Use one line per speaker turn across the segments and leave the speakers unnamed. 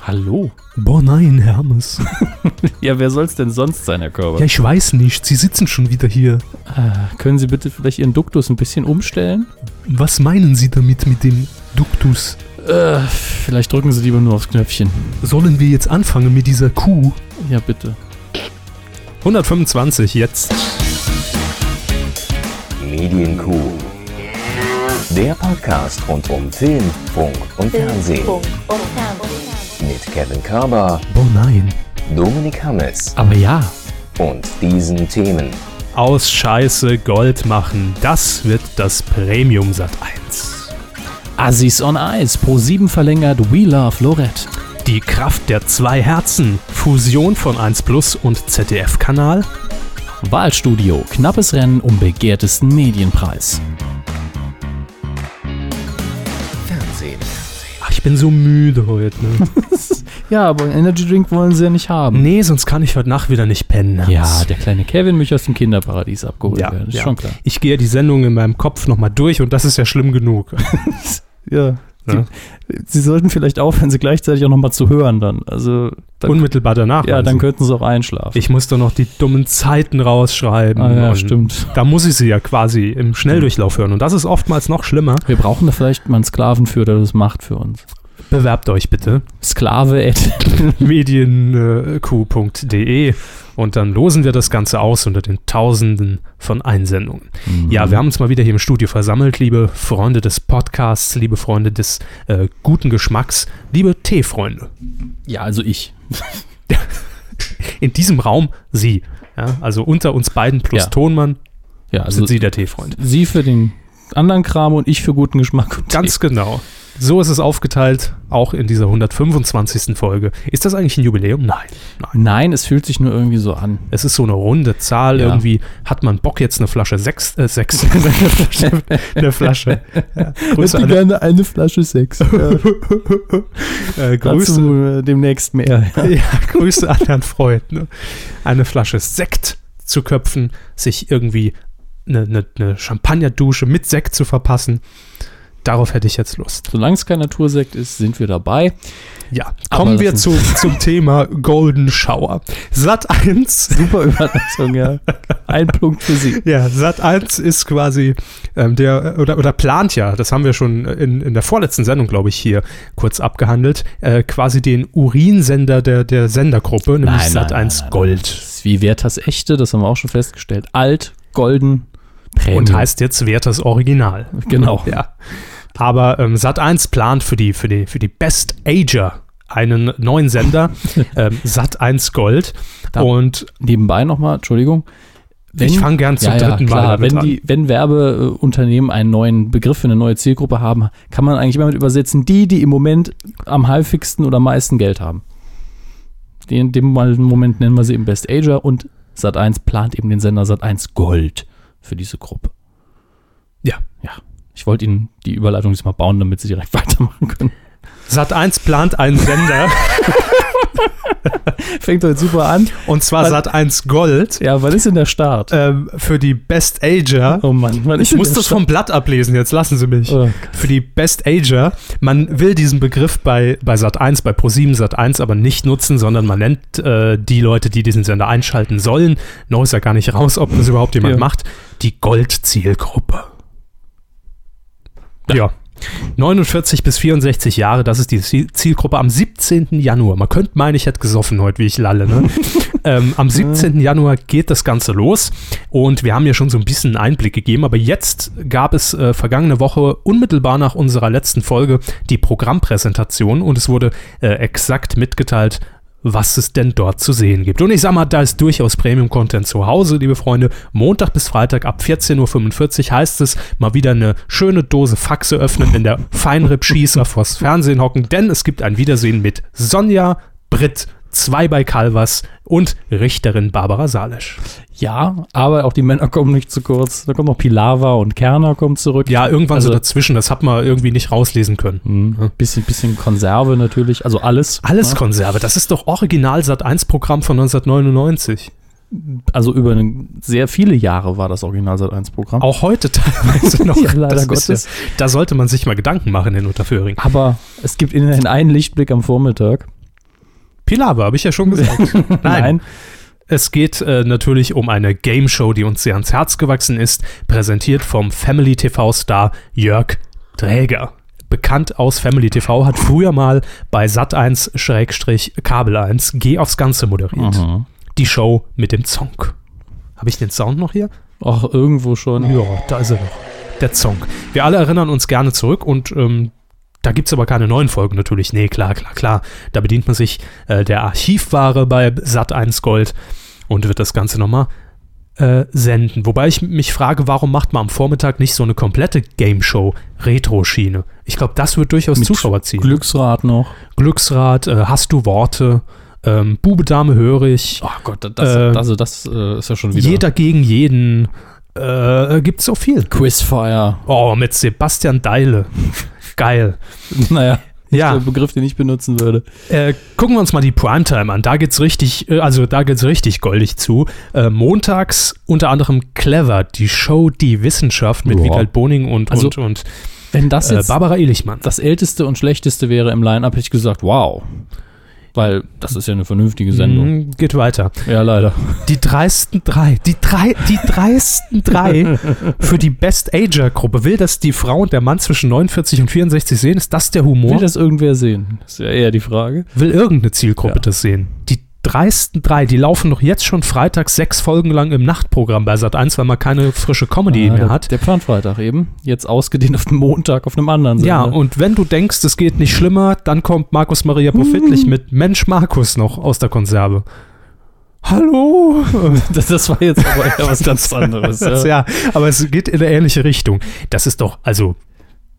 Hallo?
Boah, nein, Hermes.
Ja, wer soll's denn sonst sein, Herr Körber?
Ja, ich weiß nicht. Sie sitzen schon wieder hier.
Ah, können Sie bitte vielleicht Ihren Duktus ein bisschen umstellen?
Was meinen Sie damit mit dem Duktus?
Äh, vielleicht drücken Sie lieber nur aufs Knöpfchen.
Sollen wir jetzt anfangen mit dieser Kuh?
Ja, bitte.
125 jetzt.
Medienkuh. Der Podcast rund um Film, Funk und Fernsehen.
Funk und Fernsehen.
Mit Kevin Körber,
Boah, nein.
Dominik Hammes
Aber ja.
und diesen Themen.
Aus Scheiße Gold machen. Das wird das Premium Sat 1.
Assis on Ice, Pro 7 verlängert, We Love Lorette.
Die Kraft der zwei Herzen. Fusion von 1 Plus und ZDF-Kanal.
Wahlstudio, knappes Rennen um begehrtesten Medienpreis.
Fernsehen.
Ach, ich bin so müde heute. Ne?
Ja, aber einen Energy Drink wollen Sie ja nicht haben.
nee, sonst kann ich heute Nacht wieder nicht pennen. Hermes.
Ja, der kleine Kevin möchte aus dem Kinderparadies abgeholt
ja,
werden. Ist
ja.
schon klar.
Ich gehe die Sendung in meinem Kopf nochmal durch und das ist ja schlimm genug.
Ja.
Ja.
Sie sollten vielleicht aufhören, sie gleichzeitig auch nochmal zu hören dann. Also, dann,
Unmittelbar danach.
ja, dann
also.
könnten sie auch einschlafen.
Ich muss doch noch die dummen Zeiten rausschreiben.
ah, ja,
Und
stimmt.
Da muss ich sie ja quasi im Schnelldurchlauf hören. Und das ist oftmals noch schlimmer.
Wir brauchen da vielleicht mal einen Sklaven für, der das macht für uns.
Bewerbt euch bitte. äh,
Sklave at
medienq.de E. und dann losen wir das Ganze aus unter den Tausenden von Einsendungen.
Mhm.
Ja, wir haben uns mal wieder hier im Studio versammelt, liebe Freunde des Podcasts, liebe Freunde des äh, guten Geschmacks, liebe Teefreunde.
Ja, also ich.
In diesem Raum Sie. Ja, also unter uns beiden plus
Ja.
Tonmann
Ja, also
sind Sie
sie,
der Teefreund.
für den anderen Kram und ich für guten Geschmack. und
Ganz genau. So ist es aufgeteilt, auch in dieser 125. Folge. Ist das eigentlich ein Jubiläum? Nein.
Tee. Nein, es fühlt sich nur irgendwie so an.
Es ist so eine runde Zahl.
Ja.
Irgendwie hat man Bock, jetzt eine Flasche sechs, äh, sechs, eine Flasche. Eine Flasche. Ja, Grüße, an,
gerne eine Flasche Sex.
äh, Grüße,
Dazu äh, demnächst mehr.
ja, Grüße an Herrn Freud. Ne? Eine Flasche Sekt zu köpfen, sich irgendwie eine, eine, eine Champagnerdusche mit Sekt zu verpassen. Darauf hätte ich jetzt Lust.
Solange es kein Natursekt ist, sind wir dabei.
Ja,
Aber
kommen
das
wir
ist-
zu, zum Thema Golden Shower. Sat 1
Super Überraschung, ja. Ein Punkt für Sie.
Ja, Sat1 ist quasi ähm, der oder, oder plant ja, das haben wir schon in, in der vorletzten Sendung, glaube ich, hier kurz abgehandelt, äh, quasi den Urinsender der, der Sendergruppe, nämlich
Nein, nein, nein,
Sat1
nein,
Gold.
Das ist wie Werthers Echte, das haben wir auch schon festgestellt. Alt, golden, Premium.
Und heißt jetzt Werthers Original.
Genau.
Ja. Aber ähm, Sat1 plant für die, für die, für die Best Ager einen neuen Sender, ähm, Sat1 Gold.
Da-
Und
nebenbei nochmal, Entschuldigung. Wenn-
ich fange gern zum
ja,
dritten
ja, klar.
Mal damit
wenn
an.
die, Wenn Werbeunternehmen einen neuen Begriff für eine neue Zielgruppe haben, kann man eigentlich immer mit übersetzen, die, die im Moment am häufigsten oder am meisten Geld haben. Die In dem mal- Moment nennen wir sie eben Best Ager und Sat1 plant eben den Sender Sat1 Gold für diese Gruppe.
Ja.
Ja. Ich wollte Ihnen die Überleitung diesmal bauen, damit Sie direkt weitermachen können.
Sat1 plant einen Sender,
Fängt heute super an.
und zwar
Weil-
Sat1 Gold.
Ja, wann ist denn der Start?
ähm, für die Best Ager.
Oh Mann, wann ist
Ich
denn
muss
der
das
Start?
vom Blatt ablesen, jetzt lassen Sie mich.
Oh,
Für die Best Ager. Man will diesen Begriff bei, bei Sat1, bei Pro7 Sat1 aber nicht nutzen, sondern man nennt äh, die Leute, die diesen Sender einschalten sollen. Noch ist ja gar nicht raus, ob das überhaupt jemand
Ja.
macht. Die Gold-Zielgruppe. Ja. 49 bis 64 Jahre, das ist die Ziel- Zielgruppe am 17. Januar. Man könnte meinen, ich hätte gesoffen heute, wie ich lalle. Ne? ähm, am 17. Januar geht das Ganze los und wir haben ja schon so ein bisschen einen Einblick gegeben, aber jetzt gab es äh, vergangene Woche unmittelbar nach unserer letzten Folge die Programmpräsentation und es wurde äh, exakt mitgeteilt, was es denn dort zu sehen gibt. Und ich sag mal, da ist durchaus Premium-Content zu Hause, liebe Freunde. Montag bis Freitag ab 14.45 Uhr heißt es, mal wieder eine schöne Dose Faxe öffnen, wenn der Feinripp-Schießer vors Fernsehen hocken, denn es gibt ein Wiedersehen mit Sonja Britt, zwei bei Calvas und Richterin Barbara Salesch.
Ja, aber auch die Männer kommen nicht zu kurz. Da kommt noch Pilawa und Kerner kommen zurück.
Ja, irgendwann so
Also-
dazwischen, das hat man irgendwie nicht rauslesen können.
Hm, bisschen, bisschen Konserve natürlich, also alles.
Alles Konserve, das ist doch Original Sat 1 Programm von 1999.
Also über eine, sehr viele Jahre war das Original Sat 1 Programm.
Auch heute teilweise noch.
Ja, leider
Das ist ja-
Gottes.
da sollte man sich mal Gedanken machen in Unterföhring.
Aber es gibt immerhin einen Lichtblick am Vormittag.
Pilawa, habe ich ja schon gesagt. Nein. Es geht äh, natürlich um eine Game Show, die uns sehr ans Herz gewachsen ist, präsentiert vom Family TV Star Jörg Dräger. Bekannt aus Family TV, hat früher mal bei Sat1 Kabel 1 Geh aufs Ganze moderiert.
Aha.
Die Show mit dem Song. Habe ich den Sound noch hier?
Auch irgendwo schon.
Ja, da ist er noch. Der Song. Wir alle erinnern uns gerne zurück und ähm, da gibt es aber keine neuen Folgen natürlich. Nee, klar, klar, klar. Da bedient man sich äh, der Archivware bei Sat1 Gold und wird das Ganze nochmal äh, senden. Wobei ich mich frage, warum macht man am Vormittag nicht so eine komplette Game Show Retro-Schiene? Ich glaube, das wird durchaus
Mit
Zuschauer ziehen.
Glücksrad noch.
Glücksrad, äh, hast du Worte, ähm, Bube, Dame, höre ich.
Oh Gott, das,
Ähm,
also das äh, ist ja schon wieder.
Jeder gegen jeden. Äh, gibt so viel.
Quizfire.
Oh, mit Sebastian Deile. Geil.
Naja,
Ja,
der Begriff, den ich benutzen würde.
äh, gucken wir uns mal die Primetime an. Da geht's richtig, äh, also da geht's richtig goldig zu. Äh, montags unter anderem Clever, die Show Die Wissenschaft mit
Ja.
Wiegald Boning und,
Also,
und, und
Wenn das
äh,
jetzt
Barbara Elichmann.
das älteste und schlechteste wäre im Line-Up, hätte ich gesagt, wow. Weil das ist ja eine vernünftige Sendung.
Mhm, Geht weiter.
Ja, leider.
Die dreisten drei, die drei, die dreisten drei für die Best Ager-Gruppe. Will das die Frau und der Mann zwischen 49 und 64 sehen? Ist das der Humor?
Will das irgendwer sehen? Das ist ja eher die Frage.
will irgendeine Zielgruppe
Ja.
das sehen. Die dreisten drei, die laufen doch jetzt schon freitags sechs Folgen lang im Nachtprogramm bei Sat1, weil man keine frische Comedy
Ah,
mehr
der,
hat.
Der Pfannfreitag eben. Jetzt ausgedehnt auf den Montag auf einem anderen
Ja,
Sender.
und wenn du denkst, es geht nicht schlimmer, dann kommt Markus Maria Profittlich
Uh.
mit Mensch Markus noch aus der Konserve. Hallo!
das, das war jetzt aber eher was ganz anderes.
Das, ja, aber es geht in eine ähnliche Richtung. Das ist doch, also,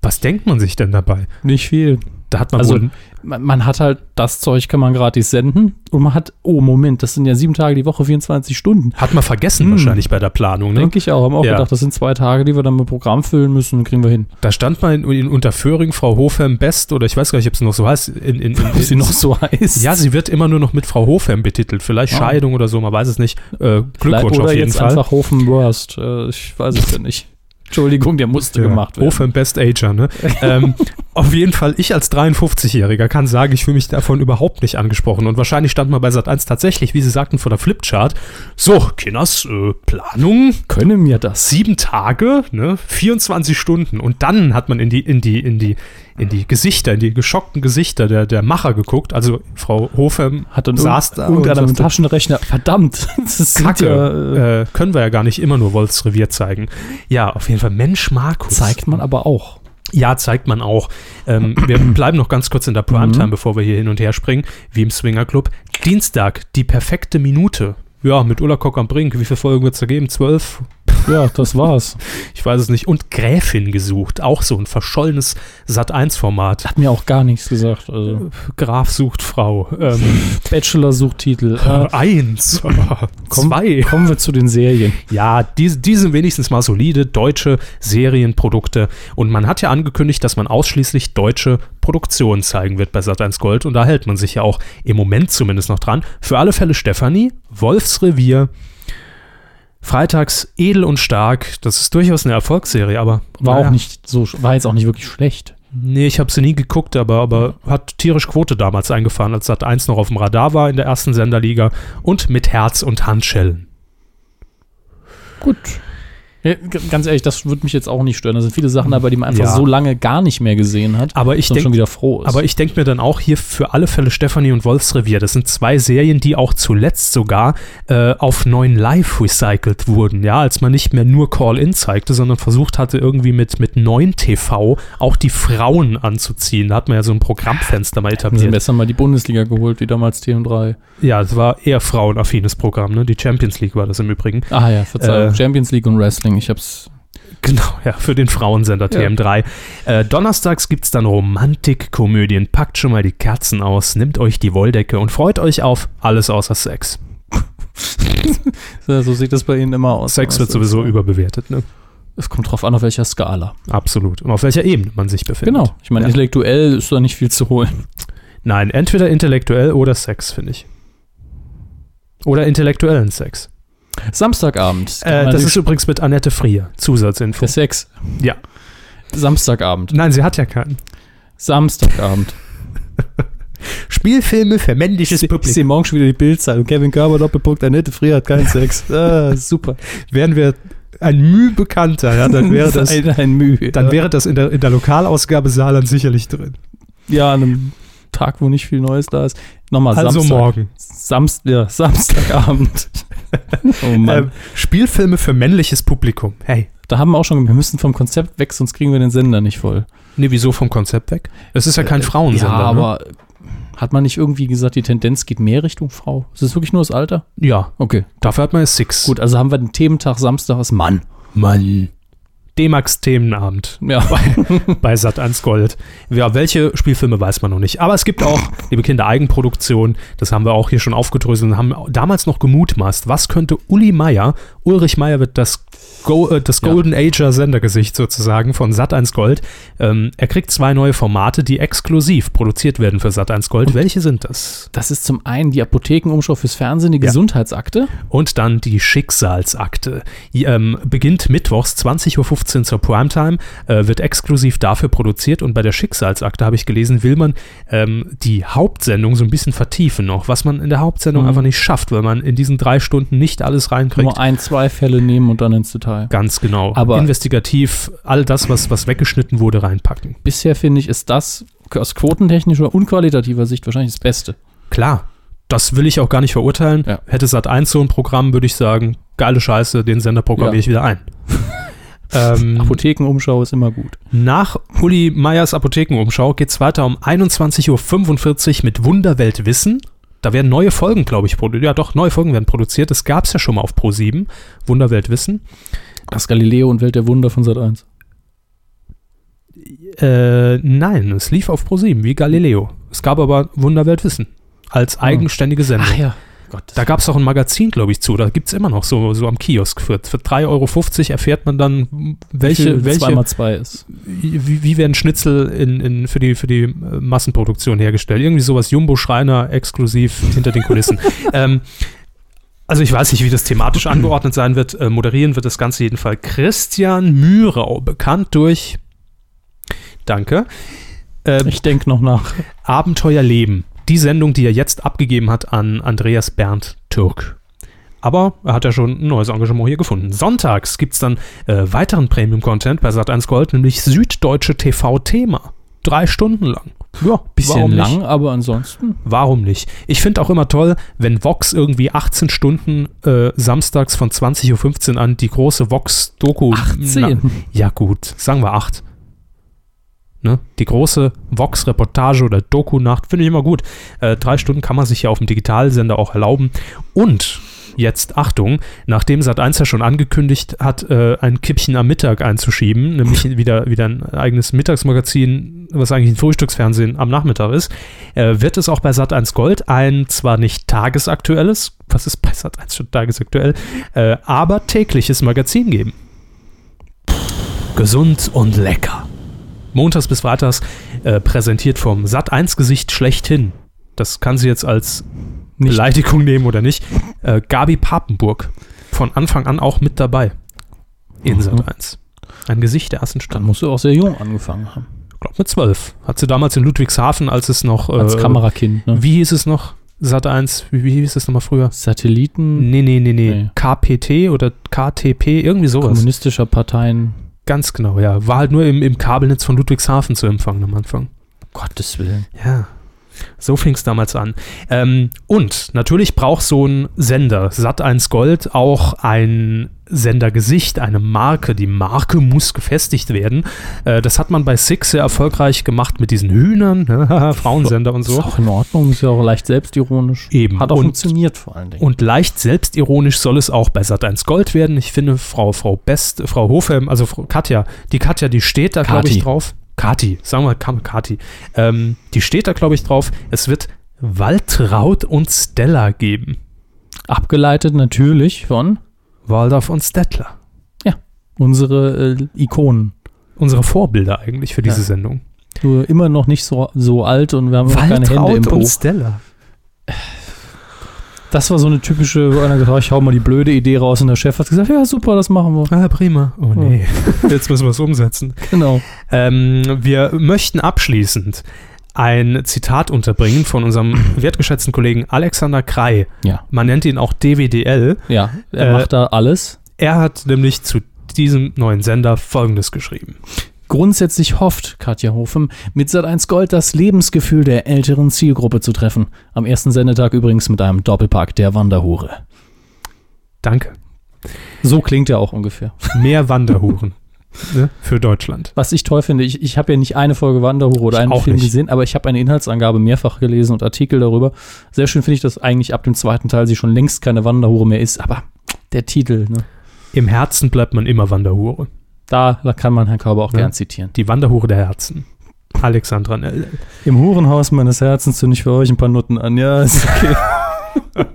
was denkt man sich denn dabei?
Nicht viel.
Da hat man
Also,
wohl,
Man, man hat halt das Zeug, kann man gratis senden. Und man hat, oh Moment, das sind ja sieben Tage die Woche, 24 Stunden.
hat man vergessen
Hm.
wahrscheinlich bei der Planung, ne?
Denke ich auch. Haben auch
Ja.
gedacht, das sind zwei Tage, die wir dann mit Programm füllen müssen. Kriegen wir hin.
Da stand mal in, in Unterföhring Frau Hofem Best oder ich weiß gar nicht, ob sie noch so heißt. In, in, in,
Ob sie noch so heiß.
Ja, sie wird immer nur noch mit Frau Hofem betitelt. Vielleicht
Ah.
Scheidung oder so, man weiß es nicht. Äh,
Vielleicht-
Glückwunsch
Oder
auf jeden
jetzt
Fall.
einfach Hofen Worst. Äh, ich weiß es ja nicht. Entschuldigung, der musste gemacht werden.
Hofem Best Ager, ne? ähm, auf jeden Fall, ich als 53-Jähriger kann sagen, ich fühle mich davon überhaupt nicht angesprochen. Und wahrscheinlich stand mal bei Sat1 tatsächlich, wie Sie sagten, vor der Flipchart. So, Kinders, äh, Planung,
Könne mir das.
sieben Tage, ne, 24 Stunden und dann hat man in die, in die, in die, in die Gesichter, in die geschockten Gesichter der, der Macher geguckt. Also Frau Hofer
Hat dann
saß
irgend-
da
irgendeiner mit dem
und sagte,
Taschenrechner. Verdammt. Das ist Ja, äh,
Kacke, äh, können wir ja gar nicht immer nur Wolfs Revier zeigen. Ja, auf jeden Fall Mensch Markus.
zeigt man aber auch.
Ja, zeigt man auch. Ähm, wir bleiben noch ganz kurz in der Primetime,
Mhm.
bevor wir hier hin und her springen, wie im Swingerclub. Dienstag, die perfekte Minute. Ja, mit Ulla Kock am Brink. Wie viele Folgen wird es da geben? Zwölf?
Ja, das war's.
ich weiß es nicht, und Gräfin gesucht. Auch so ein verschollenes Sat1-Format.
Hat mir auch gar nichts gesagt. Also,
Graf sucht Frau. Ähm,
Bachelor sucht Titel. Äh,
eins,
komm-
zwei.
kommen wir zu den Serien.
Ja, die, die sind wenigstens mal solide deutsche Serienprodukte. Und man hat ja angekündigt, dass man ausschließlich deutsche Produktionen zeigen wird bei Sat1 Gold. Und da hält man sich ja auch im Moment zumindest noch dran. Für alle Fälle Stefanie, Wolfsrevier. Freitags edel und stark. Das ist durchaus eine Erfolgsserie, aber
War
naja.
auch nicht so, sch- war jetzt auch nicht wirklich schlecht.
Nee, ich habe sie nie geguckt, aber, aber hat tierisch Quote damals eingefahren, als Sat 1 noch auf dem Radar war in der ersten Senderliga und mit Herz und Handschellen.
Gut. Ja, g- ganz ehrlich, das würde mich jetzt auch nicht stören. Da sind viele Sachen dabei, die man einfach
Ja.
so lange gar nicht mehr gesehen hat.
Aber
dass
ich
man schon
denke
wieder froh ist.
aber ich denk mir dann auch hier für alle Fälle Stefanie und Wolfsrevier. Das sind zwei Serien, die auch zuletzt sogar äh, auf neuen Live recycelt wurden. Ja, als man nicht mehr nur Call-In zeigte, sondern versucht hatte, irgendwie mit, mit neuen TV auch die Frauen anzuziehen. Da hat man ja so ein Programmfenster mal
haben sie
etabliert.
besser mal die Bundesliga geholt, wie damals TM3.
Ja, es war eher frauenaffines Programm. Ne? Die Champions League war das im Übrigen.
Ah ja, Verzeihung.
Äh,
Champions League und Wrestling. Ich hab's.
Genau, ja, für den Frauensender
Ja.
TM3. Äh, donnerstags gibt es dann Romantikkomödien. Packt schon mal die Kerzen aus, nimmt euch die Wolldecke und freut euch auf alles außer Sex.
So sieht das bei Ihnen immer aus.
Sex wird sowieso überbewertet, ne?
Es kommt drauf an, auf welcher Skala.
Absolut. Und auf welcher Ebene man sich befindet.
Genau. Ich meine,
Ja.
intellektuell ist da nicht viel zu holen.
Nein, entweder intellektuell oder Sex, finde ich. Oder intellektuellen Sex.
Samstagabend.
Äh, das ist übrigens mit Annette Frier. Zusatzinfo.
der Sex.
Ja.
Samstagabend.
Nein, sie hat ja keinen.
Samstagabend.
Spielfilme für männliches
Ich
Publikum.
sehe morgen schon wieder die Bildzeitung. Kevin Körber, Doppelpunkt, Annette Frier hat keinen Sex. Ah, super.
Wären wir ein Mühe bekannter, ja, dann wäre das,
ein, ein Mühe.
dann wäre das in der, in der Lokalausgabe Saarland sicherlich drin.
ja, an einem Tag, wo nicht viel Neues da ist. Nochmal
Also
Samstag.
morgen.
Samst, ja, Samstagabend. oh Mann.
Ähm, Spielfilme für männliches Publikum. Hey.
da haben wir auch schon, wir müssen vom Konzept weg, sonst kriegen wir den Sender nicht voll.
Nee, wieso vom Konzept weg? Es ist ja kein Frauensender.
Äh, ja,
ne?
aber hat man nicht irgendwie gesagt, die Tendenz geht mehr Richtung Frau? Ist es wirklich nur das Alter?
ja,
Okay.
dafür hat man ja Six.
Gut, also haben wir den Thementag Samstag als Mann.
Mann. D-Max-Themenabend
Ja.
bei Sat1 Gold. Ja, welche Spielfilme weiß man noch nicht. Aber es gibt auch, liebe Kinder, Eigenproduktion. Das haben wir auch hier schon aufgedröselt und haben damals noch gemutmaßt. Was könnte Uli Meier, Ulrich Meier wird das, Go, äh, das
Ja.
Golden Ager Sendergesicht sozusagen von Sat1 Gold. Ähm, er kriegt zwei neue Formate, die exklusiv produziert werden für Sat1 Gold. welche sind das?
Das ist zum einen die Apothekenumschau fürs Fernsehen, die
Ja.
Gesundheitsakte.
Und dann die Schicksalsakte. Die, ähm, beginnt mittwochs 20.15 Uhr zur Primetime, äh, wird exklusiv dafür produziert und bei der Schicksalsakte habe ich gelesen, will man ähm, die Hauptsendung so ein bisschen vertiefen noch, was man in der Hauptsendung
Mhm.
einfach nicht schafft, weil man in diesen drei Stunden nicht alles reinkriegt.
Nur ein, zwei Fälle nehmen und dann ins Detail.
Ganz genau.
Aber-
Investigativ all das, was, was weggeschnitten wurde, reinpacken.
Bisher finde ich, ist das aus quotentechnischer und qualitativer Sicht wahrscheinlich das Beste.
Klar, das will ich auch gar nicht verurteilen.
Ja.
Hätte Sat 1 so ein Programm, würde ich sagen, geile Scheiße, den Sender programmiere
Ja.
ich wieder ein. ähm,
Apothekenumschau ist immer gut.
Nach Uli Meyers Apothekenumschau geht's weiter um 21.45 Uhr mit Wunderwelt Wissen. Da werden neue Folgen, glaube ich, produziert. Ja, doch, neue Folgen werden produziert. Das gab's ja schon mal auf Pro7. Wunderwelt Wissen.
Das Galileo und Welt der Wunder von Sat 1.
Äh, nein, es lief auf Pro7, wie Galileo. Es gab aber Wunderwelt Wissen als eigenständige Sendung.
Ah. ja. Gott,
Da gab's auch ein Magazin, glaube ich, zu. Da gibt's immer noch so, so am Kiosk. Für, für 3,50 Euro erfährt man dann, welche, welche,
zweimal zwei ist.
wie, wie werden Schnitzel in, in, für, die, für die äh, Massenproduktion hergestellt? Irgendwie sowas Jumbo-Schreiner exklusiv hinter den Kulissen. ähm, also ich weiß nicht, wie das thematisch angeordnet sein wird. Äh, moderieren wird das Ganze jeden Fall Christian Mürau, bekannt durch Danke. Äh,
Ich denke noch nach.
Abenteuer Leben. Die Sendung, die er jetzt abgegeben hat an Andreas Bernd Türk. Aber er hat ja schon ein neues Engagement hier gefunden. Sonntags gibt es dann äh, weiteren Premium-Content bei Sat1 Gold, nämlich Süddeutsche TV-Thema. Drei Stunden lang. Ja, warum
lang,
Nicht?
aber ansonsten.
Warum nicht? Ich finde auch immer toll, wenn Vox irgendwie 18 Stunden äh, samstags von 20.15 Uhr an die große Vox-Doku. Na- ja, gut, sagen wir acht. Ne? Die große Vox-Reportage oder Doku-Nacht finde ich immer gut. Äh, drei Stunden kann man sich ja auf dem Digitalsender auch erlauben. Und jetzt, Achtung, nachdem Sat1 ja schon angekündigt hat, äh, ein Kippchen am Mittag einzuschieben, nämlich wieder, wieder ein eigenes Mittagsmagazin, was eigentlich ein Frühstücksfernsehen am Nachmittag ist, äh, wird es auch bei Sat1 Gold ein zwar nicht tagesaktuelles, was ist bei Sat1 schon tagesaktuell, äh, aber tägliches Magazin geben. Gesund und lecker. Montags bis Freitags äh, präsentiert vom Sat1-Gesicht schlechthin. Das kann sie jetzt als
Nicht.
Beleidigung nehmen oder nicht. Äh, Gabi Papenburg. Von Anfang an auch mit dabei. In
Mhm.
Sat1. Ein Gesicht der ersten Stadt.
Dann musst du auch sehr jung angefangen haben.
Ich glaube mit zwölf. Hat sie damals in Ludwigshafen, als es noch. Äh,
Als Kamerakind. Ne?
Wie hieß es noch? Sat1. Wie, wie hieß es nochmal früher?
Satelliten
Nee, nee, nee, nee,
Hm. Nee.
KPT oder KTP, irgendwie sowas.
kommunistischer Parteien.
Ganz genau, ja. War halt nur im, im Kabelnetz von Ludwigshafen zu empfangen am Anfang.
Gottes Willen.
Ja. So fing es damals an. Ähm, und natürlich braucht so ein Sender, Sat1 Gold, auch ein Sendergesicht, eine Marke. Die Marke muss gefestigt werden. Äh, das hat man bei Six sehr erfolgreich gemacht mit diesen Hühnern, ne? Frauensender und so.
Ist auch in Ordnung, ist ja auch leicht selbstironisch.
Eben.
Hat auch
und,
funktioniert vor allen Dingen.
und leicht selbstironisch soll es auch bei Sat1 Gold werden. Ich finde, Frau, Frau Best, Frau Hofhelm, also Frau Katja, die Katja, die steht da, glaube
Kati.
ich, drauf. Kati, sagen wir Kam- Kati. Ähm, die steht da, glaube ich, drauf. Es wird Waltraud und Stella geben.
Abgeleitet natürlich von
Waldorf und Stettler.
unsere äh, Ikonen.
Unsere Vorbilder eigentlich für diese
Ja.
Sendung.
Nur immer noch nicht so, so alt und wir haben noch keine Hände im
Waltraud und
Po.
Stella.
Das war so eine typische, wo einer gesagt hat, ich hau mal die blöde Idee raus und der Chef hat gesagt, ja super, das machen wir.
Ah, prima. Oh nee. Jetzt müssen wir es umsetzen.
Genau.
Ähm, wir möchten abschließend ein Zitat unterbringen von unserem wertgeschätzten Kollegen Alexander Krei.
Ja.
Man nennt ihn auch DWDL.
Ja, er
Äh,
macht da alles.
Er hat nämlich zu diesem neuen Sender Folgendes geschrieben.
Grundsätzlich hofft Katja Hofem, mit Sat1 Gold das Lebensgefühl der älteren Zielgruppe zu treffen. Am ersten Sendetag übrigens mit einem Doppelpack der Wanderhure.
Danke.
So klingt er auch ungefähr.
Mehr Wanderhuren ne, für Deutschland.
Was ich toll finde, ich, ich habe ja nicht eine Folge Wanderhure oder
Ich
einen
auch
Film
nicht.
gesehen, aber ich habe eine Inhaltsangabe mehrfach gelesen und Artikel darüber. Sehr schön finde ich, dass eigentlich ab dem zweiten Teil sie schon längst keine Wanderhure mehr ist, aber der Titel, ne?
Im Herzen bleibt man immer Wanderhure.
da, da kann man Herrn Körber auch
Ja.
gern zitieren.
Die Wanderhure der Herzen. Alexandra Nell.
Im Hurenhaus meines Herzens zünde ich für euch ein paar Nutten an. Ja, ist okay.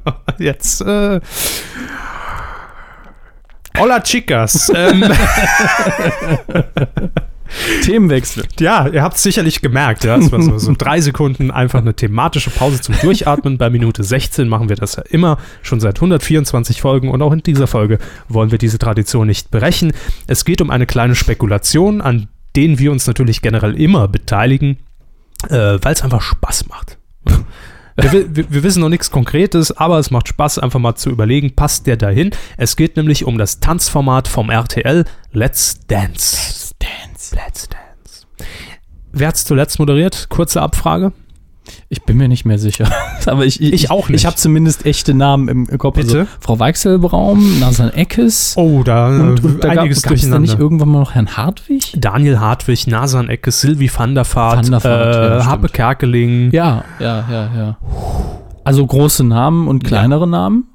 Jetzt. Äh, Hola Chicas. ähm,
Themenwechsel.
ja, ihr habt es sicherlich gemerkt. Ja, es war so, so drei Sekunden einfach eine thematische Pause zum Durchatmen. Bei Minute 16 machen wir das ja immer, schon seit 124 Folgen. Und auch in dieser Folge wollen wir diese Tradition nicht brechen. Es geht um eine kleine Spekulation, an denen wir uns natürlich generell immer beteiligen, äh, weil es einfach Spaß macht. Wir, wi- wir, wir wissen noch nichts Konkretes, aber es macht Spaß, einfach mal zu überlegen, passt der dahin? Es geht nämlich um das Tanzformat vom RTL Let's Dance. Let's Dance. Let's Dance. Wer hat es zuletzt moderiert? Kurze Abfrage.
Ich bin mir nicht mehr sicher. Aber ich,
Ich auch nicht.
Ich habe zumindest echte Namen im Kopf.
Bitte?
Also Frau Weichselbraum, Nasan Eckes
Oh, da,
gab- gab's
einiges
da
durcheinander.
nicht irgendwann mal noch Herrn Hartwig?
Daniel Hartwig, Nasan Ecke, Sylvie van der Vaart,
Van der Vaart,
äh,
ja, stimmt.
Habe Kerkeling.
Ja, ja, ja, ja. Also große Namen und kleinere Namen,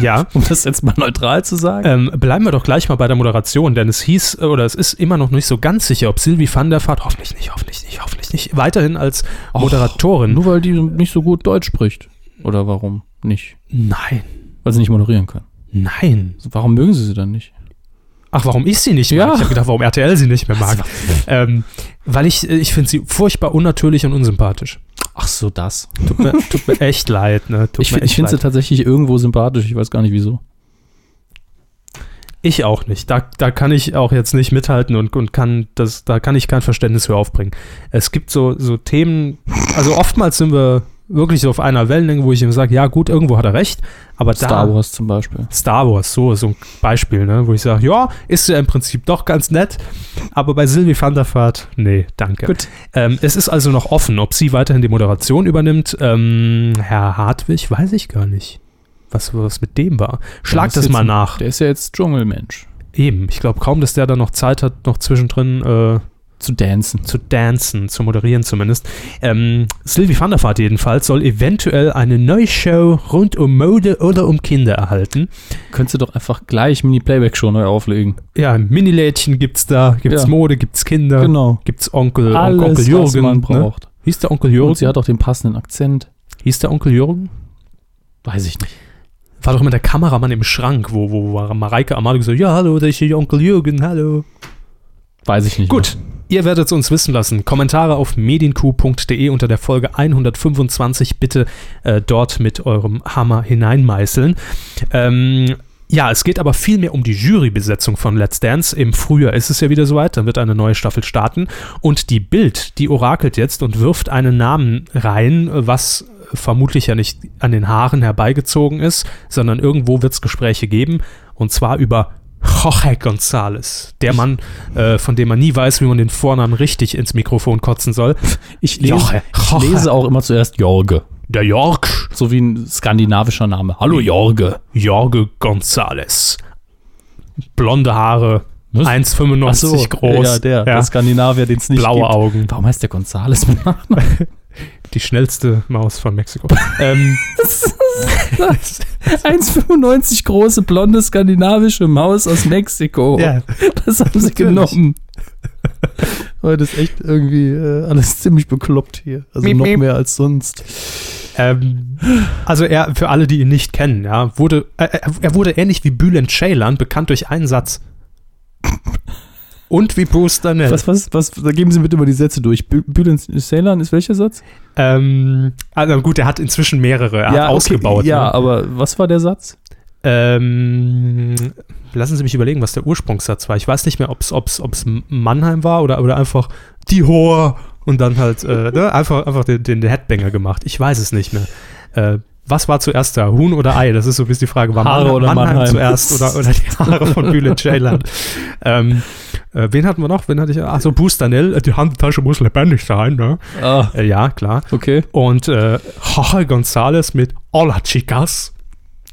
ja.
um das jetzt mal neutral zu sagen.
Ähm, bleiben wir doch gleich mal bei der Moderation, denn es hieß, äh, oder es ist immer noch nicht so ganz sicher, ob Sylvie van der Vaart, hoffentlich nicht, hoffentlich nicht, hoffentlich nicht, weiterhin als Moderatorin.
Äh, Nur weil die nicht so gut Deutsch spricht. Oder warum nicht?
nein,
Weil sie nicht moderieren können.
nein.
Warum mögen sie sie dann nicht?
Ach, warum ich sie nicht mag?
Ja.
Ich habe gedacht, warum RTL sie nicht mehr mag. Ähm, weil ich, äh, ich finde sie furchtbar unnatürlich und unsympathisch.
Ach so, das.
Tut mir, tut mir echt leid, ne? Tut
Ich,
mir
find- ich
echt
finde sie
leid.
tatsächlich irgendwo sympathisch. Ich weiß gar nicht wieso.
Ich auch nicht. Da, da kann ich auch jetzt nicht mithalten und, und kann das, da kann ich kein Verständnis für aufbringen. Es gibt so, so Themen, also oftmals sind wir wirklich so auf einer Wellenlänge, wo ich ihm sage, ja gut, irgendwo hat er recht, aber da
Star Wars zum Beispiel.
Star Wars, so so ein Beispiel, ne, wo ich sage, ja, ist ja im Prinzip doch ganz nett, aber bei Sylvie van der Vaart, nee, danke.
Gut.
Ähm, es ist also noch offen, ob sie weiterhin die Moderation übernimmt. Ähm, Herr Hartwig, weiß ich gar nicht, was, was mit dem war. Schlag
ist
das
jetzt
mal
ein-
nach.
Der ist ja jetzt Dschungelmensch.
Eben, ich glaube kaum, dass der da noch Zeit hat, noch zwischendrin äh,
Zu dancen.
zu dancen, zu moderieren zumindest. Ähm, Sylvie van der Vaart jedenfalls soll eventuell eine neue Show rund um Mode oder um Kinder erhalten.
Könntest du doch einfach gleich Mini-Playback-Show neu auflegen.
Ja, Minilädchen gibt's da, gibt's
Ja.
Mode, gibt's Kinder,
Genau.
gibt's Onkel,
Alles,
Onkel Jürgen.
was man
ne?
braucht.
Hieß der Onkel
Und sie
Jürgen?
hat auch den passenden Akzent.
Hieß der Onkel Jürgen?
Weiß ich nicht.
War doch immer der Kameramann im Schrank, wo, wo war Mareike Amado gesagt, ja, hallo, da ist hier Onkel Jürgen, hallo.
Weiß ich nicht.
Gut, ihr werdet es uns wissen lassen. Kommentare auf medienq.de unter der Folge 125 bitte äh, dort mit eurem Hammer hineinmeißeln. Ähm, ja, es geht aber vielmehr um die Jurybesetzung von Let's Dance. Im Frühjahr ist es ja wieder soweit, dann wird eine neue Staffel starten. Und die Bild, die orakelt jetzt und wirft einen Namen rein, was vermutlich ja nicht an den Haaren herbeigezogen ist, sondern irgendwo wird es Gespräche geben. Und zwar über Jorge González, der Mann, äh, von dem man nie weiß, wie man den Vornamen richtig ins Mikrofon kotzen soll.
Ich lese,
Joche.
ich lese auch immer zuerst Jorge.
Der Jorg,
So wie ein skandinavischer Name. Hallo Jorge.
Jorge González. Blonde Haare,
Was?
1,95 groß.
Ja, der, der Skandinavier, den es nicht
blaue
gibt.
Augen.
Warum heißt der Gonzales mit Nachnamen?
Die schnellste Maus von Mexiko. ähm,
1,95 große, blonde, skandinavische Maus aus Mexiko.
ja.
Das haben sie
Natürlich.
genommen. Heute ist echt irgendwie äh, alles ziemlich bekloppt hier. Also
Miep,
noch
miep.
mehr als sonst.
ähm, also er, für alle, die ihn nicht kennen, ja, wurde, äh, er- er wurde ähnlich wie Bülent Ceylan bekannt durch einen Satz. Und wie Bruce Danell.
Was, was, was, da geben Sie bitte mal die Sätze durch. Bü- Bülent Ceylan ist welcher Satz?
Ähm, also gut, er hat inzwischen mehrere, er hat
okay,
ausgebaut.
Ja,
ne?
aber was war der Satz?
Ähm, lassen Sie mich überlegen, was der Ursprungssatz war. Ich weiß nicht mehr, ob es ob's, ob's Mannheim war oder, oder einfach die Hoher und dann halt äh, ne, einfach, einfach den, den Headbanger gemacht. Ich weiß es nicht mehr. Äh, was war zuerst da? Huhn oder Ei? Das ist so ein bisschen die Frage. War
Haare
Mann-
oder Mannheim?
zuerst oder, oder die Haare von Bülent Ceylan? ähm, äh, wen hatten wir noch? Wen hatte ich? Ach so, Bustanel. Äh, Die Handtasche muss lebendig sein, ne?
Ah,
Äh, ja, klar.
okay.
Und äh, Jorge González mit Hola Chicas.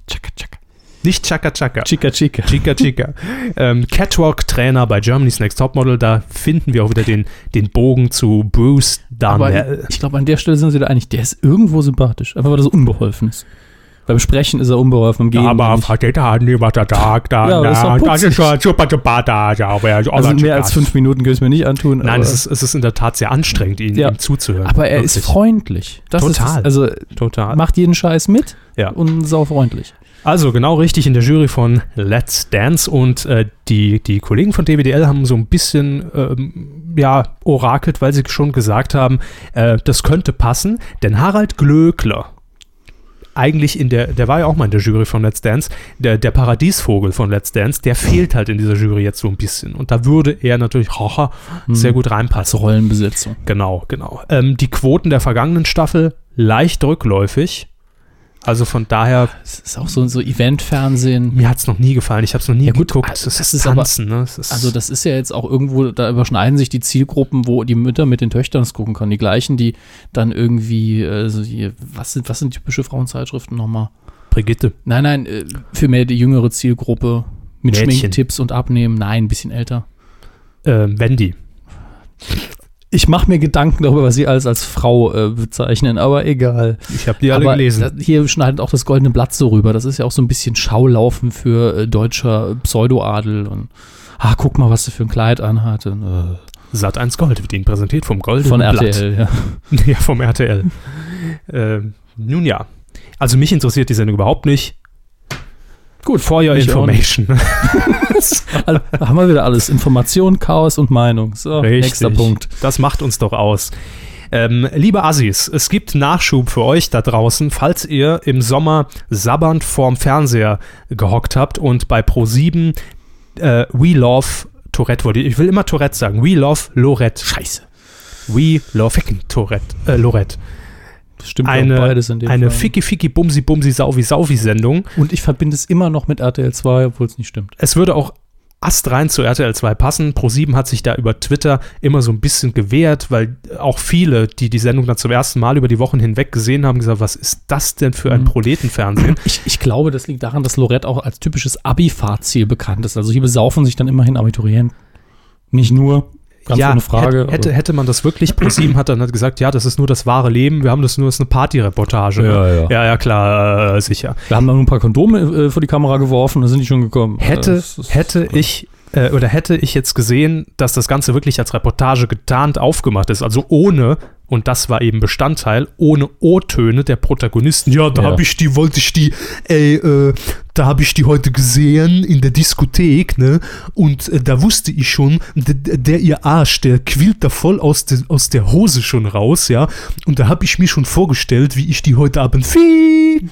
Chaka, chaka.
Nicht Chaka Chaka.
Chica, chica.
Chica Chica. ähm, Catwalk-Trainer bei Germany's Next Topmodel, da finden wir auch wieder den, den Bogen zu Bruce Darnell.
Aber ich glaube, an der Stelle sind sie da einig. Der ist irgendwo sympathisch, einfach weil er so unbeholfen ist. Beim Sprechen ist er unbeholfen, beim Gehen. nicht.
Frateta, niemand sagt,
Ja, aber das ist doch putzig.
super, super, da, ja, aber ja,
also mehr als fünf Minuten können es mir nicht antun.
Nein,
aber,
es ist, es ist in der Tat sehr anstrengend, ihm,
Ja.
ihm zuzuhören.
aber er ist
Wirklich.
freundlich. Das
Total.
Ist, also
Total.
macht jeden Scheiß mit
Ja.
und sau freundlich.
Also genau richtig in der Jury von Let's Dance und äh, die, die Kollegen von DWDL haben so ein bisschen ähm, ja, orakelt, weil sie schon gesagt haben, äh, das könnte passen, denn Harald Glöckler, eigentlich in der, der war ja auch mal in der Jury von Let's Dance, der, der Paradiesvogel von Let's Dance, der fehlt halt in dieser Jury jetzt so ein bisschen und da würde er natürlich haha, sehr gut reinpassen.
Rollenbesetzung.
Genau, genau. Ähm, die Quoten der vergangenen Staffel leicht rückläufig. Also von daher
Es ist auch so so Eventfernsehen.
mir hat es noch nie gefallen. Ich habe es noch nie
Ja, gut,
geguckt.
also
es
das
ist
ist
Tanzen. ne? es ist
Also das ist ja jetzt auch irgendwo, da überschneiden sich die Zielgruppen, wo die Mütter mit den Töchtern es gucken können. Die gleichen, die dann irgendwie, äh, so hier, was sind, was sind typische Frauenzeitschriften nochmal?
Brigitte.
Nein, nein, äh, für mehr die jüngere Zielgruppe mit
Mädchen.
Schminktipps und Abnehmen. Nein, ein bisschen älter.
Ähm, Wendy.
Ich mache mir Gedanken darüber, was sie alles als Frau äh, bezeichnen, aber egal.
Ich habe die
aber Das, hier schneidet auch das goldene Blatt so rüber. Das ist ja auch so ein bisschen Schaulaufen für äh, deutscher Pseudoadel und ah, guck mal, was sie für ein Kleid anhatte. Und,
Sat 1 Gold wird Ihnen präsentiert vom
äh,
Goldenen
von
Blatt.
RTL, ja.
ja, vom RTL. ähm, nun ja. Also mich interessiert die Sendung überhaupt nicht. Gut, for your
Mich auch
information.
Also, da haben wir wieder alles. Information, Chaos und Meinung. So, nächster Punkt.
Das macht uns doch aus. Ähm, liebe Assis, es gibt Nachschub für euch da draußen, falls ihr im Sommer sabbernd vorm Fernseher gehockt habt und bei Pro7 äh, We Love Tourette wollte. Ich will immer Tourette sagen. We Love Lorette. Scheiße. We Love Ficken Tourette. Äh, Lorette.
Das stimmt
Eine,
auch beides in dem
eine
Fall.
Ficky Ficky Bumsi Bumsi Sauvi Sauvi Sendung.
Und ich verbinde es immer noch mit RTL 2, obwohl es nicht stimmt.
es würde auch astrein zu RTL 2 passen. Pro7 hat sich da über Twitter immer so ein bisschen gewehrt, weil auch viele, die die Sendung dann zum ersten Mal über die Wochen hinweg gesehen haben, gesagt, was ist das denn für ein
Mhm.
Proletenfernsehen?
Ich, ich glaube, das liegt daran, dass Lorette auch als typisches Abi-Fahrziel bekannt ist. Also hier besaufen sich dann immerhin Abiturienten. Nicht nur, ganz ohne Frage.
hätte- Hätte, hätte man das wirklich, ProSieben hat dann halt gesagt, ja, das ist nur das wahre Leben, wir haben das nur als eine Partyreportage. ne?
Ja, ja.
ja, ja, klar, äh, sicher.
aber wir haben da nur ein paar Kondome äh, vor die Kamera geworfen, da sind die schon gekommen.
Hätte,
Das ist-
hätte ich äh, oder hätte ich jetzt gesehen, dass das Ganze wirklich als Reportage getarnt aufgemacht ist, also ohne und das war eben Bestandteil ohne O-Töne der Protagonisten. Ja, da
Ja.
hab ich die, wollte ich die, ey, äh, da habe ich die heute gesehen in der Diskothek, ne? Und äh, da wusste ich schon, d- d- der ihr Arsch, der quillt da voll aus, de, aus der Hose schon raus, ja? Und da habe ich mir schon vorgestellt, wie ich die heute Abend fick.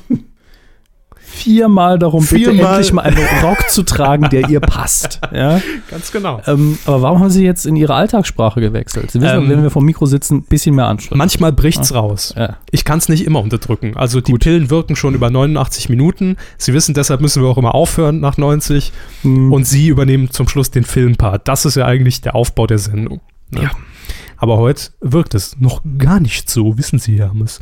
viermal darum, bitte
Viermal.
endlich mal einen Rock zu tragen, der ihr passt. Ja?
Ganz genau.
Ähm, aber warum haben sie jetzt in ihre Alltagssprache gewechselt? Sie wissen,
Ähm,
wenn wir vom Mikro sitzen, ein bisschen mehr anstrengen.
Manchmal bricht's raus.
Ja.
Ich kann es nicht immer unterdrücken. Also die Pillen wirken schon über 89 Minuten. Sie wissen, deshalb müssen wir auch immer aufhören nach 90.
Und
Und Sie übernehmen zum Schluss den Filmpart. Das ist ja eigentlich der Aufbau der Sendung. ne?
Ja.
Aber heute wirkt es noch gar nicht so, wissen Sie, Hermes.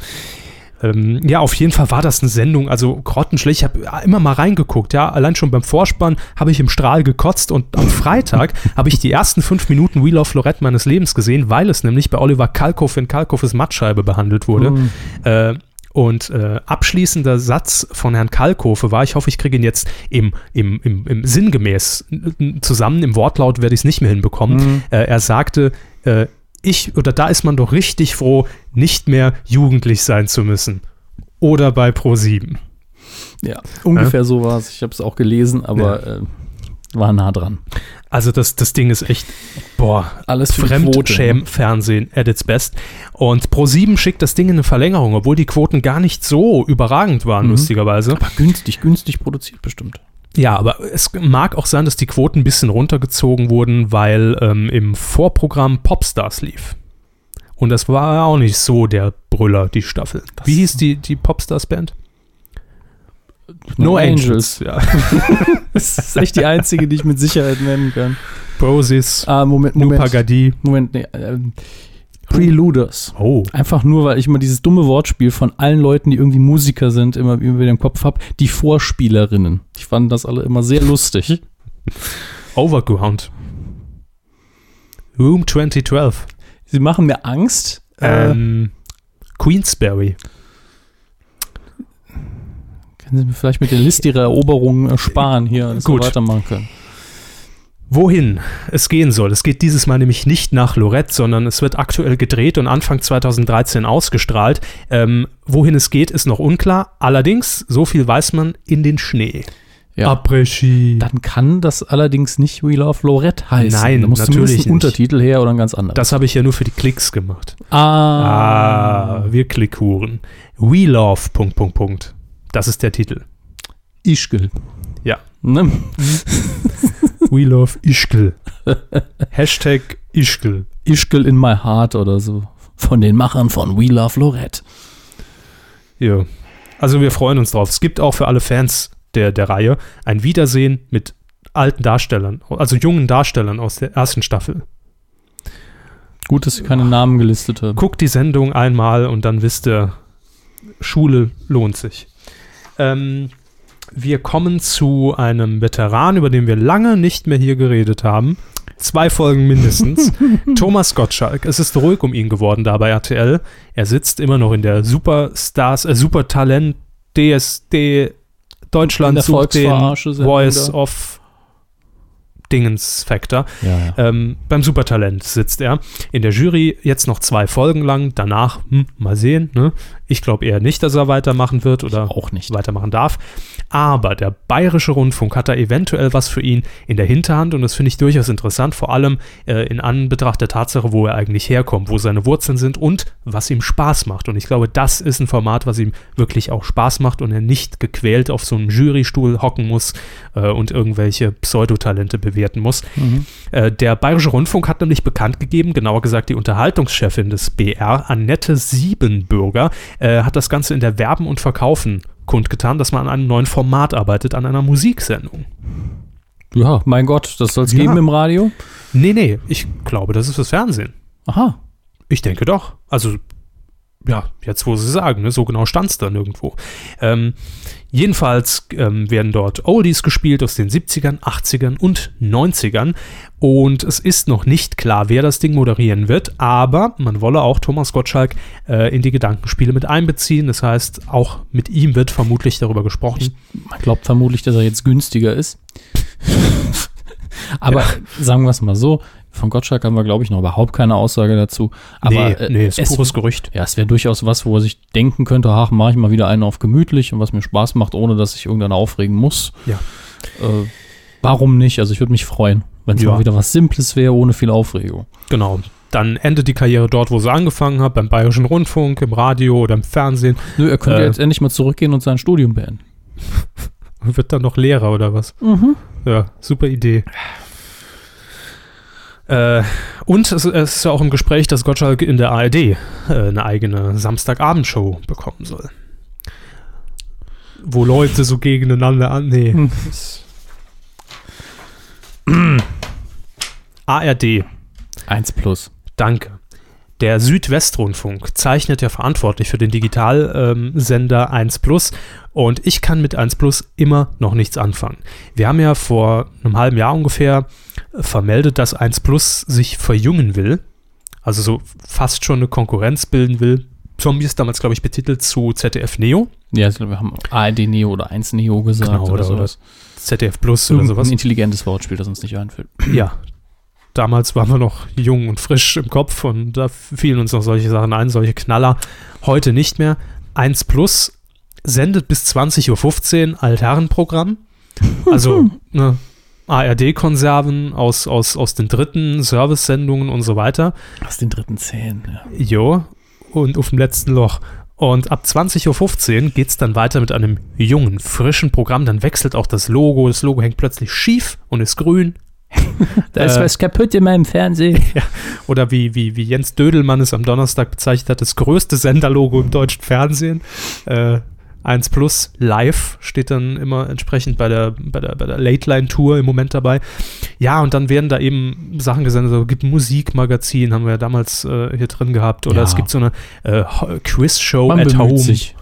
Ähm, ja, auf jeden Fall war das eine Sendung, also grottenschlecht. Ich habe immer mal reingeguckt, ja. Allein schon beim Vorspann habe ich im Strahl gekotzt und am Freitag habe ich die ersten fünf Minuten We Love Lorette meines Lebens gesehen, weil es nämlich bei Oliver Kalkofe in Kalkofes Mattscheibe behandelt wurde. Äh, und äh, abschließender Satz von Herrn Kalkofe war, ich hoffe, ich kriege ihn jetzt im, im, im, im sinngemäß n- n- zusammen, im Wortlaut werde ich es nicht mehr hinbekommen. Äh, er sagte, äh, ich oder da ist man doch richtig froh, nicht mehr jugendlich sein zu müssen. Oder bei Pro7.
ja, ungefähr so war es. Ich habe es auch gelesen, aber äh, war nah dran.
Also das, das Ding ist echt, boah,
Alles für die Quote.
Fremdschäm-Fernsehen at its best. Und Pro7 schickt das Ding in eine Verlängerung, obwohl die Quoten gar nicht so überragend waren,
Mhm.
lustigerweise.
Aber günstig, günstig produziert bestimmt.
Ja, aber es mag auch sein, dass die Quoten ein bisschen runtergezogen wurden, weil ähm, im Vorprogramm Popstars lief. Und das war auch nicht so der Brüller, die Staffel. Wie hieß die, die Popstars-Band?
No Angels.
Ja.
Das ist echt die einzige, die ich mit Sicherheit nennen kann.
Brosis,
Ah, Moment,
Moment.
Moment. Moment, nee. Ähm, Preluders.
Oh.
Einfach nur, weil ich immer dieses dumme Wortspiel von allen Leuten, die irgendwie Musiker sind, immer über den Kopf habe, die Vorspielerinnen. Ich fand das alle immer sehr lustig.
Overground. Room 2012.
Sie machen mir Angst. Äh,
Ähm, Queensberry.
können Sie mir vielleicht mit der Liste Ihrer Eroberungen ersparen hier, dass
Gut.
wir weitermachen können.
Wohin es gehen soll. Es geht dieses Mal nämlich nicht nach Lorette, sondern es wird aktuell gedreht und Anfang 2013 ausgestrahlt. Ähm, wohin es geht, ist noch unklar. Allerdings, so viel weiß man, in den Schnee.
Ja.
Après-Ski.
Dann kann das allerdings nicht We Love Lorette heißen.
Nein,
da muss
natürlich
zumindest ein
nicht.
Untertitel her oder ein ganz anderer.
Das habe ich ja nur für die Klicks gemacht.
ah,
Ah, wir Klickhuren. We love. Punkt, Punkt, Punkt. Das ist der Titel.
Ischgl.
Ja.
Ne?
We love Ischgl. Hashtag Ischgl.
Ischgl in my heart oder so. Von den Machern von We Love Lorette.
Ja. Also wir freuen uns drauf. Es gibt auch für alle Fans der, der Reihe ein Wiedersehen mit alten Darstellern, also jungen Darstellern aus der ersten Staffel.
Gut, dass sie keine Namen gelistet haben.
Guckt die Sendung einmal und dann wisst ihr, Schule lohnt sich. Ähm, wir kommen zu einem Veteran, über den wir lange nicht mehr hier geredet haben. Zwei Folgen mindestens. Thomas Gottschalk. Es ist ruhig um ihn geworden da bei RTL. Er sitzt immer noch in der Superstars, äh, Supertalent DSD
In
Deutschland
der
sucht den
Volksverarsche-Sendung
Voice
da.
of Dingens Factor.
Ja, ja.
Ähm, beim Supertalent sitzt er in der Jury jetzt noch zwei Folgen lang. Danach hm, mal sehen. Ne? Ich glaube eher nicht, dass er weitermachen wird oder
Auch nicht.
weitermachen darf. Aber der Bayerische Rundfunk hat da eventuell was für ihn in der Hinterhand und das finde ich durchaus interessant, vor allem äh, in Anbetracht der Tatsache, wo er eigentlich herkommt, wo seine Wurzeln sind und was ihm Spaß macht. Und ich glaube, das ist ein Format, was ihm wirklich auch Spaß macht und er nicht gequält auf so einem Jurystuhl hocken muss äh, und irgendwelche Pseudotalente bewerten muss.
Mhm.
Äh, der Bayerische Rundfunk hat nämlich bekannt gegeben, genauer gesagt die Unterhaltungschefin des BR, Annette Siebenbürger, äh, hat das Ganze in der Werben und Verkaufen kundgetan, dass man an einem neuen Format arbeitet, an einer Musiksendung.
Ja, mein Gott, das soll es
Ja.
geben im Radio?
Nee, nee, ich glaube, das ist das Fernsehen.
Aha.
Ich denke doch. Also, ja, jetzt wo sie sagen, ne? so genau stand es dann irgendwo. Ähm, jedenfalls ähm, werden dort Oldies gespielt aus den 70ern, 80ern und 90ern. Und es ist noch nicht klar, wer das Ding moderieren wird, aber man wolle auch Thomas Gottschalk äh, in die Gedankenspiele mit einbeziehen. Das heißt, auch mit ihm wird vermutlich darüber gesprochen.
Man glaubt vermutlich, dass er jetzt günstiger ist. Aber sagen wir es mal so, von Gottschalk haben wir, glaube ich, noch überhaupt keine Aussage dazu. Aber
nee,
äh,
nee, ist
es
pures Gerücht.
Ja, es wäre durchaus was, wo er sich denken könnte, ach, mache ich mal wieder einen auf gemütlich und was mir Spaß macht, ohne dass ich irgendeinen aufregen muss.
Ja.
Äh, warum nicht? Also ich würde mich freuen, wenn es
Ja.
mal wieder was Simples wäre, ohne viel Aufregung.
Genau. Dann endet die Karriere dort, wo sie angefangen hat, beim Bayerischen Rundfunk, im Radio oder im Fernsehen.
Nö, er könnte
Äh.
jetzt endlich mal zurückgehen und sein Studium beenden.
Und wird dann noch Lehrer oder was?
Mhm.
Ja, super Idee. Äh, und es, es ist ja auch im Gespräch, dass Gottschalk in der ARD äh, eine eigene Samstagabendshow bekommen soll. Wo Leute so gegeneinander an. Nee.
Hm.
ARD,
Eins plus.
danke. Der Südwestrundfunk zeichnet ja verantwortlich für den Digitalsender 1 Plus und ich kann mit 1 Plus immer noch nichts anfangen. Wir haben ja vor einem halben Jahr ungefähr vermeldet, dass 1 Plus sich verjüngen will, also so fast schon eine Konkurrenz bilden will. Zombie ist damals, glaube ich, betitelt zu ZDF Neo,
Ja, ich glaub, wir haben ARD Neo E oder 1 Neo gesagt
Genau,
oder,
oder-
sowas.
ZDF Plus oder
Irgendein
sowas.
intelligentes Wortspiel, das uns nicht einfällt.
Ja. Damals waren wir noch jung und frisch im Kopf und da fielen uns noch solche Sachen ein, solche Knaller. Heute nicht mehr. 1 Plus sendet bis 20.15 Uhr Altherrenprogramm. Also ne, ARD-Konserven aus, aus, aus den dritten Service-Sendungen und so weiter.
Aus den dritten Zähnen, ja.
Jo. Und auf dem letzten Loch. Und ab 20.15 Uhr geht es dann weiter mit einem jungen, frischen Programm. Dann wechselt auch das Logo. Das Logo hängt plötzlich schief und ist grün.
Da ist
Äh,
was kaputt in meinem Fernsehen.
Oder wie, wie, wie Jens Dödelmann es am Donnerstag bezeichnet hat, das größte Senderlogo im deutschen Fernsehen. Äh, 1 Plus Live steht dann immer entsprechend bei der, bei der, bei der Late Line Tour im Moment dabei. Ja, und dann werden da eben Sachen gesendet. Also gibt ein Musikmagazin, haben wir ja damals äh, hier drin gehabt. Oder
Ja.
es gibt so eine äh, Ho- Quiz-Show
Man
at
bemüht
Home.
sich.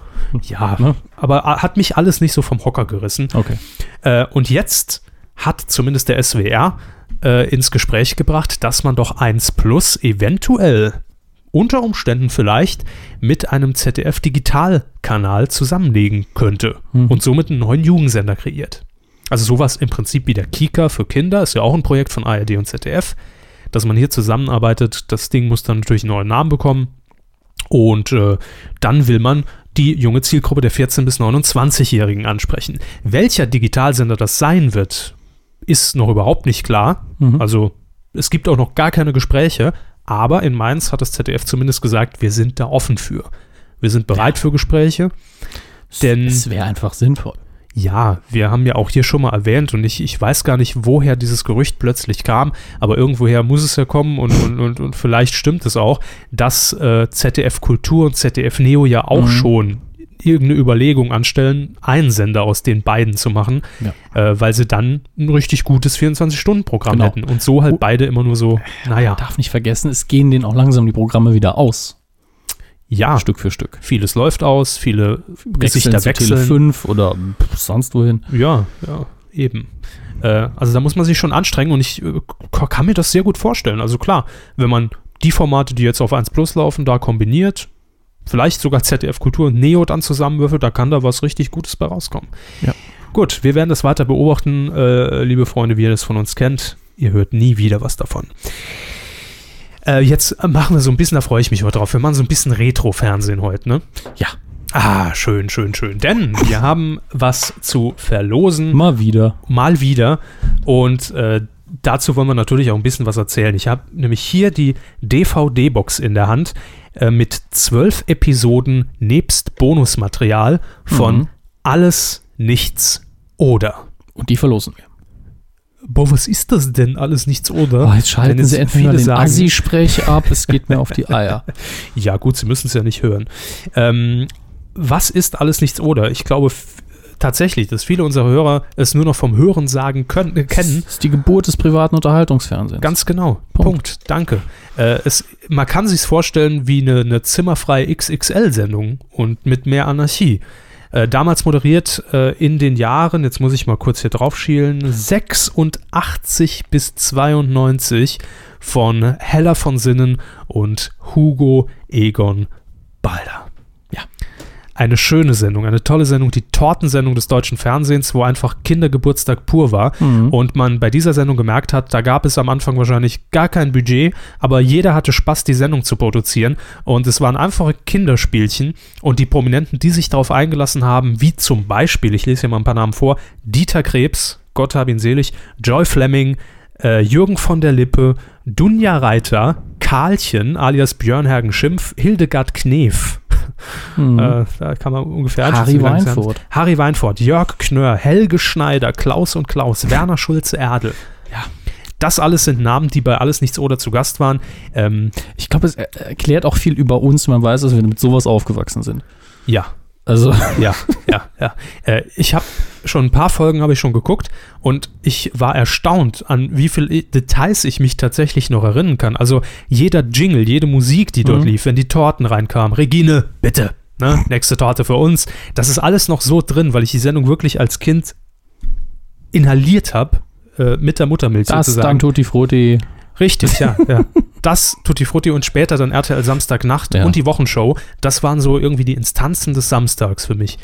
Ja,
Ne?
aber äh, hat mich alles nicht so vom Hocker gerissen.
Okay.
Äh, und jetzt hat zumindest der SWR äh, ins Gespräch gebracht, dass man doch 1 Plus eventuell unter Umständen vielleicht mit einem ZDF-Digitalkanal zusammenlegen könnte
Hm.
und somit einen neuen Jugendsender kreiert. Also sowas im Prinzip wie der Kika für Kinder, ist ja auch ein Projekt von ARD und ZDF, dass man hier zusammenarbeitet. Das Ding muss dann natürlich einen neuen Namen bekommen. Und äh, dann will man die junge Zielgruppe der 14- bis 29-Jährigen ansprechen. Welcher Digitalsender das sein wird, ist noch überhaupt nicht klar.
Mhm.
Also es gibt auch noch gar keine Gespräche, aber in Mainz hat das ZDF zumindest gesagt, wir sind da offen für. Wir sind bereit für Gespräche. denn-
es wäre einfach sinnvoll.
Ja, wir haben ja auch hier schon mal erwähnt und ich, ich weiß gar nicht, woher dieses Gerücht plötzlich kam, aber irgendwoher muss es ja kommen und, und, und, und vielleicht stimmt es auch, dass äh, ZDF Kultur und ZDF Neo ja auch
Mhm.
schon irgendeine Überlegung anstellen, einen Sender aus den beiden zu machen, äh, weil sie dann ein richtig gutes 24-Stunden-Programm
Genau.
hätten und so halt beide immer nur so, naja,
Darf nicht vergessen, es gehen denen auch langsam die Programme wieder aus.
ja,
Stück für Stück.
vieles läuft aus, viele Gesichter
zu Tele
wechseln.
5 oder pff, sonst wohin.
Ja, ja, eben. Äh, also da muss man sich schon anstrengen und ich äh, k- kann mir das sehr gut vorstellen. Also klar, wenn man die Formate, die jetzt auf 1 Plus laufen, da kombiniert, vielleicht sogar ZDF Kultur und Neo dann zusammenwürfelt, da kann da was richtig Gutes bei rauskommen.
Ja.
Gut, wir werden das weiter beobachten, äh, liebe Freunde, wie ihr das von uns kennt. Ihr hört nie wieder was davon. Äh, jetzt machen wir so ein bisschen, da freue ich mich heute drauf, wir machen so ein bisschen Retro-Fernsehen heute, ne?
Ja.
Ah, schön, schön, schön. Denn wir haben was zu verlosen
Immer wieder.
mal wieder. Und äh, dazu wollen wir natürlich auch ein bisschen was erzählen. Ich habe nämlich hier die DVD-Box in der Hand äh, mit zwölf Episoden nebst Bonusmaterial von
Mhm.
Alles, Nichts oder.
Und die verlosen wir.
Boah, was ist das denn? Alles, Nichts oder?
Oh, jetzt
Wenn
schalten
jetzt
sie entweder
viele
den
sagen-
Assi-Sprech ab, es geht mir auf die Eier.
Ja, gut, Sie müssen es ja nicht hören. Ähm, was ist alles nichts oder? Ich glaube f- tatsächlich, dass viele unserer Hörer es nur noch vom Hören sagen können, äh, kennen.
Das ist die Geburt des privaten Unterhaltungsfernsehens.
Ganz genau. Punkt.
Punkt.
Danke. Äh, es, man kann sich vorstellen wie eine, eine zimmerfreie XXL-Sendung und mit mehr Anarchie. Äh, damals moderiert äh, in den Jahren, jetzt muss ich mal kurz hier drauf schielen, 86 bis 92 von Hella von Sinnen und Hugo Egon Balder.
Ja.
Eine schöne Sendung, eine tolle Sendung, die Tortensendung des deutschen Fernsehens, wo einfach Kindergeburtstag pur war
Mhm.
und man bei dieser Sendung gemerkt hat, da gab es am Anfang wahrscheinlich gar kein Budget, aber jeder hatte Spaß, die Sendung zu produzieren und es waren einfache Kinderspielchen und die Prominenten, die sich darauf eingelassen haben, wie zum Beispiel, ich lese hier mal ein paar Namen vor, Dieter Krebs, Gott hab ihn selig, Joy Fleming, äh, Jürgen von der Lippe, Dunja Reiter, Karlchen alias Björn Hergen Schimpf, Hildegard Knef.
Mhm.
Äh, da kann man ungefähr einschätzen,
Harry
wie lang es
Weinfurt.
Harry Weinfurt, Jörg Knör, Helge Schneider, Klaus und Klaus, Werner Schulze Erdel.
Ja.
Das alles sind Namen, die bei Alles Nichts oder zu Gast waren. Ähm,
Ich glaube, es er- erklärt auch viel über uns, wenn man weiß, dass wir mit sowas aufgewachsen sind.
ja,
Also,
ja, ja, ja. Äh, ich habe schon ein paar Folgen habe ich schon geguckt und ich war erstaunt, an wie viel I- Details ich mich tatsächlich noch erinnern kann. Also jeder Jingle, jede Musik, die dort
Mhm.
lief, wenn die Torten reinkamen, Regine, bitte, ne, nächste Torte für uns. Das ist alles noch so drin, weil ich die Sendung wirklich als Kind inhaliert habe. äh, Mit der Muttermilch
das
sozusagen.
dann Tutti Frutti.
Richtig, ja. ja. Das, Tutti Frutti und später dann RTL Samstagnacht
Ja.
und die Wochenshow. Das waren so irgendwie die Instanzen des Samstags für mich.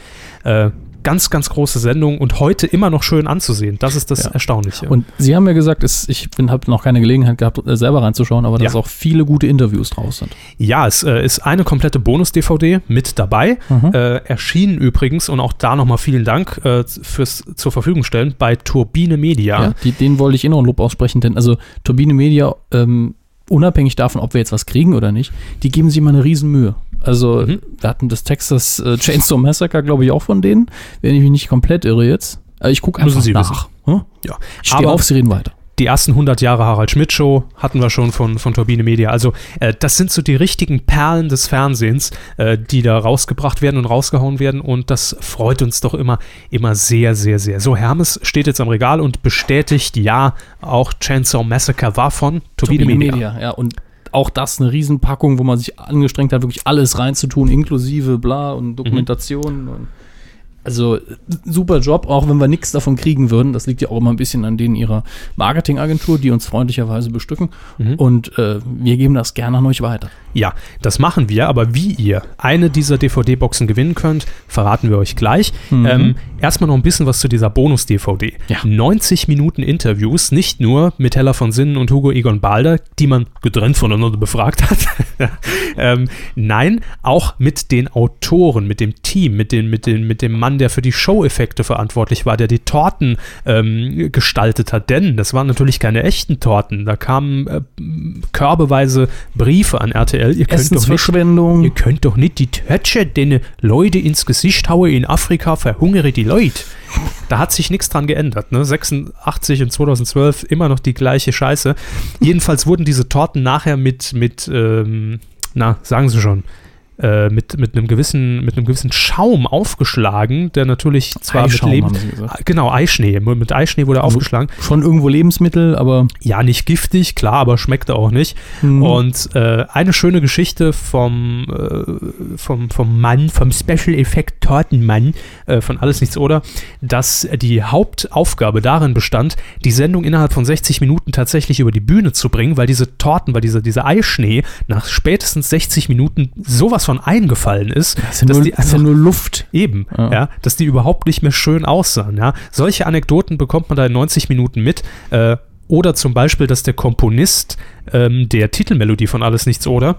Äh, ganz, ganz große Sendung und heute immer noch schön anzusehen. Das ist das
Ja.
Erstaunliche.
Und Sie haben ja gesagt, es, ich habe noch keine Gelegenheit gehabt, äh, selber reinzuschauen, aber dass
Ja.
auch viele gute Interviews draus sind.
ja, es äh, ist eine komplette Bonus-DVD mit dabei.
Mhm.
Äh, erschienen übrigens und auch da nochmal vielen Dank äh, fürs zur Verfügung stellen bei Turbine Media.
Ja, die, den wollte ich eh noch ein Lob aussprechen, denn also Turbine Media, ähm, unabhängig davon, ob wir jetzt was kriegen oder nicht, die geben sich immer eine Riesenmühe. Also
Mhm.
wir hatten das Texas äh, Chainsaw Massacre, glaube ich, auch von denen, wenn ich mich nicht komplett irre jetzt. Äh, ich gucke
Müssen
einfach
Sie
nach. Hm?
Ja.
Ich stehe
Aber-
auf, Sie reden weiter.
Die ersten 100 Jahre Harald Schmidt Show hatten wir schon von, von Turbine Media. Also äh, das sind so die richtigen Perlen des Fernsehens, äh, die da rausgebracht werden und rausgehauen werden. Und das freut uns doch immer, immer sehr, sehr, sehr. So, Hermes steht jetzt am Regal und bestätigt, ja, auch Chainsaw Massacre war von Turbine, Media.
ja. Und auch das eine Riesenpackung, wo man sich angestrengt hat, wirklich alles reinzutun, inklusive bla und
Mhm.
Dokumentation. Und also super Job, auch wenn wir nichts davon kriegen würden. Das liegt ja auch immer ein bisschen an denen ihrer Marketingagentur, die uns freundlicherweise bestücken.
Mhm.
Und äh, wir geben das gerne an euch weiter.
Ja, das machen wir, aber wie ihr eine dieser DVD-Boxen gewinnen könnt, verraten wir euch gleich. Ähm, erstmal noch ein bisschen was zu dieser Bonus-DVD.
Ja.
90 Minuten Interviews, nicht nur mit Hella von Sinnen und Hugo Egon Balder, die man getrennt voneinander befragt hat. ähm, nein, auch mit den Autoren, mit dem Team, mit, den, mit, den, mit dem Mann, der für die Show-Effekte verantwortlich war, der die Torten ähm, gestaltet hat. Denn das waren natürlich keine echten Torten. Da kamen äh, körbeweise Briefe an RTL. Ihr könnt doch nicht Ihr
Essensverschwendung.
könnt doch nicht die Tötsche denen Leute ins Gesicht hauen in Afrika, verhungere die Leute. Da hat sich nichts dran geändert. Ne? 86 und 2012 immer noch die gleiche Scheiße. Jedenfalls wurden diese Torten nachher mit, mit ähm, na, sagen Sie schon, äh, mit, mit, einem gewissen, mit einem gewissen Schaum aufgeschlagen, der natürlich zwar
Eischaum,
mit Ah.
haben
Lebens
Sie gesagt.
Genau, Eischnee. Mit Eischnee wurde aufgeschlagen.
Schon irgendwo Lebensmittel, aber
Ja, nicht giftig, klar, aber schmeckte auch nicht.
Mhm.
Und äh, eine schöne Geschichte vom, äh, vom, vom Mann, vom Special Effekt Tortenmann äh, von Alles Nichts Oder, dass die Hauptaufgabe darin bestand, die Sendung innerhalb von 60 Minuten tatsächlich über die Bühne zu bringen, weil diese Torten, weil dieser, dieser Eischnee nach spätestens 60 Minuten sowas von eingefallen ist,
das ist ja,
dass
nur,
die
das ist ja
einfach-
nur Luft.
Eben, ja.
Ja.
dass die überhaupt nicht mehr schön aussahen. Ja. Solche Anekdoten bekommt man da in 90 Minuten mit. Äh, oder zum Beispiel, dass der Komponist ähm, der Titelmelodie von Alles Nichts Oder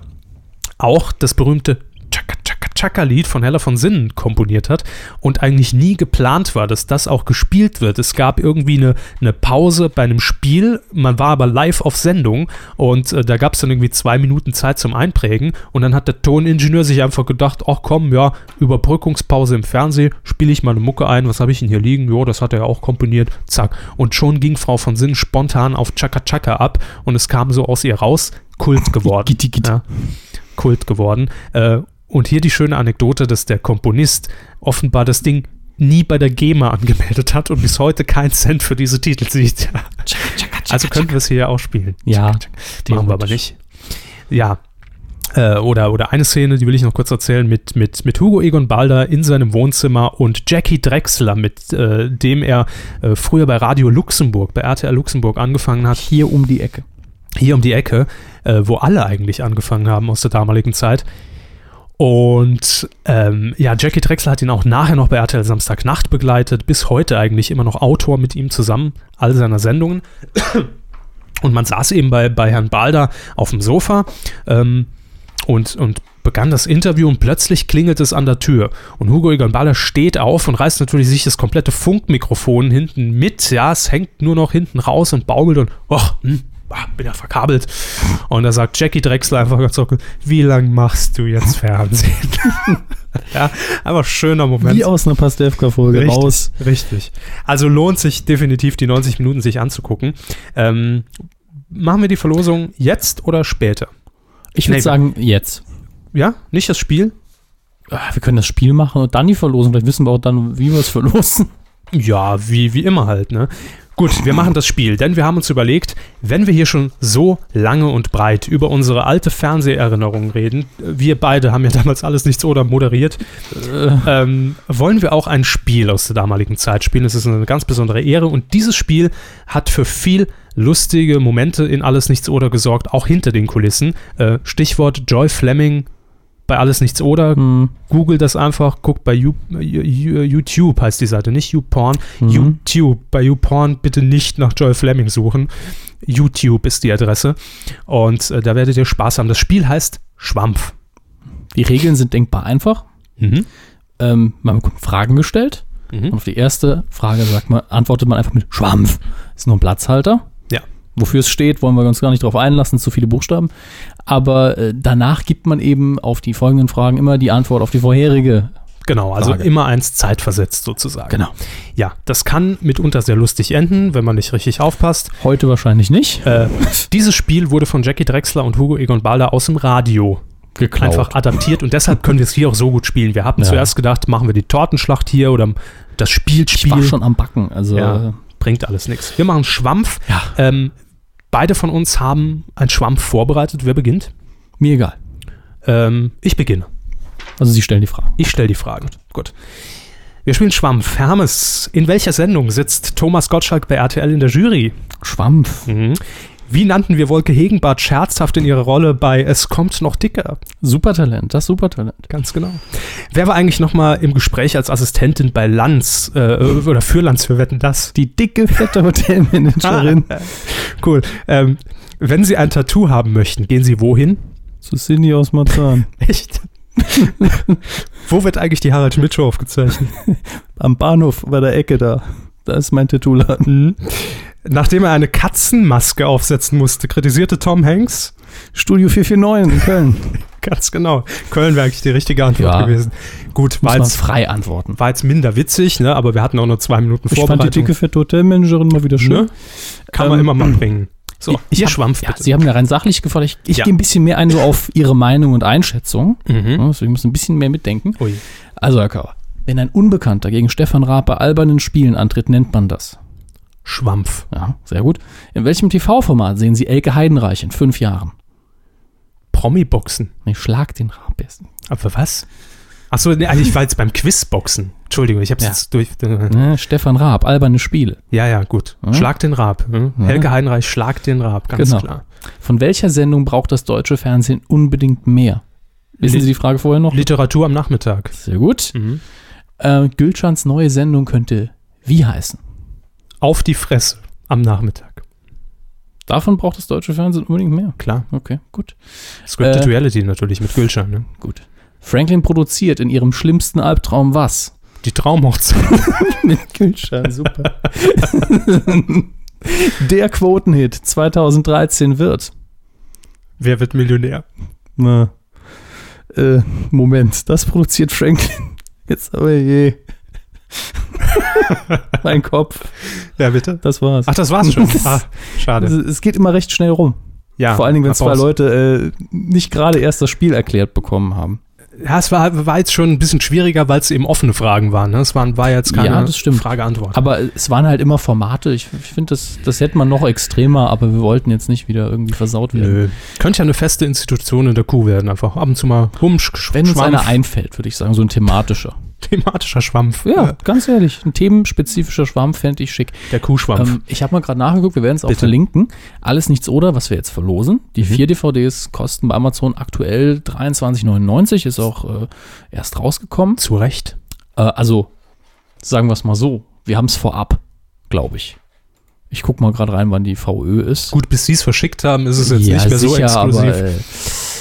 auch das berühmte Chaka Chaka Chaka Lied von Hella von Sinnen komponiert hat und eigentlich nie geplant war, dass das auch gespielt wird. Es gab irgendwie eine, eine Pause bei einem Spiel, man war aber live auf Sendung und äh, da gab es dann irgendwie zwei Minuten Zeit zum Einprägen und dann hat der Toningenieur sich einfach gedacht, ach komm, ja, Überbrückungspause im Fernsehen, spiele ich mal eine Mucke ein, was habe ich denn hier liegen? Jo, das hat er ja auch komponiert, zack. Und schon ging Frau von Sinnen spontan auf Chaka Chaka ab und es kam so aus ihr raus, Kult geworden.
Gitti, gitti.
Ja. Kult geworden. Äh, und hier die schöne Anekdote, dass der Komponist offenbar das Ding nie bei der GEMA angemeldet hat und bis heute keinen Cent für diese Titel sieht. Also könnten wir es hier ja auch spielen.
Ja,
Machen wir aber nicht. Ja. Äh, oder, oder eine Szene, die will ich noch kurz erzählen, mit, mit, mit Hugo Egon Balder in seinem Wohnzimmer und Jackie Drexler, mit äh, dem er äh, früher bei Radio Luxemburg, bei RTL Luxemburg angefangen hat
Hier um die Ecke.
hier um die Ecke, äh, wo alle eigentlich angefangen haben aus der damaligen Zeit. Und ähm, ja, Jackie Drexler hat ihn auch nachher noch bei RTL Samstagnacht begleitet, bis heute eigentlich immer noch Autor mit ihm zusammen, all seiner Sendungen. Und man saß eben bei, bei Herrn Balder auf dem Sofa ähm, und, und begann das Interview und plötzlich klingelt es an der Tür. Und Hugo Egon Balder steht auf und reißt natürlich sich das komplette Funkmikrofon hinten mit. Ja, es hängt nur noch hinten raus und baumelt und, och, hm, ah, bin ja verkabelt. Und da sagt Jackie Drexler einfach ganz locker, wie lang machst du jetzt Fernsehen? ja, einfach schöner Moment.
Wie aus einer Pastewka-Folge
Richtig,
raus.
Richtig. Also lohnt sich definitiv, die 90 Minuten sich anzugucken. Ähm, machen wir die Verlosung jetzt oder später?
Ich würde
Nee.
sagen, jetzt.
Ja, nicht das Spiel?
Ah, Wir können das Spiel machen und dann die Verlosung. Vielleicht wissen wir auch dann, wie wir es verlosen.
Ja, wie, wie immer halt, ne? Gut, wir machen das Spiel, denn wir haben uns überlegt, wenn wir hier schon so lange und breit über unsere alte Fernseherinnerung reden, wir beide haben ja damals alles nichts oder moderiert, ähm, wollen wir auch ein Spiel aus der damaligen Zeit spielen. Es ist eine ganz besondere Ehre und dieses Spiel hat für viel lustige Momente in Alles Nichts oder gesorgt, auch hinter den Kulissen. Äh, Stichwort Joy Fleming bei Alles Nichts oder.
Hm.
Google das einfach, guckt bei You- You- YouTube heißt die Seite, nicht YouPorn.
Mhm.
YouTube. Bei YouPorn bitte nicht nach Joel Fleming suchen. YouTube ist die Adresse. Und äh, da werdet ihr Spaß haben. Das Spiel heißt Schwampf.
Die Regeln sind denkbar einfach.
Mhm.
Ähm, man bekommt Fragen gestellt. Und auf die erste Frage sagt man, antwortet man einfach mit Schwampf. Ist nur ein Platzhalter.
Ja.
Wofür es steht, wollen wir uns gar nicht drauf einlassen, zu viele Buchstaben. Aber äh, danach gibt man eben auf die folgenden Fragen immer die Antwort auf die vorherige
Genau, also
Frage.
immer eins zeitversetzt sozusagen.
Genau.
Ja, das kann mitunter sehr lustig enden, wenn man nicht richtig aufpasst.
Heute wahrscheinlich nicht.
Äh, dieses Spiel wurde von Jackie Drexler und Hugo Egon Balder aus dem Radio
Geklaut.
einfach adaptiert und deshalb können wir es hier auch so gut spielen. Wir hatten
Ja.
zuerst gedacht, machen wir die Tortenschlacht hier oder das
ich war
Spielspiel.
schon am Backen. Also
Ja. Bringt alles nichts. Wir machen Schwampf.
Ja.
Ähm, beide von uns haben einen Schwampf vorbereitet. Wer beginnt?
mir egal.
Ähm, ich beginne.
Also sie stellen die Fragen.
Ich stelle die Fragen. Gut. Wir spielen Schwampf. Hermes, in welcher Sendung sitzt Thomas Gottschalk bei RTL in der Jury?
Schwampf.
Wie nannten wir Wolke Hegenbart scherzhaft in ihrer Rolle bei Es kommt noch dicker?
Supertalent, das Supertalent.
Ganz genau. Wer war eigentlich nochmal im Gespräch als Assistentin bei Lanz äh, oder für Lanz? Wir wetten das.
Die dicke, fette Hotelmanagerin.
Cool. Ähm, wenn Sie ein Tattoo haben möchten, gehen Sie wohin?
Zu Cindy aus Marzahn.
Echt? Wo wird eigentlich die Harald Schmidt Show aufgezeichnet?
Am Bahnhof bei der Ecke da. Da ist mein Tattoo-Laden.
Nachdem er eine Katzenmaske aufsetzen musste, kritisierte Tom Hanks.
Studio 449 in Köln.
Ganz genau. Köln wäre eigentlich die richtige Antwort
Ja.
gewesen. Gut,
Muss
war
man
jetzt,
frei antworten.
war jetzt minder witzig, ne? aber wir hatten auch nur zwei Minuten
Ich fand die
Vorbereitung.
dicke, fette Hotelmanagerin mal wieder schön.
ne? Kann man
Ähm,
immer mal bringen.
ich-
So,
ich
hier
hab-
Schwampf
Ja,
bitte.
Sie haben ja rein sachlich gefragt. Ich, ich
Ja.
gehe ein bisschen mehr ein so auf Ihre Meinung und Einschätzung.
Mhm.
Ja, Deswegen müssen ein bisschen mehr mitdenken.
Ui.
Also, Herr Kauer, wenn ein Unbekannter gegen Stefan Raab bei albernen Spielen antritt, nennt man das.
Schwampf.
Ja, sehr gut. In welchem TV-Format sehen Sie Elke Heidenreich in fünf Jahren?
Promi-Boxen.
Nee, schlag den Raab erst.
Aber was? Achso, nee, also ich war jetzt beim Quiz-Boxen. Entschuldigung, ich hab's
Ja.
jetzt durch. äh,
Ne, Stefan Raab, alberne Spiele.
Ja, ja, gut.
Hm?
Schlag den Raab. Hm? Helge Heinreich, schlag den Raab, ganz
Genau.
klar.
Von welcher Sendung braucht das deutsche Fernsehen unbedingt mehr? Wissen
Lit-
Sie die Frage vorher noch?
Literatur am Nachmittag.
Sehr gut.
Mhm.
Äh, Gülschans neue Sendung könnte wie heißen?
Auf die Fresse am Nachmittag.
Davon braucht das deutsche Fernsehen unbedingt mehr.
Klar.
Okay, gut.
Scripted
Hm. Äh.
Reality natürlich mit Gülschan. Ne?
Gut. Franklin produziert in ihrem schlimmsten Albtraum was?
Die Traumhochzeit.
Mit Gülschan, super. Der Quotenhit 2013 wird.
Wer wird Millionär?
Na, äh, Moment, das produziert Franklin. Jetzt aber je. mein Kopf,
Ja, bitte.
das war's.
Ach, das war's schon. Ah,
es,
schade.
Also, es geht immer recht schnell rum.
Ja,
Vor allen Dingen, wenn
hab
zwei
raus.
Leute äh, nicht gerade erst das Spiel erklärt bekommen haben.
Ja, es war, war jetzt schon ein bisschen schwieriger, weil es eben offene Fragen waren. Ne? Es waren, war jetzt keine
Ja, das stimmt.
Frage-Antwort.
Aber es waren halt immer Formate. Ich, ich finde, das, das hätte man noch extremer, aber wir wollten jetzt nicht wieder irgendwie versaut werden.
Nö. Könnte ja eine feste Institution in der Kuh werden. Einfach ab und zu mal Humsch, Sch-
Wenn uns einer einfällt, würde ich sagen, so ein thematischer.
thematischer Schwampf. äh,
Ja, ganz ehrlich, ein themenspezifischer Schwarm fände ich schick.
Der Kuhschwampf.
Ähm, ich habe mal gerade nachgeguckt, wir werden es auch
Bitte. Mhm.
verlinken. Alles nichts oder, was wir jetzt verlosen. Die vier DVDs kosten bei Amazon aktuell 23,99, ist auch äh, erst rausgekommen.
Zu Recht.
Äh, also, sagen wir es mal so, wir haben es vorab, glaube ich. Ich guck mal gerade rein, wann die VÖ ist.
Gut, bis sie es verschickt haben, ist es jetzt nicht mehr so exklusiv.
Aber, äh,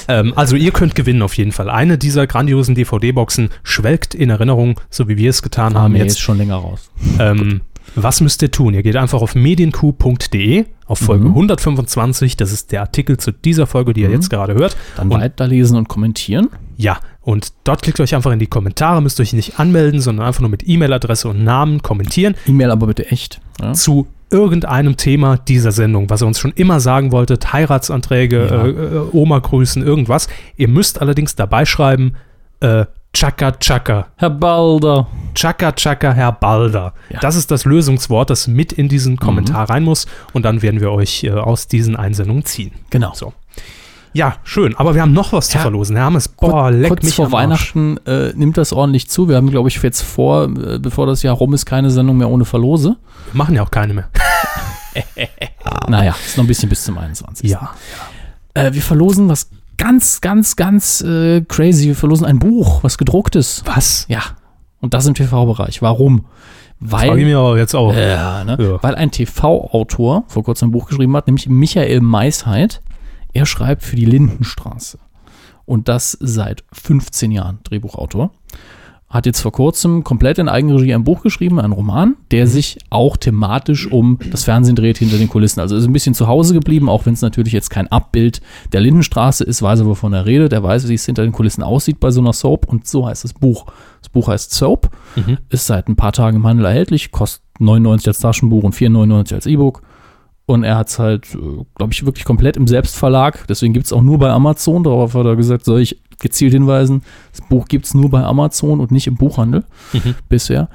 ähm, also ihr könnt gewinnen auf jeden Fall. Eine dieser grandiosen DVD-Boxen schwelgt in Erinnerung, so wie wir es getan
haben
haben
wir jetzt
jetzt.
Ah, schon länger raus.
Ähm, was müsst ihr tun? Ihr geht einfach auf medienku.de auf Folge
Mhm.
125. Das ist der Artikel zu dieser Folge, die ihr jetzt gerade hört.
Dann
Und-
weiterlesen und kommentieren.
Ja, und dort klickt euch einfach in die Kommentare, müsst euch nicht anmelden, sondern einfach nur mit E-Mail-Adresse und Namen kommentieren
E-Mail aber bitte echt. Ja?
zu irgendeinem Thema dieser Sendung, was ihr uns schon immer sagen wolltet, Heiratsanträge,
Ja.
äh, äh, Oma grüßen, irgendwas. Ihr müsst allerdings dabei schreiben, äh, Chaka Chaka,
Herr Balder.
Chaka Chaka, Herr Balder.
Ja. Mhm.
Das ist das Lösungswort, das mit in diesen Kommentar rein muss und dann werden wir euch äh, aus diesen Einsendungen ziehen.
Genau.
So. Ja, schön, aber wir haben noch was zu
Ja.
verlosen. Hermes, boah, leck
Kurz
mich
vor
am Arsch.
Weihnachten äh, nimmt das ordentlich zu. Wir haben, glaube ich, jetzt vor, äh, bevor das Jahr rum ist, keine Sendung mehr ohne Verlose.
Wir machen ja auch keine mehr. Ah.
Naja, ist noch ein bisschen bis zum 21.
Ja.
Äh, wir verlosen was ganz, ganz, ganz äh, crazy. Wir verlosen ein Buch, was gedrucktes.
Was?
Ja. Und das im TV-Bereich. Warum?
Frage ich
Weil,
mir aber jetzt auch.
äh, ne?
Ja.
Weil ein TV-Autor vor kurzem ein Buch geschrieben hat, nämlich Michael Meisheit. Er schreibt für die Lindenstraße. Und das seit 15 Jahren Drehbuchautor. hat jetzt vor kurzem komplett in Eigenregie ein Buch geschrieben, einen Roman, der sich auch thematisch um das Fernsehen dreht hinter den Kulissen. Also ist ein bisschen zu Hause geblieben, auch wenn es natürlich jetzt kein Abbild der Lindenstraße ist, weiß er, wovon er redet. Er weiß, wie es hinter den Kulissen aussieht bei so einer Soap und so heißt das Buch. Das Buch heißt Soap,
Mhm.
ist seit ein paar Tagen im Handel erhältlich, kostet 99 als Taschenbuch und 4,99 als E-Book. Und er hat es halt, glaube ich, wirklich komplett im Selbstverlag. Deswegen gibt es auch nur bei Amazon. Darauf hat er gesagt, soll ich gezielt hinweisen, das Buch gibt es nur bei Amazon und nicht im Buchhandel
Mhm.
bisher.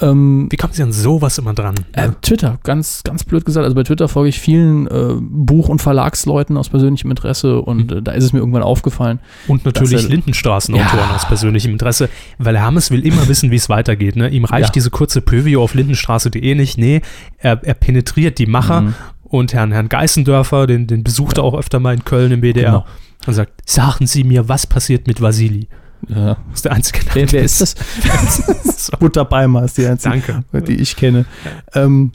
Ähm,
Wie kommen Sie an sowas immer dran?
äh, Twitter, ganz, ganz blöd gesagt. Also bei Twitter folge ich vielen äh, Buch- und Verlagsleuten aus persönlichem Interesse und äh, da ist es mir irgendwann aufgefallen.
Ne? Und natürlich
dass er-
Lindenstraßenautoren
Ja.
aus persönlichem Interesse, weil Hermes will immer wissen, wie es weitergeht. Ne? Ihm reicht
Ja.
diese kurze Preview auf lindenstraße.de nicht. Nee, er, er penetriert die Macher
Mhm.
und Herrn, Herrn Geißendörfer, den, den besucht er auch öfter mal in Köln im BDR,
Genau.
und sagt, sagen Sie mir, was passiert mit Vasili?
Ja.
Das ist der einzige Name,
Wer, wer ist das? Butter Palmer ist die einzige.
Danke.
die ich kenne. Ähm,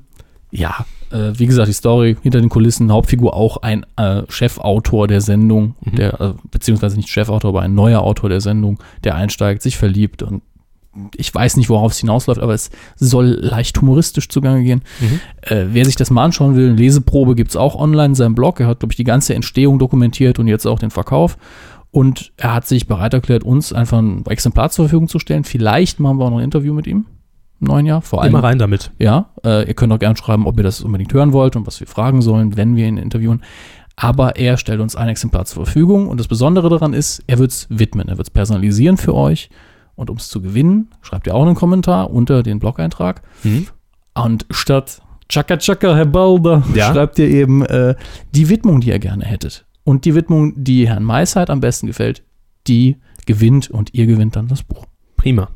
ja, äh, wie gesagt, die Story hinter den Kulissen, Hauptfigur auch ein äh, Chefautor der Sendung,
Mhm.
der, äh, beziehungsweise nicht Chefautor, aber ein neuer Autor der Sendung, der einsteigt, sich verliebt und ich weiß nicht, worauf es hinausläuft, aber es soll leicht humoristisch zugange gehen.
Mhm.
Äh, wer sich das mal anschauen will, eine Leseprobe gibt es auch online, seinem Blog. Er hat, glaube ich, die ganze Entstehung dokumentiert und jetzt auch den Verkauf. Und er hat sich bereit erklärt, uns einfach ein Exemplar zur Verfügung zu stellen. Vielleicht machen wir auch noch ein Interview mit ihm im neuen Jahr. Vor allem,
Immer rein damit.
ja, äh, ihr könnt auch gerne schreiben, ob ihr das unbedingt hören wollt und was wir fragen sollen, wenn wir ihn interviewen. Aber er stellt uns ein Exemplar zur Verfügung und das Besondere daran ist, er wird es widmen, er wird es personalisieren für euch. Und um es zu gewinnen, schreibt ihr auch einen Kommentar unter den Blog-Eintrag. Und statt Chaka Chaka, Herr Balder,
Ja.
schreibt ihr eben äh, die Widmung, die ihr gerne hättet. Und die Widmung, die Herrn Meisheit am besten gefällt, die gewinnt und ihr gewinnt dann das Buch.
Prima.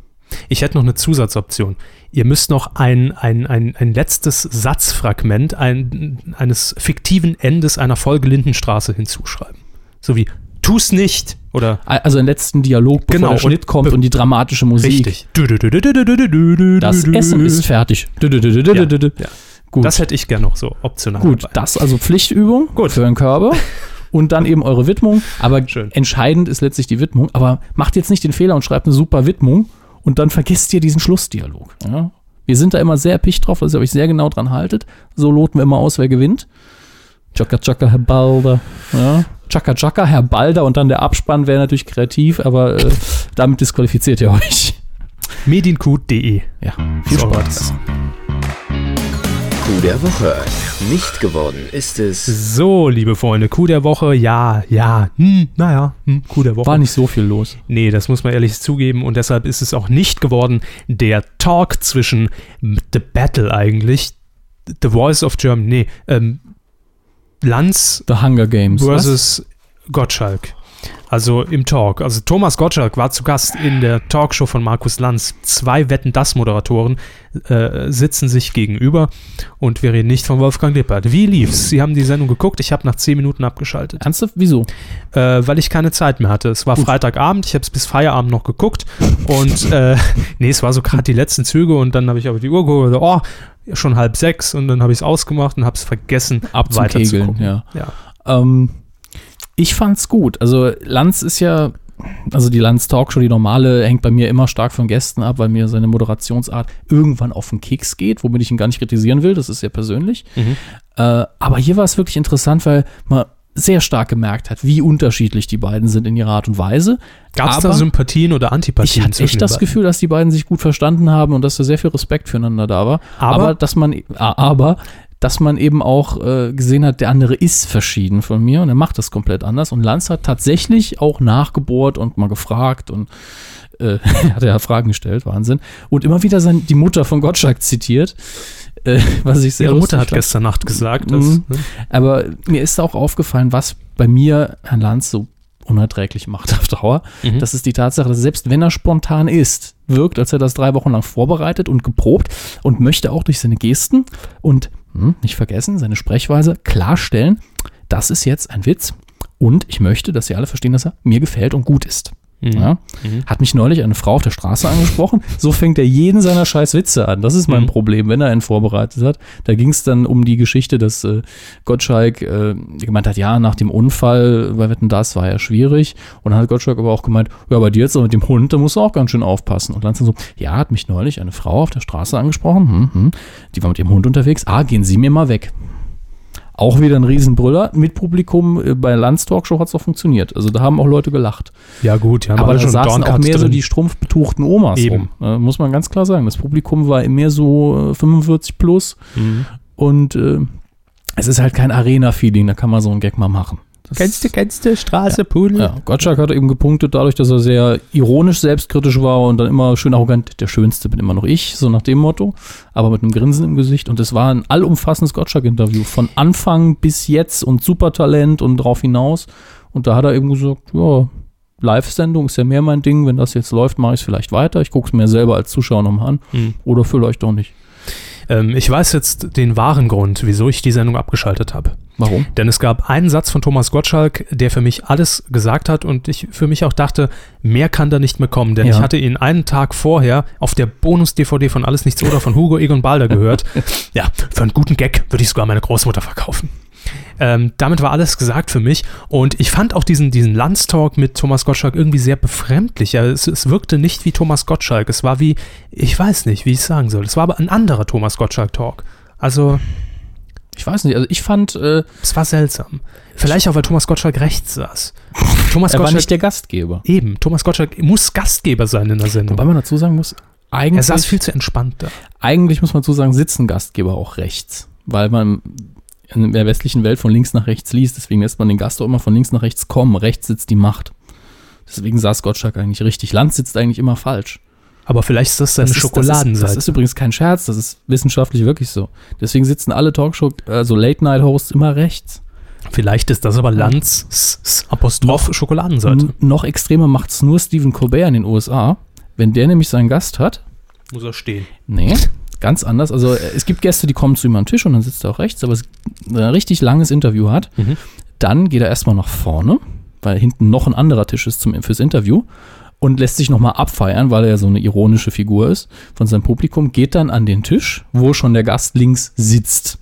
Ich hätte noch eine Zusatzoption. Ihr müsst noch ein, ein, ein, ein letztes Satzfragment ein, eines fiktiven Endes einer Folge Lindenstraße hinzuschreiben. So wie, tu's nicht oder
Also den letzten Dialog, bevor
Genau,
der Schnitt
und
kommt
be-
und die dramatische Musik.
richtig. Dü- dü- dü- dü- dü- dü- dü- dü- dü-
Das
dü- dü-
Essen ist fertig. Dü- dü- dü- dü- dü-
Ja,
dü- dü.
ja.
Gut,
Das hätte ich gerne noch so optional.
gut.
dabei.
das also Pflichtübung
Gut.
für den Körper und dann eben eure Widmung. Aber
Schön.
entscheidend ist letztlich die Widmung. Aber macht jetzt nicht den Fehler und schreibt eine super Widmung und dann vergisst ihr diesen Schlussdialog. Ja? Wir sind da immer sehr erpicht drauf, dass ihr euch sehr genau dran haltet. So loten wir immer aus, wer gewinnt. Chaka Chaka, Herr Balder. Ja? Chaka Chaka, Herr Balder und dann der Abspann wäre natürlich kreativ, aber äh, damit disqualifiziert ihr euch.
Mediengut.de.
Ja, viel
So,
Spaß.
Coup der Woche. Nicht geworden ist es.
So, liebe Freunde, Coup der Woche, ja, ja, hm, naja, hm, Coup der Woche.
War nicht so viel los.
Nee, das muss man ehrlich zugeben und deshalb ist es auch nicht geworden. Der Talk zwischen The Battle eigentlich, The Voice of Germany, nee, ähm, Lanz
The Hunger Games.
versus Gottschalk. Also im Talk. Also Thomas Gottschalk war zu Gast in der Talkshow von Markus Lanz. Zwei Wetten das Moderatoren äh, sitzen sich gegenüber und wir reden nicht von Wolfgang Lippert. Wie lief's? Sie haben die Sendung geguckt. Ich habe nach zehn Minuten abgeschaltet
was? Ernsthaft? Wieso?
äh, weil ich keine Zeit mehr hatte. Es war Freitagabend, ich habe es bis Feierabend noch geguckt und äh, nee, es war so gerade die letzten Züge und dann habe ich aber die Uhr geholt, oh, schon halb sechs und dann habe ich es ausgemacht und habe es vergessen,
Ab zum
weiter zu
Kegeln,
gucken.
ja.
Ja.
Ähm, ich fand's gut. Also Lanz ist ja, also die Lanz Talkshow, die normale, hängt bei mir immer stark von Gästen ab, weil mir seine Moderationsart irgendwann auf den Keks geht, womit ich ihn gar nicht kritisieren will, das ist ja persönlich.
Mhm.
Äh, aber hier war es wirklich interessant, weil man sehr stark gemerkt hat, wie unterschiedlich die beiden sind in ihrer Art und Weise.
Gab es
Aber-
da Sympathien oder Antipathien
Ich hatte
zwischen
echt
den
das
beiden?
Gefühl, dass die beiden sich gut verstanden haben und dass da sehr viel Respekt füreinander da war.
Aber-
dass man, äh, aber dass man eben auch äh, gesehen hat, der andere ist verschieden von mir und er macht das komplett anders. Und Lanz hat tatsächlich auch nachgebohrt und mal gefragt und äh, hat er ja Fragen gestellt, Wahnsinn. Und immer wieder sein, die Mutter von Gottschalk zitiert, äh, was ich sehr
Ihre Mutter
lustig
hat
fand.
gestern Nacht gesagt,
Mhm.
dass, ne?
Aber mir ist auch aufgefallen, was bei mir Herrn Lanz so unerträglich macht auf Dauer.
Mhm.
Das ist die Tatsache, dass selbst wenn er spontan ist, wirkt, als hätte er das drei Wochen lang vorbereitet und geprobt und möchte auch durch seine Gesten und hm, nicht vergessen, seine Sprechweise klarstellen, das ist jetzt ein Witz und ich möchte, dass ihr alle verstehen, dass er mir gefällt und gut ist.
Mhm.
Ja? Hat mich neulich eine Frau auf der Straße angesprochen. So fängt er jeden seiner scheiß Witze an. Das ist mein
Mhm.
Problem, wenn er einen vorbereitet hat. Da ging es dann um die Geschichte, dass äh, Gottschalk äh, gemeint hat, ja, nach dem Unfall bei Wetten, das war ja schwierig. Und dann hat Gottschalk aber auch gemeint, ja, bei dir jetzt aber mit dem Hund, da musst du auch ganz schön aufpassen. Und dann so, ja, hat mich neulich eine Frau auf der Straße angesprochen. Hm, hm. Die war mit ihrem Hund unterwegs. Ah, gehen Sie mir mal weg. Auch wieder ein Riesenbrüller. Mit Publikum äh, bei Lanz Talkshow hat es auch funktioniert. Also da haben auch Leute gelacht.
Ja, gut, ja,
Aber
waren
da saßen auch
Dornkarts
mehr so
drin.
die strumpfbetuchten Omas
Eben.
rum. Äh, muss man ganz klar sagen. Das Publikum war mehr so äh, 45 plus und äh, es ist halt kein Arena-Feeling, da kann man so einen Gag mal machen. Das-
Kennst du, kennst du, Straße, Pudel?
Ja, Gottschalk hat eben gepunktet dadurch, dass er sehr ironisch selbstkritisch war und dann immer schön arrogant, der Schönste bin immer noch ich, so nach dem Motto, aber mit einem Grinsen im Gesicht und es war ein allumfassendes Gottschalk-Interview von Anfang bis jetzt und Supertalent und drauf hinaus und da hat er eben gesagt, ja, Live-Sendung ist ja mehr mein Ding, wenn das jetzt läuft, mache ich es vielleicht weiter, ich gucke es mir selber als Zuschauer nochmal an
Mhm.
oder vielleicht auch nicht.
Ähm, ich weiß jetzt den wahren Grund, wieso ich die Sendung abgeschaltet habe.
Warum?
Denn es gab einen Satz von Thomas Gottschalk, der für mich alles gesagt hat und ich für mich auch dachte, mehr kann da nicht mehr kommen. Denn
Ja.
ich hatte ihn einen Tag vorher auf der Bonus-DVD von Alles Nichts oder von Hugo Egon Balder gehört. ja, für einen guten Gag würde ich sogar meine Großmutter verkaufen. Ähm, damit war alles gesagt für mich und ich fand auch diesen, diesen Landstalk mit Thomas Gottschalk irgendwie sehr befremdlich. Ja, es, es wirkte nicht wie Thomas Gottschalk. Es war wie, ich weiß nicht, wie ich es sagen soll. Es war aber ein anderer Thomas Gottschalk-Talk. Also,
Ich weiß nicht, also ich fand, äh,
es war seltsam. Vielleicht auch, weil Thomas Gottschalk rechts saß. Thomas
er war
Gottschalk
nicht der Gastgeber.
eben. Thomas Gottschalk muss Gastgeber sein in der
Wobei
Sendung.
man dazu sagen muss, eigentlich
Er saß viel zu entspannt da.
eigentlich muss man so sagen, sitzen Gastgeber auch rechts, weil man in der westlichen Welt von links nach rechts liest. Deswegen lässt man den Gast auch immer von links nach rechts kommen. Rechts sitzt die Macht. Deswegen saß Gottschalk eigentlich richtig. Land sitzt eigentlich immer falsch.
Aber vielleicht ist das seine
ist-
Schokoladenseite.
Das ist, das ist übrigens kein Scherz, das ist wissenschaftlich wirklich so. Deswegen sitzen alle Talkshow, also Late-Night-Hosts immer rechts.
vielleicht ist das aber Lanz s- s- Apostroph Schokoladenseite.
N- Noch extremer macht es nur Stephen Colbert in den USA. Wenn der nämlich seinen Gast hat,
Muss er stehen.
Nee, ganz anders. Also äh, es gibt Gäste, die kommen zu ihm an den Tisch und dann sitzt er auch rechts, aber es ein richtig langes Interview hat.
Mhm.
Dann geht er erstmal nach vorne, weil hinten noch ein anderer Tisch ist zum, fürs Interview und lässt sich nochmal abfeiern, weil er ja so eine ironische Figur ist von seinem Publikum, geht dann an den Tisch, wo schon der Gast links sitzt.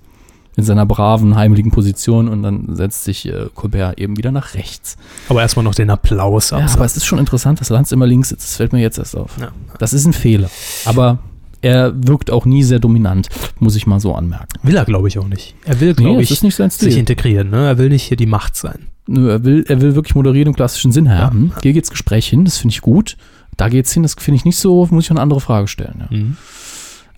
In seiner braven, heimeligen Position und dann setzt sich äh, Colbert eben wieder nach rechts.
Aber erstmal noch den Applaus ab.
Ja, aber es ist schon interessant, dass Lanz immer links sitzt. Das fällt mir jetzt erst auf.
Ja.
Das ist ein Fehler. Aber er wirkt auch nie sehr dominant, muss ich mal so anmerken.
Will er, glaube ich, auch nicht. Er will, glaube
es
ich,
ist nicht sein
sich
Stil.
integrieren. Ne? Er will nicht hier die Macht sein.
Nö, er, will, er will wirklich moderieren im klassischen Sinn haben. Hier geht's Gespräch hin, das finde ich gut. Da geht's hin, das finde ich nicht so, muss ich noch eine andere Frage stellen. Ja.
Mhm.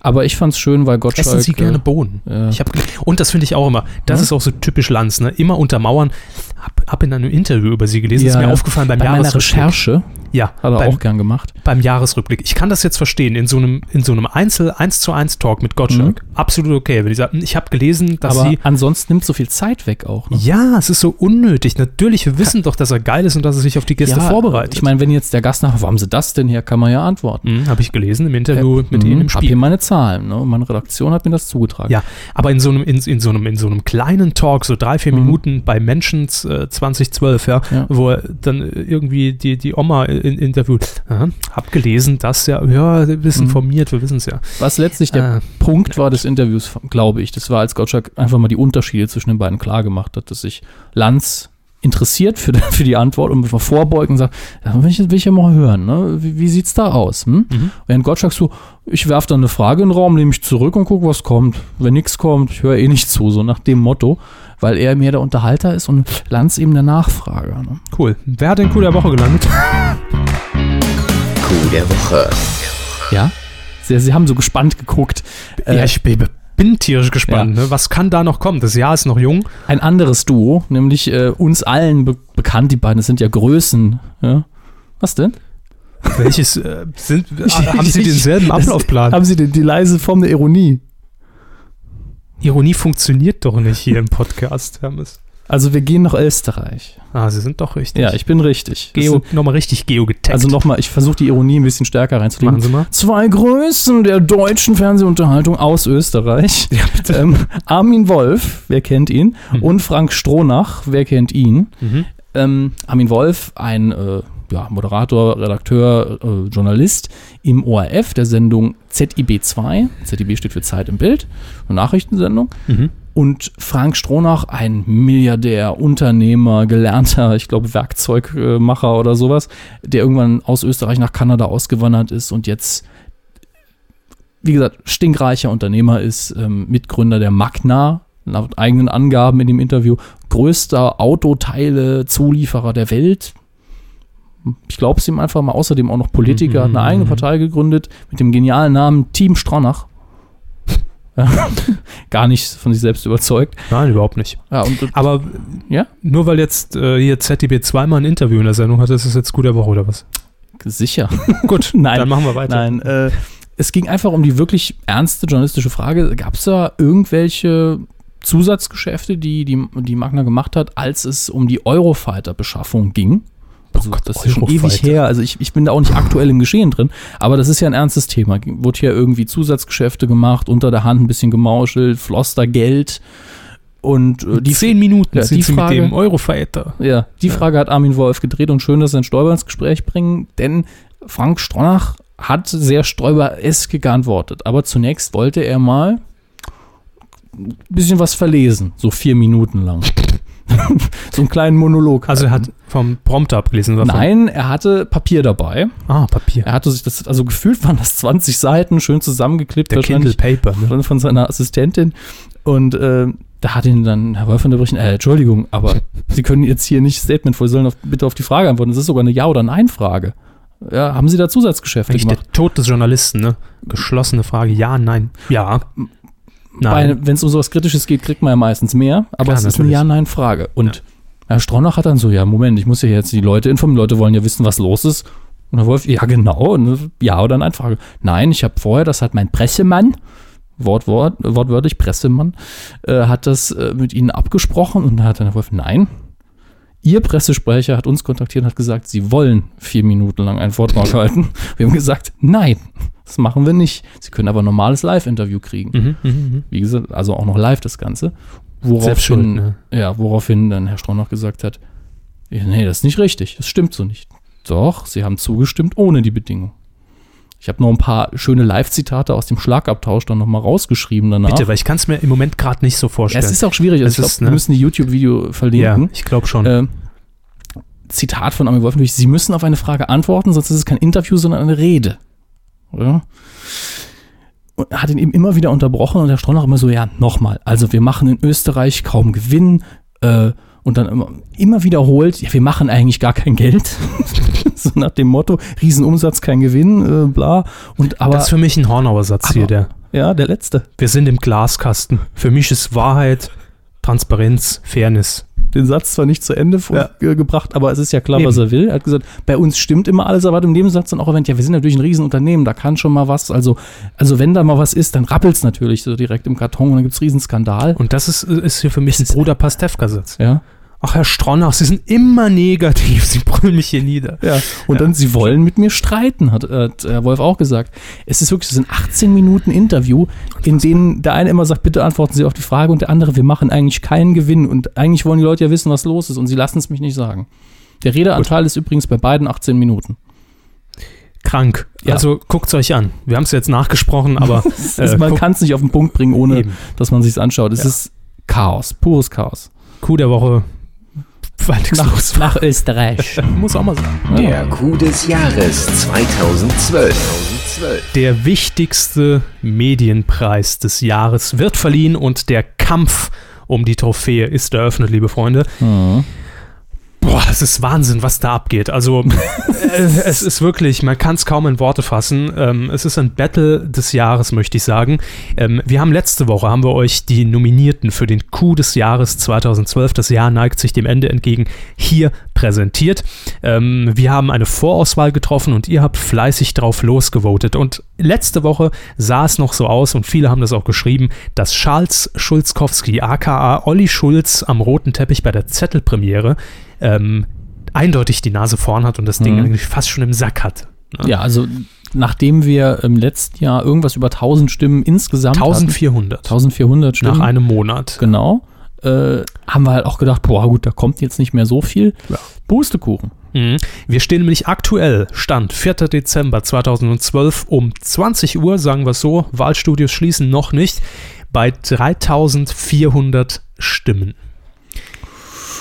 Aber ich fand's schön, weil Gottschalk.
Essen Sie gerne
äh,
Bohnen.
ja.
Ich hab, und das finde ich auch immer, das
Ja.
ist auch so typisch Lanz, ne? immer untermauern. Hab, hab in einem Interview über sie gelesen,
Ja,
ist mir
ja.
aufgefallen beim
bei meiner
Jahresrückblick.
Recherche
Ja,
hat er
beim,
auch gern gemacht.
beim Jahresrückblick. Ich kann das jetzt verstehen, in so einem, in so einem Einzel 1 zu 1 Talk mit Gottschalk. Absolut okay, wenn ich sage, ich habe gelesen, dass
Mhm. Aber
sie...
ansonsten nimmt so viel Zeit weg auch. Ne?
Ja, es ist so unnötig. Natürlich, wir wissen doch, dass er geil ist und dass er sich auf die Gäste vorbereitet.
Ich meine, wenn jetzt der Gast nachher, wo haben Sie das denn her, kann man ja antworten.
hm, habe ich gelesen im Interview mit
Mhm,
Ihnen im
Hab hier
Spiel.
meine Zahlen. Ne? Meine Redaktion hat mir das zugetragen.
Ja, aber in so einem, in, in so einem, in so einem kleinen Talk, so drei, vier Minuten bei Menschen äh, 2012, ja,
Mhm. Ja.
wo er dann äh, irgendwie die, die Oma in, interviewt. Aha, hab gelesen, dass ja, ja, wir wissen
Mhm.
informiert, wir wissen es ja.
Was letztlich der
Ah.
Punkt war des Interviews, glaube ich. Das war, als Gottschalk einfach mal die Unterschiede zwischen den beiden klar gemacht hat, dass sich Lanz interessiert für, für die Antwort und mal vorbeugt und sagt, ja, will, ich, will ich ja mal hören, ne? wie, wie sieht's da aus? Hm?
Mhm.
Während Gottschalk so, ich werfe dann eine Frage in den Raum, nehme ich zurück und gucke, was kommt. Wenn nichts kommt, ich höre eh nicht zu, so nach dem Motto, weil er mehr der Unterhalter ist und Lanz eben der Nachfrager. Ne?
Cool. Wer hat den Coup der Woche gelandet?
Kuh der Woche.
Ja? Sie, sie haben so gespannt geguckt. Äh,
ich bin, bin tierisch gespannt. Ne? Was kann da noch kommen? Das Jahr ist noch jung.
ein anderes Duo, nämlich äh, uns allen be bekannt, die beiden, das sind ja Größen. Ja? Was denn?
Welches äh, sind, haben Sie denselben
Das-
Ablaufplan?
Haben Sie denn die leise Form der Ironie?
Ironie funktioniert doch nicht hier im Podcast, Hermes.
Also wir gehen nach Österreich.
Ah, Sie sind doch richtig.
Ja, ich bin richtig. Das
Geo,
sind-
nochmal richtig Geo getaggt.
Also nochmal, ich versuche die Ironie ein bisschen stärker
machen
reinzulegen.
Sie mal.
Zwei Größen der deutschen Fernsehunterhaltung aus Österreich. Ja, bitte. Ähm, Armin Wolf, wer kennt ihn?
Mhm.
Und Frank Stronach, wer kennt ihn? Ähm, Armin Wolf, ein äh, ja, Moderator, Redakteur, äh, Journalist im ORF der Sendung ZIB2. ZIB steht für Zeit im Bild, eine Nachrichtensendung.
Mhm.
Und Frank Stronach, ein Milliardär, Unternehmer, gelernter, ich glaube, Werkzeugmacher oder sowas, der irgendwann aus Österreich nach Kanada ausgewandert ist und jetzt, wie gesagt, stinkreicher Unternehmer ist, ähm, Mitgründer der Magna, laut eigenen Angaben in dem Interview, größter Autoteile-Zulieferer der Welt. Ich glaube es ihm einfach mal. Außerdem auch noch Politiker, hat eine eigene
Mhm.
Partei gegründet mit dem genialen Namen Team Stronach. Gar nicht von sich selbst überzeugt.
Nein, überhaupt nicht.
Ja, und, und
Aber
Ja?
nur weil jetzt äh, hier ZDB zweimal ein Interview in der Sendung hatte, ist es jetzt guter Woche oder was?
sicher.
Gut,
Nein.
dann machen wir weiter.
Nein, äh, es ging einfach um die wirklich ernste journalistische Frage. Gab es da irgendwelche Zusatzgeschäfte, die, die die Magna gemacht hat, als es um die Eurofighter-Beschaffung ging? Also,
Oh Gott,
das ist schon
Eurofighter.
ewig her. Also ich, ich bin da auch nicht aktuell im Geschehen drin. Aber das ist ja ein ernstes Thema. Wurde hier irgendwie Zusatzgeschäfte gemacht, unter der Hand ein bisschen gemauschelt, floss da Geld. Und äh, die
zehn Minuten
Ja, die
sind sie mit
Frage-
dem Eurofighter.
ja, die Frage hat Armin Wolf gedreht und schön, dass wir den Stoiber ins Gespräch bringen, denn Frank Stronach hat sehr Stoiber-esk geantwortet. Aber zunächst wollte er mal ein bisschen was verlesen, so vier Minuten lang. so einen kleinen Monolog.
Also er hat vom Prompter abgelesen. oder von-
Nein, er hatte Papier dabei.
Ah, Papier.
Er hatte sich das, also gefühlt waren das 20 Seiten, schön zusammengeklebt,
der Kindle
wahrscheinlich
Paper. Ne?
von, von seiner Assistentin. Und äh, da hat ihn dann Herr Wolf unterbrechen, äh, Entschuldigung, aber Sie können jetzt hier nicht Statement vor, Sie sollen auf, bitte auf die Frage antworten. Es ist sogar eine Ja- oder Nein-Frage. Ja, haben Sie da Zusatzgeschäfte
Eigentlich der
gemacht?
Tod des Journalisten. Ne? Geschlossene Frage. Ja, nein. Ja. Nein.
Wenn es um sowas Kritisches geht, kriegt man ja meistens mehr, aber
Klar,
es ist
natürlich.
eine Ja-Nein-Frage. Und Herr Stronach hat dann so, ja, Moment, ich muss ja jetzt die Leute informieren, die Leute wollen ja wissen, was los ist. Und Herr Wolf, ja, genau, ne, ja oder nein, Frage. Nein, ich habe vorher, das hat mein Pressemann, Wort, Wort, wortwörtlich Pressemann, äh, hat das äh, mit Ihnen abgesprochen und da hat dann Herr Wolf, nein. Ihr Pressesprecher hat uns kontaktiert und hat gesagt, Sie wollen vier Minuten lang einen Vortrag halten. Wir haben gesagt, nein, das machen wir nicht. Sie können aber ein normales Live-Interview kriegen
Mhm, mhm, mhm.
wie gesagt, also auch noch live das Ganze.
Selbst schuld,
Woraufhin,
ne?
ja, woraufhin dann Herr Stronach gesagt hat, ja, nee, das ist nicht richtig, das stimmt so nicht. Doch, sie haben zugestimmt ohne die Bedingung. Ich habe noch ein paar schöne Live-Zitate aus dem Schlagabtausch dann nochmal rausgeschrieben danach.
Bitte, weil ich kann es mir im Moment gerade nicht so
ja,
vorstellen.
es ist auch schwierig,
Es
also ich
ist,
glaub,
ne?
wir müssen die YouTube-Video
ja,
verlinken.
ich glaube schon.
Ähm, Zitat von Armin Wolf natürlich, Sie müssen auf eine Frage antworten, sonst ist es kein Interview, sondern eine Rede. Ja. Und hat ihn eben immer wieder unterbrochen und der Stronach immer so, ja, nochmal, also wir machen in Österreich kaum Gewinn äh, und dann immer, immer wiederholt, ja, wir machen eigentlich gar kein Geld. so nach dem Motto, Riesenumsatz, kein Gewinn, äh, bla. Und aber,
das ist für mich ein Hornauer-Satz hier,
Aber-
der.
ja, der letzte,
Wir sind im Glaskasten. Für mich ist Wahrheit, Transparenz, Fairness.
den Satz zwar nicht zu Ende vor-
Ja.
ge- gebracht, aber es ist ja klar,
Eben.
was er will. Er hat gesagt, bei uns stimmt immer alles, aber hat im Nebensatz dann auch erwähnt, ja, wir sind natürlich ein Riesenunternehmen, da kann schon mal was, also, also wenn da mal was ist, dann rappelt's natürlich so direkt im Karton und dann gibt's Riesenskandal.
Und das ist, ist hier für mich ein
Es-
Bruder Pastewka-Satz.
Ja.
Ach, Herr Stronach, Sie sind immer negativ. Sie brüllen mich hier nieder.
ja. Und dann, sie wollen mit mir streiten, hat, hat Herr Wolf auch gesagt. Es ist wirklich so ein 18 Minuten Interview, in denen der eine immer sagt, bitte antworten Sie auf die Frage und der andere, wir machen eigentlich keinen Gewinn und eigentlich wollen die Leute ja wissen, was los ist und sie lassen es mich nicht sagen. Der Redeanteil ist übrigens bei beiden 18 Minuten.
Krank.
Ja.
Also guckt's euch an. Wir haben es jetzt nachgesprochen, aber
Es ist, man
guckt-
kann es nicht auf den Punkt bringen, ohne
Eben.
dass man sich anschaut. Es
Ja.
ist Chaos, pures Chaos.
Coup der Woche. Weil nix los war.
Österreich.
Muss auch mal sein.
Der Coup des Jahres 2012.
Der wichtigste Medienpreis des Jahres wird verliehen und der Kampf um die Trophäe ist eröffnet, liebe Freunde.
Mhm.
Boah, es ist Wahnsinn, was da abgeht. Also, äh, es ist wirklich, man kann es kaum in Worte fassen. Ähm, es ist ein Battle des Jahres, möchte ich sagen. Ähm, wir haben letzte Woche, haben wir euch die Nominierten für den Coup des Jahres 2012, das Jahr neigt sich dem Ende entgegen, hier präsentiert. Ähm, wir haben eine Vorauswahl getroffen und ihr habt fleißig drauf losgevotet. Und letzte Woche sah es noch so aus und viele haben das auch geschrieben, dass Charles Schulzkowski, aka Olli Schulz, am roten Teppich bei der Zettelpremiere ähm, eindeutig die Nase vorn hat und das Ding
Mhm.
eigentlich fast schon im Sack hat.
Ja, also nachdem wir im letzten Jahr irgendwas über 1000 Stimmen insgesamt hatten,
1400
1400 Stimmen,
nach einem Monat.
genau, äh, haben wir halt auch gedacht, boah gut, da kommt jetzt nicht mehr so viel.
Ja.
Pustekuchen.
Mhm. Wir stehen nämlich aktuell, Stand 4. Dezember 2012 um 20 Uhr, sagen wir es so, Wahlstudios schließen noch nicht, bei 3400 Stimmen.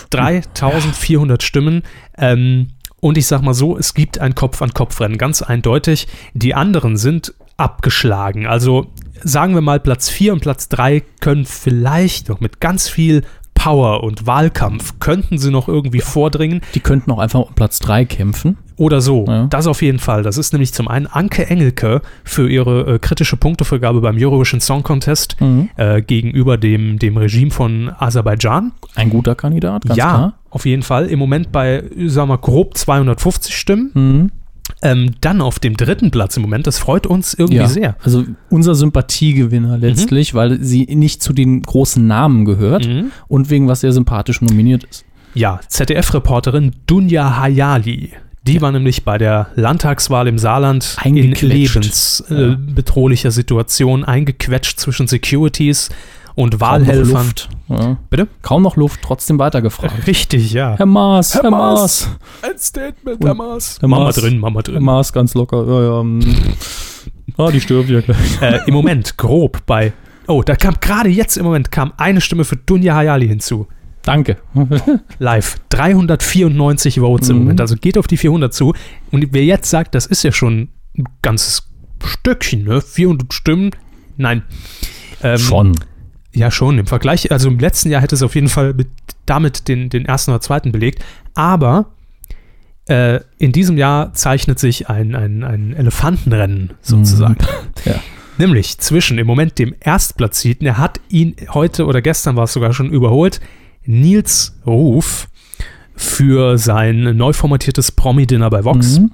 3400 Stimmen. Ähm, und ich sag mal so, es gibt ein Kopf-an-Kopf-Rennen, ganz eindeutig. Die anderen sind abgeschlagen. Also sagen wir mal, Platz 4 und Platz 3 können vielleicht noch mit ganz viel Power und Wahlkampf, könnten sie noch irgendwie vordringen.
Die könnten auch einfach um Platz 3 kämpfen.
Oder so.
Ja.
Das auf jeden Fall. Das ist nämlich zum einen Anke Engelke für ihre äh, kritische Punktevergabe beim Eurovision Song Contest
Mhm.
äh, gegenüber dem, dem Regime von Aserbaidschan.
Ein guter Kandidat, ganz
ja,
klar.
auf jeden Fall. Im Moment bei, sagen wir, grob 250 Stimmen.
Mhm.
Ähm, dann auf dem dritten Platz im Moment. Das freut uns irgendwie
Ja. Mhm.
sehr.
Also unser Sympathiegewinner letztlich, weil sie nicht zu den großen Namen gehört
Mhm.
und wegen was sehr sympathisch nominiert ist.
Ja, ZDF-Reporterin Dunja Hayali. Die war nämlich bei der Landtagswahl im Saarland in
Eingequetscht.
lebensbedrohlicher äh, bedrohlicher Situation eingequetscht zwischen Securities und
Kaum noch
Wahlhelfern.
Luft. Ja.
Bitte?
Kaum noch Luft, trotzdem weitergefragt.
Richtig, ja.
Herr Maas, Herr,
Herr
Maas.
Maas. Ein Statement, Herr Maas.
Herr
Mama
Maas.
drin, Mama
Herr
drin.
Maas ganz locker. Ja, ja. mm. Ah, die stirbt ja gleich.
Äh, Im Moment grob bei. Oh, da kam gerade jetzt im Moment kam eine Stimme für Dunja Hayali hinzu.
Danke.
Live. 394 Votes im
Mhm.
Moment. Also geht auf die 400 zu. Und wer jetzt sagt, das ist ja schon ein ganzes Stöckchen, ne? 400 Stimmen. Nein. Ähm, Ja, schon. Im Vergleich, also im letzten Jahr hätte es auf jeden Fall mit, damit den, den ersten oder zweiten belegt. Aber äh, in diesem Jahr zeichnet sich ein, ein, ein Elefantenrennen sozusagen.
Mhm. Ja.
Nämlich zwischen im Moment dem Erstplatzierten, er hat ihn heute oder gestern war es sogar schon überholt, Nils Ruf für sein neu formatiertes Promi-Dinner bei Vox.
Mhm.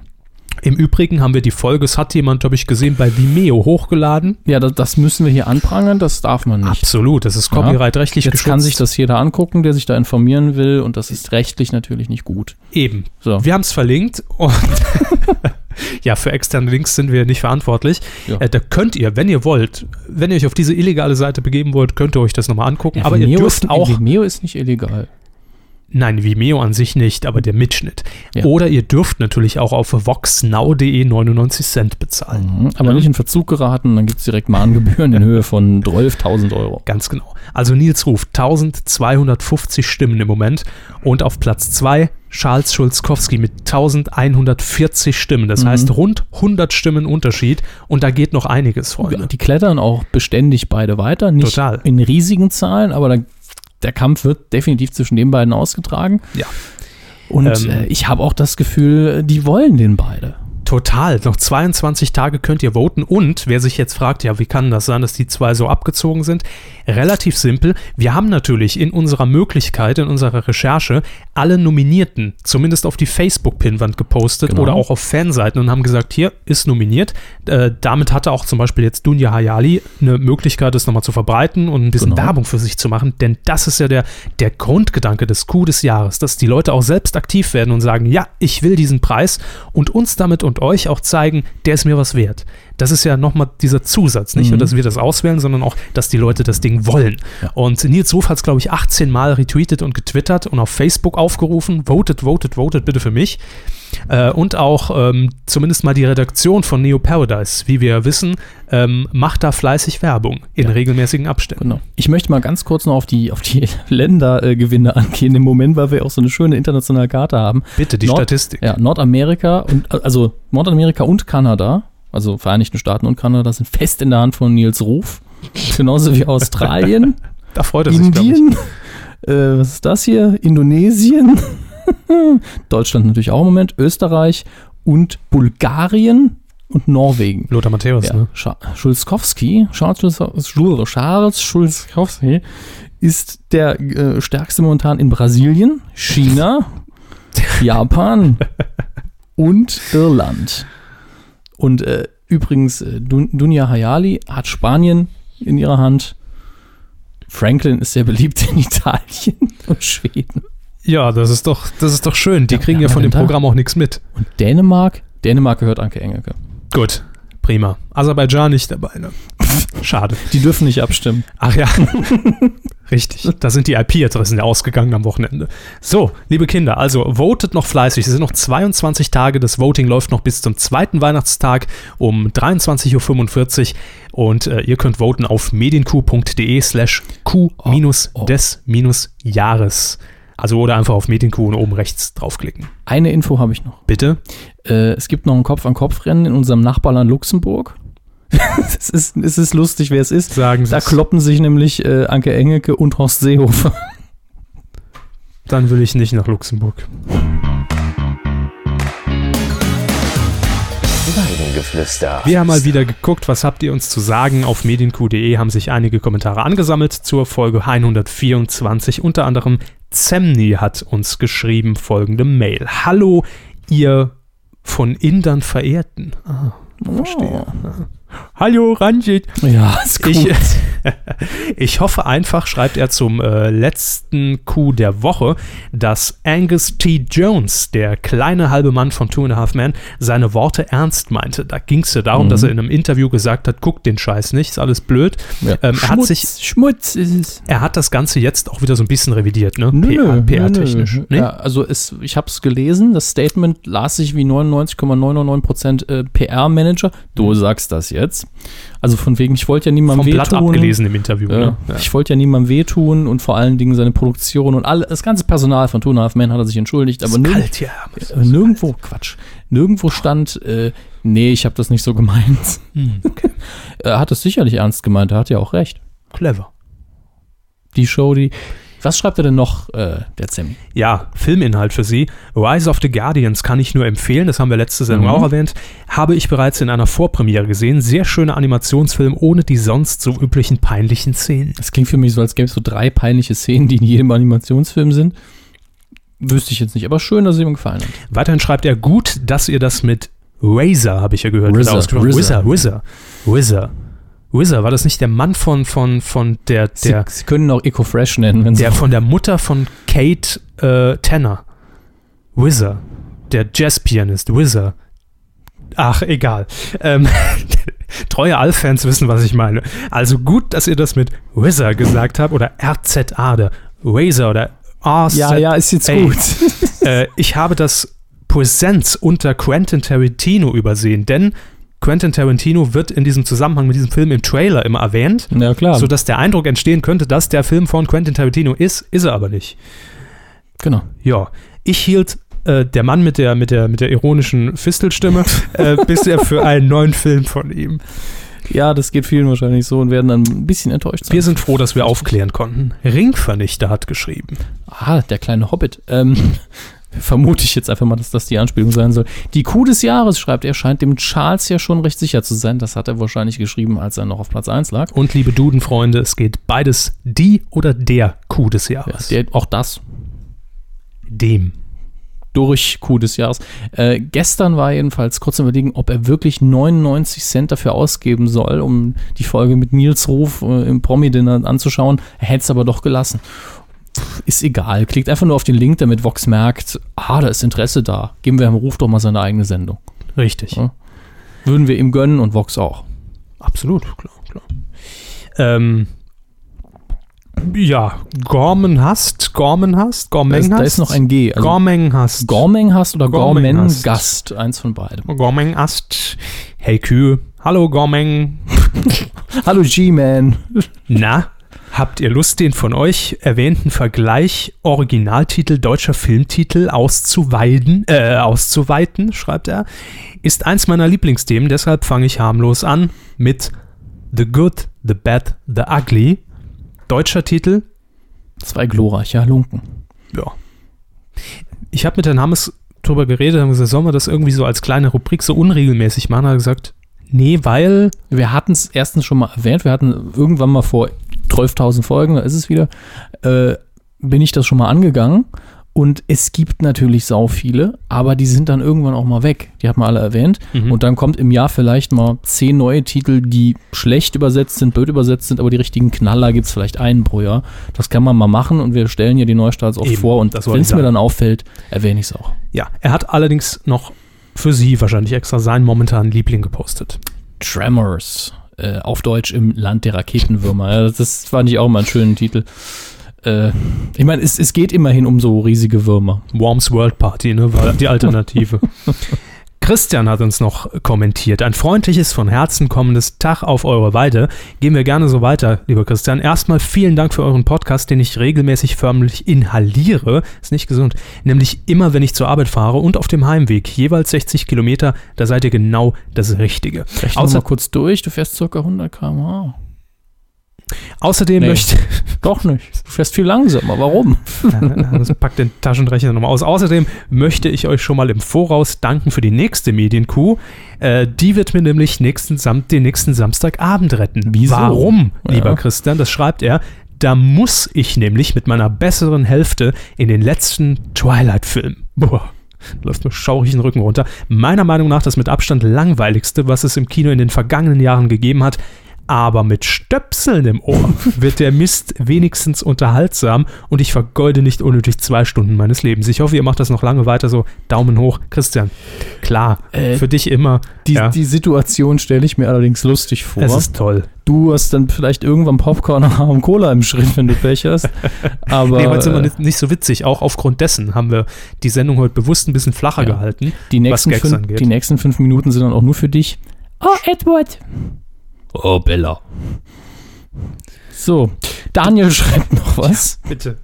Im Übrigen haben wir die Folge, es hat jemand, habe ich gesehen, bei Vimeo hochgeladen.
Ja, das, das müssen wir hier anprangern, das darf man nicht.
Absolut, das ist
Ja.
copyright-rechtlich
Jetzt
geschützt.
kann sich das jeder angucken, der sich da informieren will und das ist rechtlich natürlich nicht gut.
Eben.
So.
Wir haben es verlinkt und ja, für externe Links sind wir nicht verantwortlich.
Ja.
Äh, da könnt ihr, wenn ihr wollt, wenn ihr euch auf diese illegale Seite begeben wollt, könnt ihr euch das nochmal angucken. aber ihr
Vimeo
dürft
ist,
auch,
Vimeo ist nicht illegal.
nein, Vimeo an sich nicht, aber der Mitschnitt.
Ja.
Oder ihr dürft natürlich auch auf voxnow.de 99 Cent bezahlen.
Mhm, Aber nicht in Verzug geraten, dann gibt es direkt Mahngebühren in Höhe von 12.000 Euro.
Ganz genau. Also Nils Ruf, 1250 Stimmen im Moment. Und auf Platz 2 Charles Schulzkowski mit 1140 Stimmen. Das heißt rund 100 Stimmen Unterschied. Und da geht noch einiges, Freunde.
Die klettern auch beständig beide weiter, nicht
Total.
in riesigen Zahlen, aber da, der Kampf wird definitiv zwischen den beiden ausgetragen.
Ja.
Und
Ähm.
äh, ich habe auch das Gefühl, die wollen den beide.
Total. Noch 22 Tage könnt ihr voten. Und wer sich jetzt fragt, ja, wie kann das sein, dass die zwei so abgezogen sind? Relativ simpel. Wir haben natürlich in unserer Möglichkeit, in unserer Recherche, alle Nominierten zumindest auf die Facebook-Pinwand gepostet
Genau.
oder auch auf Fanseiten und haben gesagt, hier ist nominiert. Äh, damit hatte auch zum Beispiel jetzt Dunja Hayali eine Möglichkeit, das nochmal zu verbreiten und ein bisschen
Genau.
Werbung für sich zu machen. Denn das ist ja der, der Grundgedanke des Coup des Jahres, dass die Leute auch selbst aktiv werden und sagen, ja, ich will diesen Preis und uns damit und euch auch zeigen, der ist mir was wert. Das ist ja nochmal dieser Zusatz, nicht nur, dass wir das auswählen, sondern auch, dass die Leute das Ding wollen.
Ja.
Und Nils Ruf hat es, glaube ich, 18 Mal retweetet und getwittert und auf Facebook aufgerufen, votet, votet, votet bitte für mich. Äh, und auch ähm, zumindest mal die Redaktion von Neo Paradise, wie wir wissen, ähm, macht da fleißig Werbung in regelmäßigen Abständen.
Genau. Ich möchte mal ganz kurz noch auf die, auf die Ländergewinne äh, Gewinne angehen im Moment, weil wir auch so eine schöne internationale Karte haben.
Bitte die
Nord-
Statistik.
Ja, Nordamerika und also Nordamerika und Kanada, also Vereinigten Staaten und Kanada sind fest in der Hand von Nils Ruf. Genauso wie Australien,
Da freut er sich, glaube ich.
Indien, äh, was ist das hier? Indonesien, Deutschland natürlich auch im Moment, Österreich und Bulgarien und Norwegen.
Lothar Matthäus,
Ja,
ne?
Scha Schulzkowski, Charles Schulz- Charles Schulzkowski ist der äh, stärkste momentan in Brasilien, China, Japan und Irland. Und äh, übrigens, äh, Dun Dunja Hayali hat Spanien in ihrer Hand. Franklin ist sehr beliebt in Italien und Schweden.
Ja, das ist doch, das ist doch schön. Die
Ja,
kriegen
wir
ja
haben
von
einen
dem
da.
Programm auch nichts mit.
Und Dänemark? Dänemark gehört Anke Engelke.
Gut, prima. Aserbaidschan nicht dabei, ne? Schade.
Die dürfen nicht abstimmen.
Ach ja. Richtig, da sind die IP-Adressen ja ausgegangen am Wochenende. So, liebe Kinder, also votet noch fleißig. Es sind noch 22 Tage. Das Voting läuft noch bis zum zweiten Weihnachtstag um 23.45 Uhr. Und äh, ihr könnt voten auf medienq.de slash Oh, q-des-jahres. Also oder einfach auf Medienkuh und oben rechts draufklicken.
Eine Info habe ich noch.
Bitte?
Äh, es gibt noch ein Kopf-an-Kopf-Rennen in unserem Nachbarland Luxemburg. es, ist, es ist lustig, wer es ist.
Sagen
Da kloppen sich nämlich äh, Anke Engelke und Horst Seehofer.
Dann will ich nicht nach Luxemburg.
Weidengeflüster.
Wir haben mal wieder geguckt, was habt ihr uns zu sagen. Auf medienq.de haben sich einige Kommentare angesammelt zur Folge 124. Unter anderem Zemni hat uns geschrieben folgende Mail. Hallo, ihr von Indern Verehrten. Ah,
Verstehe.
Hallo, Ranjit.
Ja, ist gut.
Ich, ich hoffe einfach, schreibt er zum äh, letzten Coup der Woche, dass Angus T. Jones, der kleine halbe Mann von Two and a Half Men, seine Worte ernst meinte. Da ging es ja darum,
Mhm.
dass er in einem Interview gesagt hat, guckt den Scheiß nicht, ist alles blöd.
Ja.
Ähm, er, hat sich,
Schmutz ist es.
er hat das Ganze jetzt auch wieder so ein bisschen revidiert, ne? PR PR-technisch.
nö. Ja, also es, ich habe es gelesen, das Statement las ich wie 99,999% äh, PR-Manager. Du sagst das jetzt. Also von wegen, ich wollte ja niemandem
Vom Blatt
wehtun.
abgelesen im Interview.
Ja.
Ne? Ja.
Ich wollte ja niemandem wehtun und vor allen Dingen seine Produktion und alle, das ganze Personal von Two and a Half Men hat er sich entschuldigt, aber nirg
Kalt, ja.
äh, nirgendwo, Quatsch, nirgendwo stand, äh, nee, ich habe das nicht so gemeint.
Hm, okay.
Er hat es sicherlich ernst gemeint, er hat ja auch recht.
Clever.
Die Show, die, was schreibt er denn noch, äh, der Sammy?
Ja, Filminhalt für Sie. Rise of the Guardians kann ich nur empfehlen, das haben wir letzte Sendung auch erwähnt. Habe ich bereits in einer Vorpremiere gesehen. Sehr schöner Animationsfilm ohne die sonst so üblichen peinlichen Szenen.
Das klingt für mich so, als gäbe es so drei peinliche Szenen, die in jedem Animationsfilm sind. Wüsste ich jetzt nicht, aber schön, dass es ihm gefallen hat.
Weiterhin schreibt er, gut, dass ihr das mit Razor, habe ich ja gehört, genau,
RZA,
Razor, Razor, Razor. Razor, war das nicht der Mann von, von, von der,
Sie,
der,
Sie können ihn auch Eco Fresh nennen, wenn Sie
der von der Mutter von Kate äh, Tanner. Wizard. Der Jazzpianist, Wizard. Ach, egal. Ähm, treue All-Fans wissen, was ich meine. Also gut, dass ihr das mit Wizard gesagt habt oder RZA, der Razor oder RZ.
Ja, ja, ist jetzt
Ey.
gut.
Äh, ich habe das Präsenz unter Quentin Tarantino übersehen, denn Quentin Tarantino wird in diesem Zusammenhang mit diesem Film im Trailer immer erwähnt
Ja, klar.
sodass der Eindruck entstehen könnte, dass der Film von Quentin Tarantino ist, ist er aber nicht.
genau.
Ja, ich hielt äh, der Mann mit der, mit der, mit der ironischen Fistelstimme äh, bisher für einen neuen Film von ihm.
Ja, das geht vielen wahrscheinlich so und werden dann ein bisschen enttäuscht sein.
Wir sind froh, dass wir aufklären konnten. Ringvernichter hat geschrieben.
Ah, der kleine Hobbit. Ähm, vermute ich jetzt einfach mal, dass das die Anspielung sein soll. Die Kuh des Jahres, schreibt er, scheint dem Charles ja schon recht sicher zu sein. Das hat er wahrscheinlich geschrieben, als er noch auf Platz 1 lag.
Und liebe Dudenfreunde, es geht beides die oder der Kuh des Jahres.
Der, auch das
Dem.
durch Kuh des Jahres. Äh, gestern war jedenfalls kurz am überlegen, ob er wirklich 99 Cent dafür ausgeben soll, um die Folge mit Nils Ruf äh, im Promi-Dinner anzuschauen. Er hätte es aber doch gelassen. Pff, Ist egal. Klickt einfach nur auf den Link, damit Vox merkt, ah, da ist Interesse da. Geben wir dem Ruf doch mal seine eigene Sendung.
Richtig.
Ja. Würden wir ihm gönnen und Vox auch.
Absolut, klar, klar. Ähm, ja, Gorman hast, Gorman hast,
Da
Gormen
ist,
hast.
da ist noch ein G. Also
Gormeng hast.
Gormeng hast oder
Gormeng
Gormen
hast.
Gast. Eins von beidem.
Gormeng hast. Hey Kühe. Hallo Gormeng.
Hallo G-Man.
Na, habt ihr Lust, den von euch erwähnten Vergleich Originaltitel deutscher Filmtitel auszuweiden, äh, auszuweiten, schreibt er, ist eins meiner Lieblingsthemen, deshalb fange ich harmlos an mit The Good, The Bad, The Ugly. Deutscher Titel,
Zwei glorreiche Halunken.
Ja. Ich habe mit Herrn Hammes drüber geredet, haben gesagt, sollen wir das irgendwie so als kleine Rubrik so unregelmäßig machen? Hat er gesagt, nee, weil
Wir hatten es erstens schon mal erwähnt, wir hatten irgendwann mal vor 12.000 Folgen, da ist es wieder, äh, bin ich das schon mal angegangen. Und es gibt natürlich sau viele, aber die sind dann irgendwann auch mal weg. Die hat man alle erwähnt.
Mhm.
Und dann kommt im Jahr vielleicht mal zehn neue Titel, die schlecht übersetzt sind, blöd übersetzt sind, aber die richtigen Knaller gibt es vielleicht einen pro Jahr. Das kann man mal machen und wir stellen ja die Neustarts oft
Eben,
vor. Und
das wollte
wenn es
ich
mir
sagen.
dann auffällt, erwähne ich es auch.
ja, er hat allerdings noch für sie wahrscheinlich extra seinen momentanen Liebling gepostet.
Tremors. äh, auf Deutsch im Land der Raketenwürmer. Ja, das fand ich auch mal einen schönen Titel. Äh, ich meine, es, es geht immerhin um so riesige Würmer.
Worms World Party, ne, war die Alternative. Christian hat uns noch kommentiert. Ein freundliches, von Herzen kommendes Tag auf eure Weide. Gehen wir gerne so weiter, lieber Christian. Erstmal vielen Dank für euren Podcast, den ich regelmäßig förmlich inhaliere. Ist nicht gesund. Nämlich immer, wenn ich zur Arbeit fahre und auf dem Heimweg. Jeweils 60 Kilometer. Da seid ihr genau das Richtige.
Rechne
Außer-
mal kurz durch, du fährst circa 100 km/h.
Außerdem
Nee.
möchte,
Doch nicht. Du fährst viel langsamer. Warum?
Das packt den Taschenrechner nochmal aus. Außerdem möchte ich euch schon mal im Voraus danken für die nächste Medienkuh. Äh, die wird mir nämlich nächsten Sam den nächsten Samstagabend retten.
Wieso?
Warum,
Ja.
Hm, lieber Christian? Das schreibt er. Da muss ich nämlich mit meiner besseren Hälfte in den letzten Twilight-Film. Boah. Läuft mir schaurig den Rücken runter. Meiner Meinung nach das mit Abstand langweiligste, was es im Kino in den vergangenen Jahren gegeben hat. Aber mit Stöpseln im Ohr wird der Mist wenigstens unterhaltsam und ich vergeude nicht unnötig zwei Stunden meines Lebens. Ich hoffe, ihr macht das noch lange weiter so. Daumen hoch, Christian. Klar,
Äh,
für dich immer.
Die,
ja,
die Situation stelle ich mir allerdings lustig vor.
es ist toll.
du hast dann vielleicht irgendwann Popcorn und Cola im Schritt, wenn du Pech hast. Aber
nee, weil es immer
äh,
nicht, nicht so witzig. Auch aufgrund dessen haben wir die Sendung heute bewusst ein bisschen flacher
Ja.
gehalten.
die,
was
nächsten
Gags
fünf,
angeht.
die nächsten fünf Minuten sind dann auch nur für dich. Oh, Edward. Oh, Bella. So, Daniel schreibt noch was.
Bitte.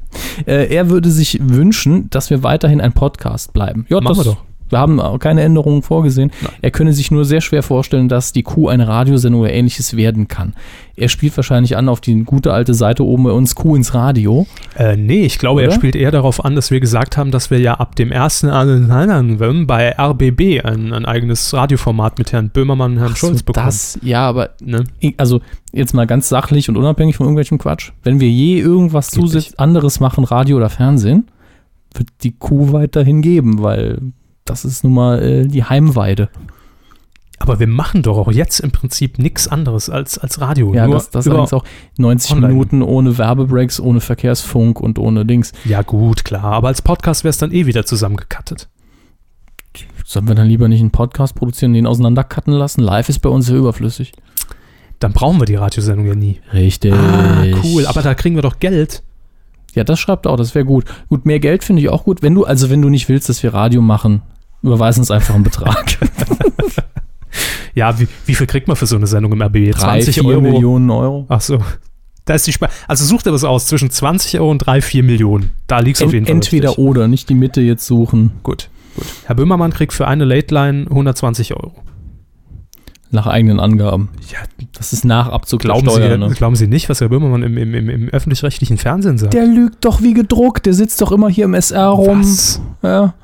Äh, er würde sich wünschen, dass wir weiterhin ein Podcast bleiben. Ja,
Machen
das,
wir doch.
Wir haben auch keine Änderungen vorgesehen.
Nein.
Er könne sich nur sehr schwer vorstellen, dass die Kuh eine Radiosendung oder ähnliches werden kann. Er spielt wahrscheinlich an auf die gute alte Seite oben bei uns Kuh ins Radio.
Äh, nee, ich glaube, er
Oder?
spielt eher darauf an, dass wir gesagt haben, dass wir ja ab dem ersten Anwendung bei RBB ein, ein eigenes Radioformat mit Herrn Böhmermann und Herrn
So,
Schulz bekommen.
das, ja, aber
Ne?
ich- also jetzt mal ganz sachlich und unabhängig von irgendwelchem Quatsch. Wenn wir je irgendwas
Geht nicht.
zusätzlich anderes machen, Radio oder Fernsehen, wird die Kuh weiterhin geben, weil das ist nun mal äh, die Heimweide.
Aber wir machen doch auch jetzt im Prinzip nichts anderes als, als Radio.
Ja,
Nur
das, das
über-
allerdings auch 90
online.
Minuten ohne Werbebreaks, ohne Verkehrsfunk und ohne Dings.
ja gut, klar. Aber als Podcast wäre es dann eh wieder zusammengekattet.
Sollen wir dann lieber nicht einen Podcast produzieren, den auseinandercutten lassen? Live ist bei uns sehr überflüssig.
Dann brauchen wir die Radiosendung ja nie. Ah,
Richtig.
cool. Aber da kriegen wir doch Geld.
Ah, ja, das schreibt er auch, das wäre gut. Gut, mehr Geld finde ich auch gut. Wenn du, also wenn du nicht willst, dass wir Radio machen, überweis uns einfach einen Betrag.
Ja, wie, wie viel kriegt man für so eine Sendung im RBB? 20
vier
Euro.
Millionen Euro.
Ach so. Da ist die Spe Also sucht er das aus zwischen 20 Euro und 3, 4 Millionen. Da liegt es auf jeden Fall.
Entweder
richtig.
oder, nicht die Mitte jetzt suchen.
Gut, gut. Herr Böhmermann kriegt für eine Late Line 120 Euro.
Nach eigenen Angaben.
Ja,
Das ist nach Abzug
glauben,
der Steuern,
Sie,
ne?
glauben Sie nicht, was Herr Böhmermann im, im, im, im öffentlich-rechtlichen Fernsehen sagt?
Der lügt doch wie gedruckt. Der sitzt doch immer hier im SR rum.
Was?
Ja,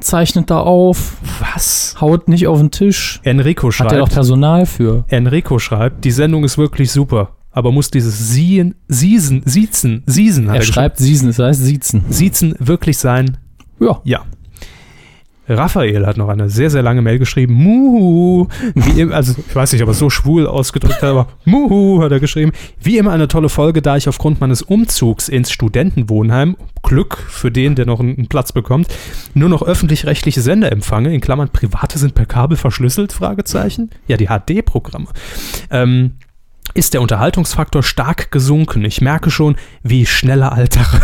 zeichnet da auf,
Was?
haut nicht auf den Tisch.
Enrico
Hat er doch
schreibt,
Personal für.
Enrico schreibt, die Sendung ist wirklich super, aber muss dieses Sien, Season, Siezen, Season, hat
Er
er geschrieben,
schreibt Season, das heißt Siezen.
Siezen wirklich sein,
Ja.
Ja. Raphael hat noch eine sehr, sehr lange Mail geschrieben. Muhu. Wie im, also, ich weiß nicht, ob er es so schwul ausgedrückt hat, aber Muhu hat er geschrieben. Wie immer eine tolle Folge, da ich aufgrund meines Umzugs ins Studentenwohnheim, Glück für den, der noch einen einen Platz bekommt, nur noch öffentlich-rechtliche Sender empfange. In Klammern, private sind per Kabel verschlüsselt? Fragezeichen. Ja, die HD-Programme. Ähm, ist der Unterhaltungsfaktor stark gesunken. Ich merke schon, wie ich schneller altere.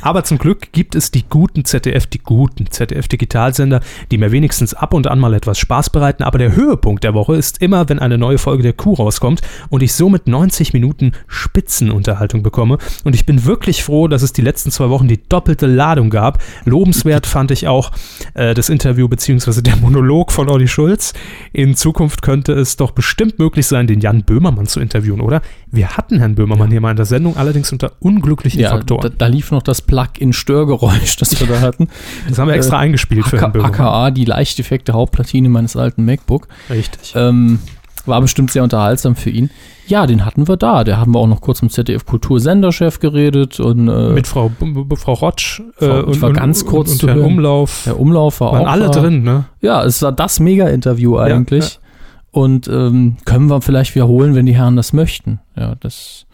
Aber zum Glück gibt es die guten ZDF, die guten ZDF-Digitalsender, die mir wenigstens ab und an mal etwas Spaß bereiten. Aber der Höhepunkt der Woche ist immer, wenn eine neue Folge der Kuh rauskommt und ich somit 90 Minuten Spitzenunterhaltung bekomme. Und ich bin wirklich froh, dass es die letzten zwei Wochen die doppelte Ladung gab. Lobenswert fand ich auch äh, das Interview bzw. der Monolog von Olli Schulz. In Zukunft könnte es doch bestimmt möglich sein, den Jan Böhmermann zu interviewen, oder? Wir hatten Herrn Böhmermann hier mal in der Sendung, allerdings unter unglücklichen
Ja,
Faktoren.
da, da lief noch das Plug-in-Störgeräusch, das wir da hatten.
Das haben wir extra
Äh,
eingespielt für Herrn
AK,
Böhmermann.
aka die leicht defekte Hauptplatine meines alten MacBook.
Richtig.
Ähm, war bestimmt sehr unterhaltsam für ihn. Ja, den hatten wir da. Der haben wir auch noch kurz mit ZDF-Kultur-Senderchef geredet und äh,
Mit Frau, B- B- Frau Rotsch äh,
Frau- ich war ganz kurz
und,
zu
und Herrn
hören.
Umlauf.
der Umlauf war
waren
auch
alle
da.
drin, ne?
Ja, es war das Mega-Interview
Ja,
eigentlich. Und ähm, können wir vielleicht wiederholen, wenn die Herren das möchten. Ja, das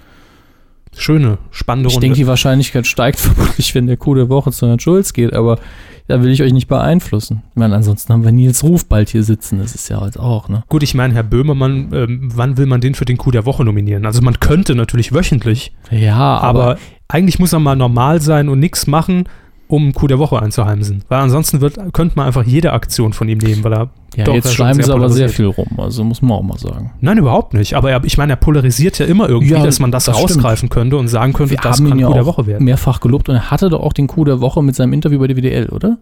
Schöne, spannende
Ich denke, die Wahrscheinlichkeit steigt vermutlich, wenn der Coup der Woche zu Herrn Schulz geht, aber da will ich euch nicht beeinflussen. Ich meine, ansonsten haben wir Nils Ruf bald hier sitzen, das ist ja jetzt auch, ne?
Gut, ich meine, Herr Böhmermann, ähm, wann will man den für den Coup der Woche nominieren? Also man könnte natürlich wöchentlich,
Ja,
aber, eigentlich muss er mal normal sein und nichts machen, um einen Coup der Woche einzuheimsen. Weil ansonsten wird, könnte man einfach jede Aktion von ihm nehmen, weil er
ja,
doch, das
jetzt
ist
schreiben
sehr
sie aber sehr
polarisiert.
viel rum, also muss man auch mal sagen.
Nein, überhaupt nicht. Aber er, ich meine, er polarisiert ja immer irgendwie,
Ja,
dass man das,
das stimmt.
rausgreifen könnte und sagen könnte,
Wir
das
haben ihn
kann
ja
Coup der
auch
Woche werden.
Mehrfach gelobt und er hatte doch auch den Coup der Woche mit seinem Interview bei der WDL, oder?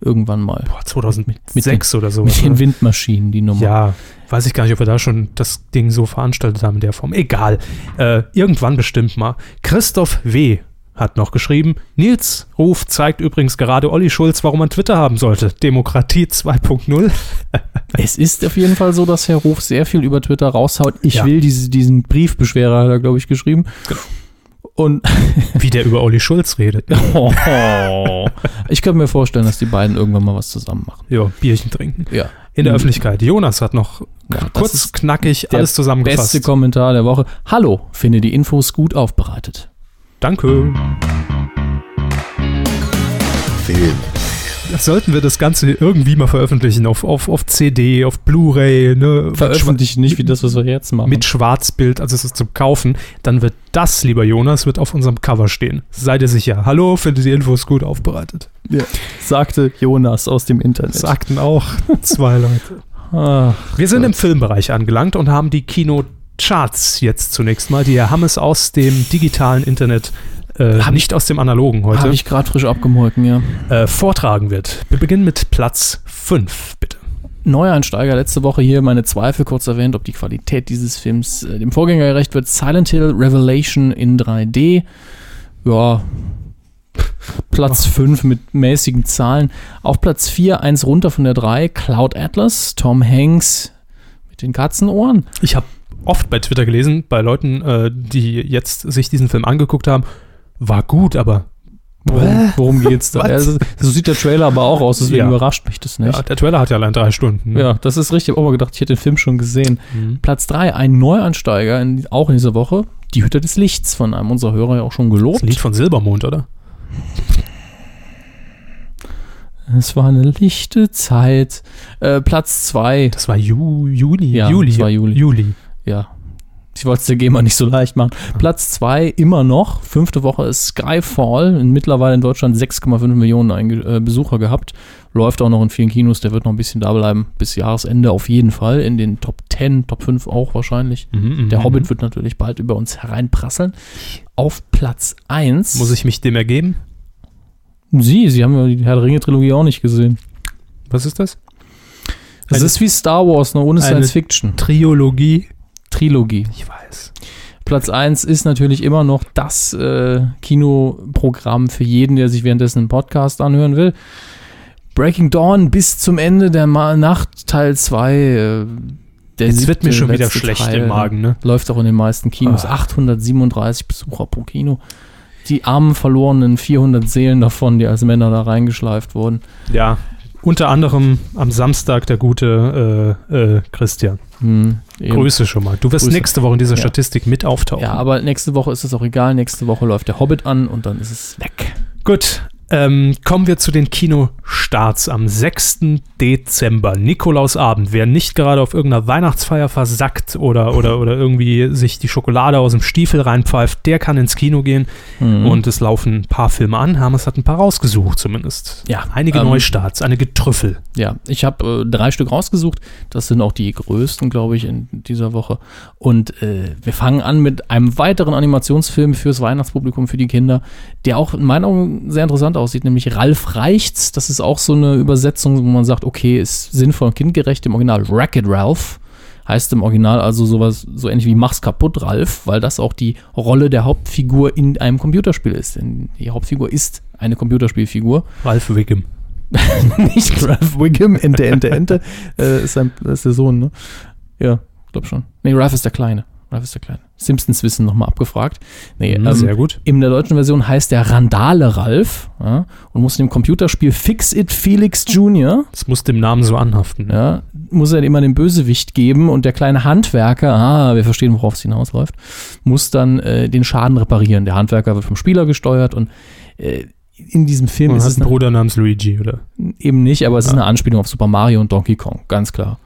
Irgendwann mal.
Boah, 2006
Mit den-
oder so.
Mit den Windmaschinen, die Nummer.
Ja, weiß ich gar nicht, ob wir da schon das Ding so veranstaltet haben in der Form. Egal. Äh, irgendwann bestimmt mal. Christoph W. hat noch geschrieben, Nils Ruf zeigt übrigens gerade Olli Schulz, warum man Twitter haben sollte. Demokratie 2.0.
Es ist auf jeden Fall so, dass Herr Ruf sehr viel über Twitter raushaut. Ich
Ja.
will diese, diesen Briefbeschwerer, hat er, glaube ich, geschrieben. Und
Wie der über Olli Schulz redet.
ich könnte mir vorstellen, dass die beiden irgendwann mal was zusammen machen.
Ja, Bierchen trinken.
Ja.
In der
Mhm.
Öffentlichkeit. Jonas hat noch
Ja, das
kurz,
ist
knackig
der
alles
Beste
zusammengefasst.
Kommentar der Woche. Hallo, finde die Infos gut aufbereitet.
Danke.
Film.
Sollten wir das Ganze irgendwie mal veröffentlichen? Auf, auf, auf CD, auf Blu-ray, ne?
Veröffentlichen nicht wie das, was wir jetzt machen.
mit Schwarzbild, also es ist zum Kaufen, dann wird das, lieber Jonas, wird auf unserem Cover stehen. Seid ihr sicher. Hallo, findet die Infos gut aufbereitet.
sagte Jonas aus dem Internet. Ah.
Sagten auch zwei Leute.
Ach,
Wir sind im Filmbereich angelangt und haben die Kinocharts jetzt zunächst mal, die Herr Hammes aus dem digitalen Internet, äh,
Hab ich-
nicht aus dem analogen
habe
heute,
ich gerade frisch abgemolken, ja.
äh, vortragen wird. Wir beginnen mit Platz 5, bitte.
Neueinsteiger letzte Woche hier meine Zweifel kurz erwähnt, ob die Qualität dieses Films äh, dem Vorgänger gerecht wird. Silent Hill Revelation in 3D. Ja. Platz 5 mit mäßigen Zahlen. Auf Platz 4, eins runter von der 3, Cloud Atlas, Tom Hanks mit den Katzenohren.
Ich habe oft bei Twitter gelesen, bei Leuten, äh, die jetzt sich diesen Film angeguckt haben, war gut, aber
Worum, worum geht's da?
Was?
Ja, das ist- so sieht der Trailer aber auch aus, deswegen
Ja.
überrascht mich das nicht.
Ja, der Trailer hat ja allein drei Stunden. ne?
Ja, das ist richtig. Ich habe auch mal gedacht, ich hätte den Film schon gesehen.
Mhm.
Platz 3, ein Neuansteiger, in, auch in dieser Woche, Die Hütte des Lichts, von einem unserer Hörer ja auch schon
Das
gelobt.
Lied von Silbermond, oder?
Es war eine lichte Zeit. Äh, Platz 2,
Das war Ju Juli.
Ja,
Juli.
das war Juli.
Juli.
ja, ich wollte es der GEMA nicht so leicht machen. Platz 2 immer noch, fünfte Woche ist Skyfall, in mittlerweile in Deutschland 6,5 Millionen Einge äh, Besucher gehabt. Läuft auch noch in vielen Kinos, der wird noch ein bisschen da bleiben, bis Jahresende auf jeden Fall, in den Top 10, Top 5 auch wahrscheinlich. Der Mhm. Hobbit wird natürlich bald über uns hereinprasseln. Auf Platz 1.
Muss ich mich dem ergeben?
Sie, Sie haben ja die Herr der Ringe-Trilogie auch nicht gesehen.
Was ist das?
Das
Eine-
ist wie Star Wars, nur ohne
eine-
Science-Fiction.
Triologie.
Trilogie.
Ich weiß.
Platz 1 ist natürlich immer noch das äh, Kinoprogramm für jeden, der sich währenddessen einen Podcast anhören will. Breaking Dawn bis zum Ende der Ma Nacht, Teil 2. Äh, der
Jetzt wird mir
siebte,
schon wieder
letzte
schlecht
Teil.
im Magen, Ah. ne?
Läuft auch in den meisten Kinos. 837 Besucher pro Kino. Die armen verlorenen 400 Seelen davon, die als Männer da reingeschleift wurden.
Ja. Unter anderem am Samstag der gute äh, äh, Christian.
Hm, eben.
Grüße schon mal. Du wirst
Grüße.
nächste Woche in dieser
Ja.
Statistik mit auftauchen.
Ja, aber nächste Woche ist es auch egal. Nächste Woche läuft der Hobbit an und dann ist es weg.
Gut, ähm, kommen wir zu den Kinostarts am 6. Dezember, Nikolausabend. Wer nicht gerade auf irgendeiner Weihnachtsfeier versackt oder, oder, oder irgendwie sich die Schokolade aus dem Stiefel reinpfeift, der kann ins Kino gehen Mhm.
Mhm.
und es laufen ein paar Filme an. Hames hat ein paar rausgesucht zumindest.
ja,
Einige
ähm,
Neustarts, einige Trüffel.
Ja, ich habe äh, drei Stück rausgesucht. Das sind auch die größten, glaube ich, in dieser Woche. Und äh, wir fangen an mit einem weiteren Animationsfilm fürs Weihnachtspublikum, für die Kinder, der auch in meinen Augen sehr interessant aussieht, nämlich Ralf reicht's. Das ist auch so eine Übersetzung, wo man sagt, okay, ist sinnvoll und kindgerecht im Original. Racket Ralph heißt im Original also sowas so ähnlich wie Mach's kaputt, Ralf, weil das auch die Rolle der Hauptfigur in einem Computerspiel ist. Denn die Hauptfigur ist eine Computerspielfigur
Ralf Wiggum.
nicht Ralph Wiggum, Ente, Ente, Ente. äh, ist, sein, ist der Sohn, ne? Ja, glaub schon. Nee, Ralph ist der Kleine. Ralf ist der Kleine. Simpsons Wissen nochmal abgefragt. Nee,
Mhm,
ähm,
sehr gut.
in der deutschen Version heißt der Randale Ralf ja, und muss in dem Computerspiel Fix It Felix Jr.
Das muss dem Namen so anhaften.
Ja, muss er immer den Bösewicht geben und der kleine Handwerker, ah, wir verstehen, worauf es hinausläuft, muss dann äh, den Schaden reparieren. Der Handwerker wird vom Spieler gesteuert und äh, in diesem Film
Man
ist
hat
es
einen
eine,
Bruder namens Luigi, oder?
eben nicht, aber es ist eine Anspielung auf Super Mario und Donkey Kong, ganz klar.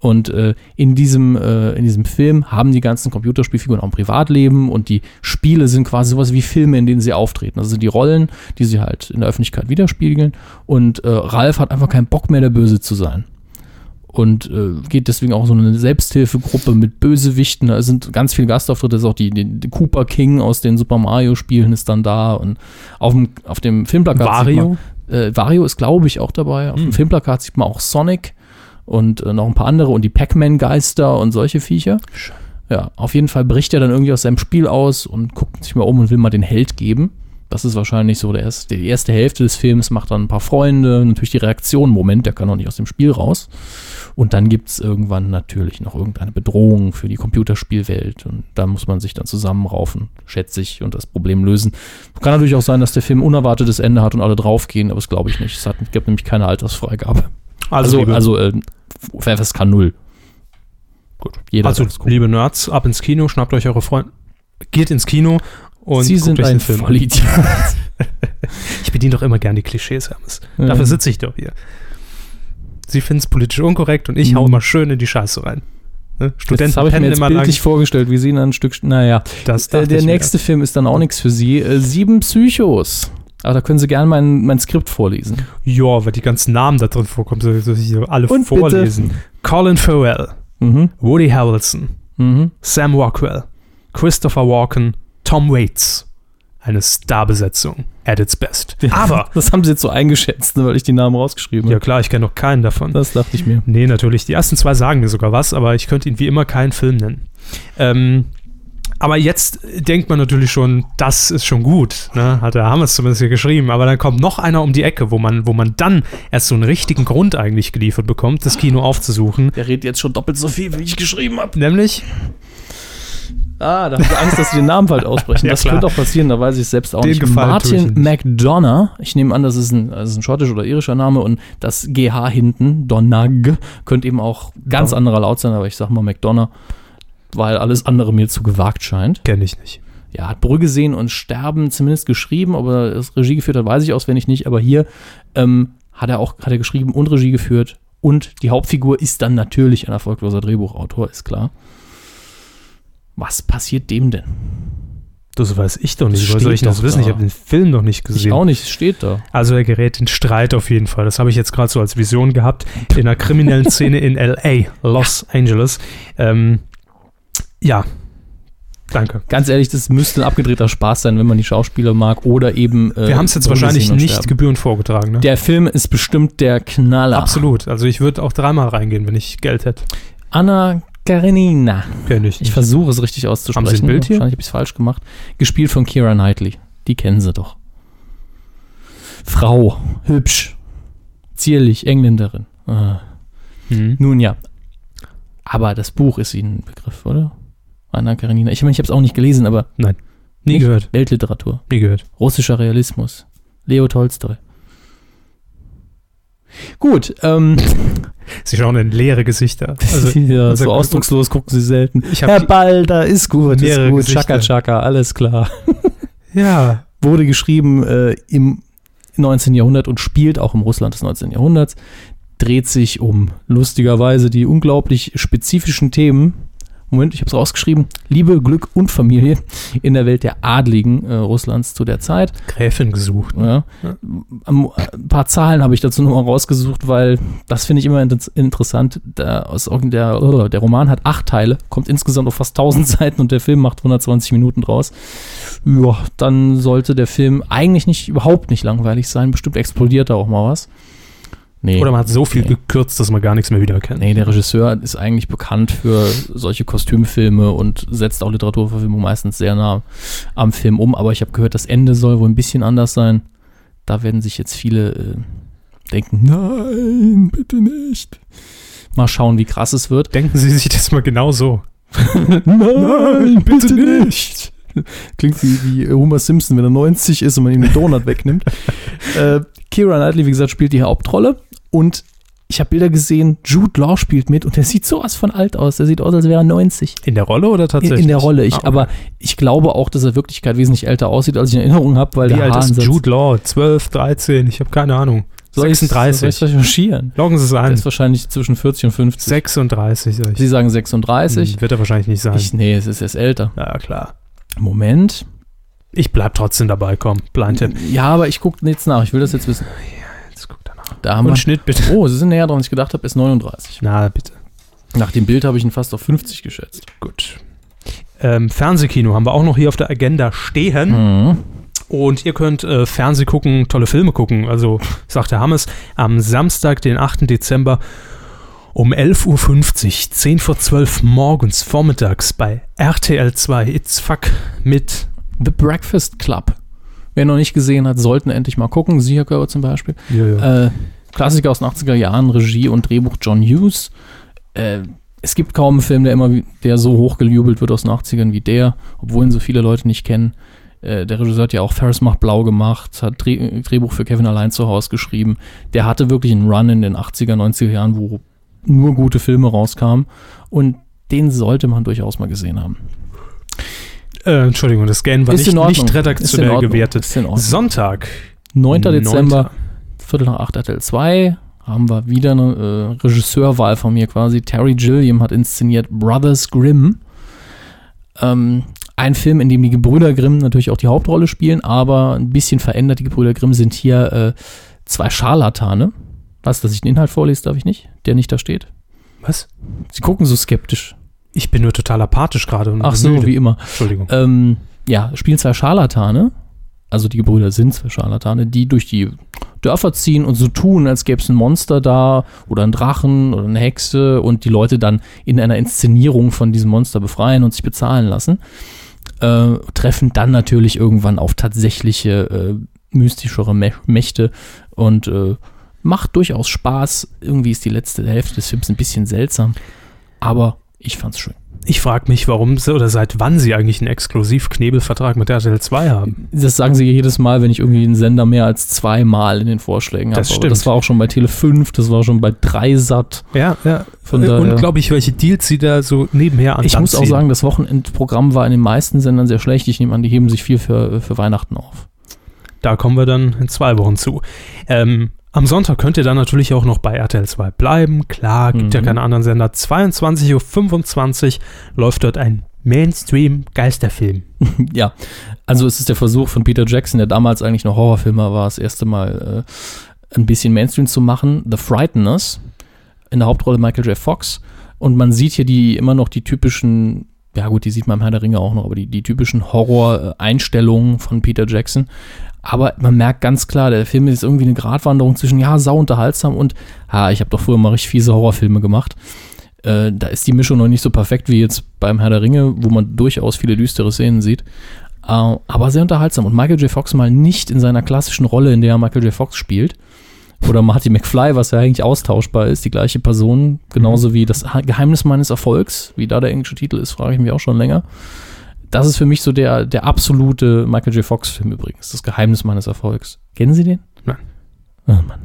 Und äh, in, diesem, äh, in diesem Film haben die ganzen Computerspielfiguren auch ein Privatleben und die Spiele sind quasi sowas wie Filme, in denen sie auftreten. Also sind die Rollen, die sie halt in der Öffentlichkeit widerspiegeln. Und äh, Ralf hat einfach keinen Bock mehr, der Böse zu sein. Und äh, geht deswegen auch so eine Selbsthilfegruppe mit Bösewichten. Da sind ganz viele Gastauftritte. Das ist auch die, die, die Cooper King aus den Super Mario-Spielen ist dann da. Und auf dem, auf dem Filmplakat sieht man-
Wario?
äh, Wario ist, glaube ich, auch dabei. Auf dem Filmplakat sieht man auch Sonic und äh, noch ein paar andere und die Pac-Man-Geister und solche Viecher.
Schön.
Ja, auf jeden Fall bricht er dann irgendwie aus seinem Spiel aus und guckt sich mal um und will mal den Held geben. Das ist wahrscheinlich so der erste, die erste Hälfte des Films, macht dann ein paar Freunde, natürlich die Reaktion, Moment, der kann doch nicht aus dem Spiel raus. Und dann gibt es irgendwann natürlich noch irgendeine Bedrohung für die Computerspielwelt und da muss man sich dann zusammenraufen, schätze ich, und das Problem lösen. Kann natürlich auch sein, dass der Film ein unerwartetes Ende hat und alle draufgehen, aber das glaube ich nicht. Es hat, gibt nämlich keine Altersfreigabe. Also,
liebe-
also, äh, FSK 0. Gut. Jeder
also
darf es gucken.
liebe Nerds, ab ins Kino, schnappt euch eure Freunde, geht ins Kino und
Sie
guckt
sind
euch den
ein
Film an.
Vollidiot.
Ich bediene doch immer gern die Klischees, Hermes.
Ähm.
Dafür sitze ich doch hier. Sie finden es politisch unkorrekt und ich hau
Mhm.
immer schön in die Scheiße rein. Ne?
Studenten
Studenten
habe ich mir
pennen
jetzt
immer lang.
bildlich vorgestellt, wie sie in ein Stück. Naja,
Das
äh,
dachte
der
ich mir.
nächste Film ist dann auch nichts für sie. Äh, Sieben Psychos. Aber da können Sie gerne mein, mein Skript vorlesen.
Ja, weil die ganzen Namen da drin vorkommen, soll ich soll ich hier alle
Und bitte.
vorlesen. Colin Farrell,
Mhm.
Woody Harrelson,
Mhm.
Sam Rockwell, Christopher Walken, Tom Waits. Eine Starbesetzung at its best. Aber,
Das haben Sie jetzt so eingeschätzt, ne, weil ich die Namen rausgeschrieben
ja
habe.
klar, ich kenne noch keinen davon.
Das dachte ich mir.
Nee, natürlich. Die ersten zwei sagen mir sogar was, aber ich könnte ihn wie immer keinen Film nennen. Ähm, aber jetzt denkt man natürlich schon, das ist schon gut. Ne? Hat der Hammers zumindest hier geschrieben. Aber dann kommt noch einer um die Ecke, wo man, wo man dann erst so einen richtigen Grund eigentlich geliefert bekommt, das Kino aufzusuchen.
Der redet jetzt schon doppelt so viel, wie ich geschrieben habe.
Nämlich,
Ah, da haben sie Angst, dass sie den Namen falsch aussprechen.
Ja,
das
klar.
könnte auch passieren, da weiß ich es selbst auch
Den
nicht.
Gefallen tue ich
Martin
ihnen
McDonough, ich nehme an, das ist, ein, das ist ein schottischer oder irischer Name und das GH hinten, Donag, könnte eben auch ganz
Don-
anderer Laut sein, aber ich sag mal McDonough, weil alles andere mir zu gewagt scheint.
kenne ich nicht.
Ja, hat Brügge sehen und Sterben zumindest geschrieben, aber das Regie geführt hat, weiß ich auswendig nicht, aber hier ähm, hat er auch hat er geschrieben und Regie geführt und die Hauptfigur ist dann natürlich ein erfolgloser Drehbuchautor, ist klar. Was passiert dem denn?
Das weiß ich doch nicht.
Das
Woher soll ich
steht
das
doch
wissen?
da.
Ich habe den Film noch nicht
Ich
gesehen.
auch nicht, es steht da.
Also er gerät in Streit auf jeden Fall. Das habe ich jetzt gerade so als Vision gehabt. In einer kriminellen Szene in L.A., Los Angeles. Ähm, ja. Danke.
Ganz ehrlich, das müsste ein abgedrehter Spaß sein, wenn man die Schauspieler mag oder eben. äh,
Wir haben es jetzt
Brügge
wahrscheinlich
sehen und
nicht
sterben.
gebührend vorgetragen. Ne?
Der Film ist bestimmt der Knaller.
Absolut. Also ich würde auch dreimal reingehen, wenn ich Geld hätte.
Anna Karenina.
Kenne ich.
Ich versuche es richtig auszusprechen.
Mhm. Haben Sie ein Bild hier?
Wahrscheinlich habe ich es falsch gemacht. Gespielt von Kira Knightley. Die kennen Sie doch. Frau. Hübsch. Zierlich. Engländerin. Ah.
Mhm.
Nun ja. Aber das Buch ist Ihnen ein Begriff, oder? Anna Karenina. Ich meine, ich habe es auch nicht gelesen, aber
Nie
Nicht?
gehört.
Weltliteratur.
Nie gehört.
Russischer Realismus. Leo Tolstoi. Gut, ähm,
Sie schauen in leere Gesichter. Also
ja,
unser-
so ausdruckslos gucken sie selten.
ich
Herr
habe
Balder, ist gut, ist
mehrere
gut.
Gesichter.
Chaka Chaka, alles klar.
ja.
Wurde geschrieben äh, im 19. Jahrhundert und spielt auch im Russland des 19. Jahrhunderts. Dreht sich um lustigerweise die unglaublich spezifischen Themen. Moment, ich habe es rausgeschrieben. Liebe, Glück und Familie in der Welt der Adligen äh, Russlands zu der Zeit.
Gräfin gesucht.
Ja.
Ja.
Am- Ein paar Zahlen habe ich dazu nochmal rausgesucht, weil das finde ich immer inter- interessant. Der, aus, irgendein- der, der Roman hat acht Teile, kommt insgesamt auf fast 1000 Seiten und der Film macht 120 Minuten draus. Ja, dann sollte der Film eigentlich nicht, überhaupt nicht langweilig sein. Bestimmt explodiert da auch mal was. Nee.
Oder man hat so viel
Nee.
gekürzt, dass man gar nichts mehr wiedererkennt.
Nee, der Regisseur ist eigentlich bekannt für solche Kostümfilme und setzt auch Literaturverfilmung meistens sehr nah am Film um. Aber ich habe gehört, das Ende soll wohl ein bisschen anders sein. Da werden sich jetzt viele äh, denken, nein, bitte nicht. Mal schauen, wie krass es wird.
Denken Sie sich das mal genau so.
Nein, bitte nicht. Klingt wie, wie Homer Simpson, wenn er 90 ist und man ihm den Donut wegnimmt. Äh, Kira Knightley, wie gesagt, spielt die Hauptrolle und ich habe Bilder gesehen, Jude Law spielt mit und der sieht sowas von alt aus. Der sieht aus, als wäre er 90.
In der Rolle oder
In,
tatsächlich?
in der Rolle. Ich,
Ah, okay.
Aber ich glaube auch, dass er in Wirklichkeit wesentlich älter aussieht, als ich in Erinnerung habe, weil
Wie
der
alt ist
Haaransatz-
Jude Law? 12, 13, ich habe keine Ahnung.
Soll ich- Soll
36.
ich recherchieren?
Loggen Sie es
Der
ein.
ist wahrscheinlich zwischen 40 und 50.
36. sag ich.
Sie sagen 36.
Hm, Wird er wahrscheinlich nicht sein.
Ich, nee, es ist erst älter.
ja, klar.
Moment.
Ich bleib trotzdem dabei, komm. Blind Tipp.
Ja, aber ich gucke jetzt nach. Ich will das jetzt wissen.
Jetzt guck danach.
Da haben
Und
wir.
Schnitt bitte.
Oh, sie sind näher dran, als ich gedacht habe, ist 39.
Na, bitte.
Nach dem Bild habe ich ihn fast auf 50 geschätzt.
Gut. Ähm, Fernsehkino haben wir auch noch hier auf der Agenda stehen.
Mhm.
Und ihr könnt äh, Fernseh gucken, tolle Filme gucken. Also, sagt der Hammes, am Samstag, den 8. Dezember um 11.50 Uhr, 10 vor 12 morgens, vormittags bei RTL 2 It's Fuck mit.
The Breakfast Club. Wer noch nicht gesehen hat, sollten endlich mal gucken. Sie, Herr Körber zum Beispiel. Äh, Klassiker aus den 80er Jahren, Regie und Drehbuch John Hughes. Äh, es gibt kaum einen Film, der immer wie- der so hoch gejubelt wird aus den 80ern wie der, obwohl ihn so viele Leute nicht kennen. Äh, der Regisseur hat ja auch Ferris macht blau gemacht, hat Dreh, Drehbuch für Kevin allein zu Hause geschrieben. Der hatte wirklich einen Run in den 80er, 90er Jahren, wo nur gute Filme rauskamen. Und den sollte man durchaus mal gesehen haben.
Äh, Entschuldigung, das Scan war
Ist
nicht,
in Ordnung.
nicht
Ist in
redaktionell
Ordnung.
gewertet.
Ist in Ordnung.
Sonntag.
9. Dezember, Viertel nach acht RTL 2 haben wir wieder eine äh, Regisseurwahl von mir quasi. Terry Gilliam hat inszeniert Brothers Grimm. Ähm, ein Film, in dem die Gebrüder Grimm natürlich auch die Hauptrolle spielen, aber ein bisschen verändert. Die Gebrüder Grimm sind hier äh, zwei Scharlatane. Was, dass ich den Inhalt vorlese, darf ich nicht? Der nicht da steht.
Was?
Sie gucken so skeptisch.
Ich bin nur total apathisch gerade. und
Ach so,
müde.
wie immer.
Entschuldigung.
Ähm, ja, spielen zwei Scharlatane, also die Gebrüder sind zwei Scharlatane, die durch die Dörfer ziehen und so tun, als gäbe es ein Monster da oder einen Drachen oder eine Hexe und die Leute dann in einer Inszenierung von diesem Monster befreien und sich bezahlen lassen. Äh, treffen dann natürlich irgendwann auf tatsächliche äh, mystischere Mä- Mächte und äh, macht durchaus Spaß. Irgendwie ist die letzte Hälfte des Films ein bisschen seltsam, aber ich fand's schön.
Ich frage mich, warum sie oder seit wann sie eigentlich einen Exklusiv-Knebelvertrag mit RTL 2 haben.
Das sagen sie jedes Mal, wenn ich irgendwie einen Sender mehr als zweimal in den Vorschlägen habe.
Das
Aber
stimmt.
Das war auch schon bei Tele 5, das war schon bei 3 Sat.
Ja, ja.
Von
Äh,
daher-
Unglaublich, welche Deals sie da so nebenher an
Ich
Land
muss auch
ziehen.
sagen, das Wochenendprogramm war in den meisten Sendern sehr schlecht. Ich nehme an, die heben sich viel für, für Weihnachten auf.
Da kommen wir dann in zwei Wochen zu. Ähm, am Sonntag könnt ihr dann natürlich auch noch bei RTL 2 bleiben. Klar, gibt ja
Mhm.
keinen anderen Sender. 22.25 Uhr läuft dort ein Mainstream-Geisterfilm.
ja, also es ist der Versuch von Peter Jackson, der damals eigentlich noch Horrorfilmer war, das erste Mal äh, ein bisschen Mainstream zu machen. The Frighteners, in der Hauptrolle Michael J. Fox. Und man sieht hier die immer noch die typischen, ja gut, die sieht man im Herr der Ringe auch noch, aber die, die typischen Horror-Einstellungen von Peter Jackson. Aber man merkt ganz klar, der Film ist irgendwie eine Gratwanderung zwischen, ja, sau unterhaltsam und, ha, ich habe doch früher mal richtig fiese Horrorfilme gemacht. Äh, da ist die Mischung noch nicht so perfekt wie jetzt beim Herr der Ringe, wo man durchaus viele düstere Szenen sieht. Äh, aber sehr unterhaltsam. Und Michael J. Fox mal nicht in seiner klassischen Rolle, in der er Michael J. Fox spielt. Oder Marty McFly, was ja eigentlich austauschbar ist, die gleiche Person,
Mhm.
genauso wie das Ha- Geheimnis meines Erfolgs, wie da der englische Titel ist, frage ich mich auch schon länger. Das ist für mich so der, der absolute Michael J. Fox-Film übrigens, das Geheimnis meines Erfolgs. Kennen Sie den?
Nein.
Oh Mann.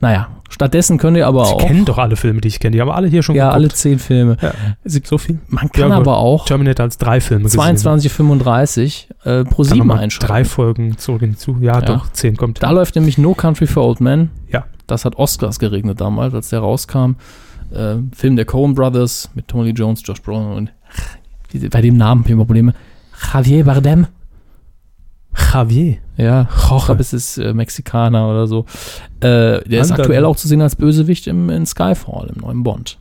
Naja, stattdessen könnt ihr aber
Sie
auch.
kennen doch alle Filme, die ich kenne. Die haben alle hier schon
Ja, alle zehn Filme.
Ja. So viel?
Man kann
Ja, gut.
aber auch
Terminator als drei Filme
22,35 äh, pro
gesehen.
7
mal
einschalten.
drei Folgen zurück hinzu. Ja,
Ja.
doch, zehn kommt.
Da läuft nämlich No Country for Old Men.
Ja.
Das hat Oscars geregnet damals, als der rauskam. Äh, Film der Coen Brothers mit Tony Jones, Josh Brolin und diese- bei dem Namen habe ich immer Probleme. Javier Bardem.
Javier.
Ja,
Jorge.
aber es ist äh, Mexikaner oder so. Äh, der ist
Andere.
aktuell auch zu sehen als Bösewicht im, in Skyfall, im neuen Bond.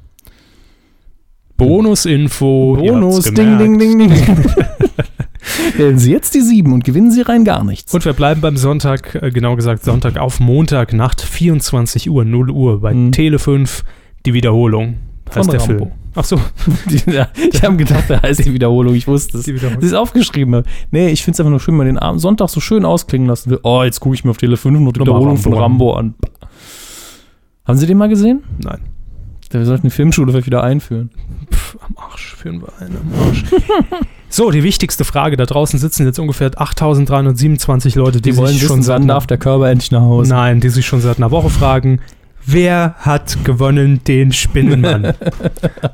Bonusinfo. Oh, ihr habt's gemerkt.
ding. Wählen Sie jetzt die sieben und gewinnen Sie rein gar nichts.
Und wir bleiben beim Sonntag, äh, genau gesagt Sonntag auf Montag, Nacht 24 Uhr, 0 Uhr bei
Mhm.
Tele 5, die Wiederholung.
Von
heißt der
Rambo.
Film. Ach so,
Die- ja, ich habe gedacht, da heißt die Wiederholung. Ich wusste es.
die Wiederholung.
Das ist aufgeschrieben. habe. Nee, ich finde es einfach nur schön, wenn man den Abend Sonntag so schön ausklingen lassen will. Oh, jetzt gucke ich mir auf Tele 5 und die
Nochmal
Wiederholung von
Rambo
Rambo an. Haben Sie den mal gesehen?
Nein,
Wir sollten die Filmschule vielleicht wieder einführen.
pff, am Arsch. Marsch führen wir eine Marsch. so, die wichtigste Frage. Da draußen sitzen jetzt ungefähr 8.327 Leute, die,
Die wollen
sich
wissen,
schon seit
wann
einer-
darf der Körper endlich nach Hause?
Nein, die sich schon seit einer Woche fragen, wer hat gewonnen den Spinnenmann?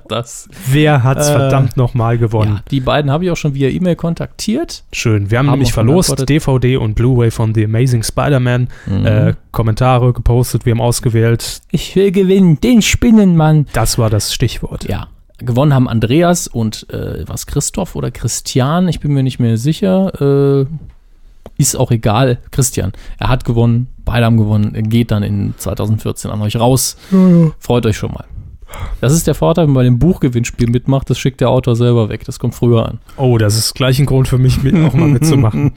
Das.
wer hat's
Äh,
verdammt nochmal gewonnen?
Ja, die beiden habe ich auch schon via E-Mail kontaktiert.
Schön. Wir haben,
Haben
nämlich
auch
verlost
geantwortet.
DVD und Blu-ray von The Amazing Spider-Man. Äh, Kommentare gepostet, wir haben ausgewählt.
Ich will gewinnen, den Spinnenmann.
Das war das Stichwort.
Ja, gewonnen haben Andreas und äh, was Christoph oder Christian, ich bin mir nicht mehr sicher. Äh, ist auch egal, Christian. Er hat gewonnen, beide haben gewonnen, Er geht dann in 2014 an euch raus. Freut euch schon mal. Das ist der Vorteil, wenn man bei dem Buchgewinnspiel mitmacht, das schickt der Autor selber weg, das kommt früher an.
Oh, das ist gleich ein Grund für mich, mit, auch mal mitzumachen.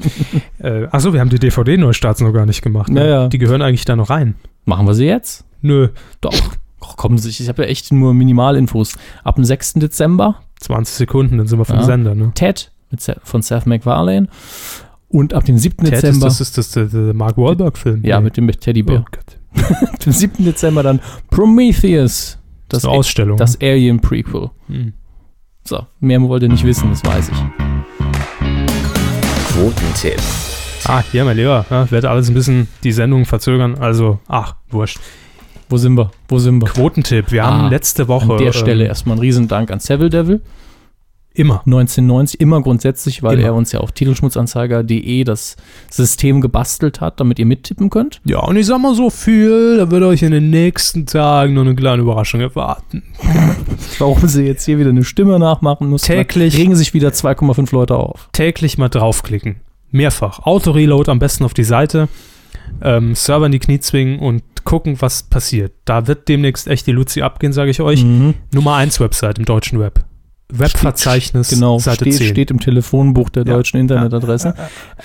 äh, Achso, wir haben die DVD-Neustarts noch gar nicht gemacht. ne?
Naja.
Die gehören eigentlich da noch rein.
Machen wir sie jetzt?
Nö,
Doch. Ach, kommen Sie, ich habe ja echt nur Minimalinfos. Ab dem 6. Dezember
20 Sekunden, dann sind wir vom
Ja.
Sender. Ne?
Ted mit, Seth- von Seth MacFarlane und ab dem 7.
Ted ist
Dezember
das, ist das der, der Mark Wahlberg-Film.
ja,
Nee.
mit dem
oh
Teddybär.
Gott.
Ab dem 7. Dezember dann Prometheus,
Das
das, e-
ist eine Ausstellung.
das Alien Prequel.
Hm.
So, mehr wollt ihr nicht wissen, das weiß ich.
Quotentipp.
Ah, ja, mein Lieber. Ja, werde alles ein bisschen die Sendung verzögern. Also, ach, wurscht.
Wo sind wir? Wo sind wir?
Quotentipp. Wir
Ah,
haben letzte Woche.
An der Stelle
Ähm,
erstmal einen riesen Dank an Seville Devil
immer.
1990 immer grundsätzlich, weil
Immer.
er uns ja auf titelschmutzanzeiger.de das System gebastelt hat, damit ihr mittippen könnt.
Ja, und ich sag mal so viel, da wird euch in den nächsten Tagen noch eine kleine Überraschung erwarten.
Warum sie jetzt hier wieder eine Stimme nachmachen muss.
Täglich.
regen sich wieder 2,5 Leute auf.
Täglich mal draufklicken. Mehrfach. Auto-Reload am besten auf die Seite, ähm, Server in die Knie zwingen und gucken, was passiert. Da wird demnächst echt die Luzi abgehen, sage ich
Mhm.
euch. Nummer 1 Website im deutschen Web. Webverzeichnis,
Genau,
Seite
steht,
10.
steht im Telefonbuch der
Ja.
deutschen Internetadressen.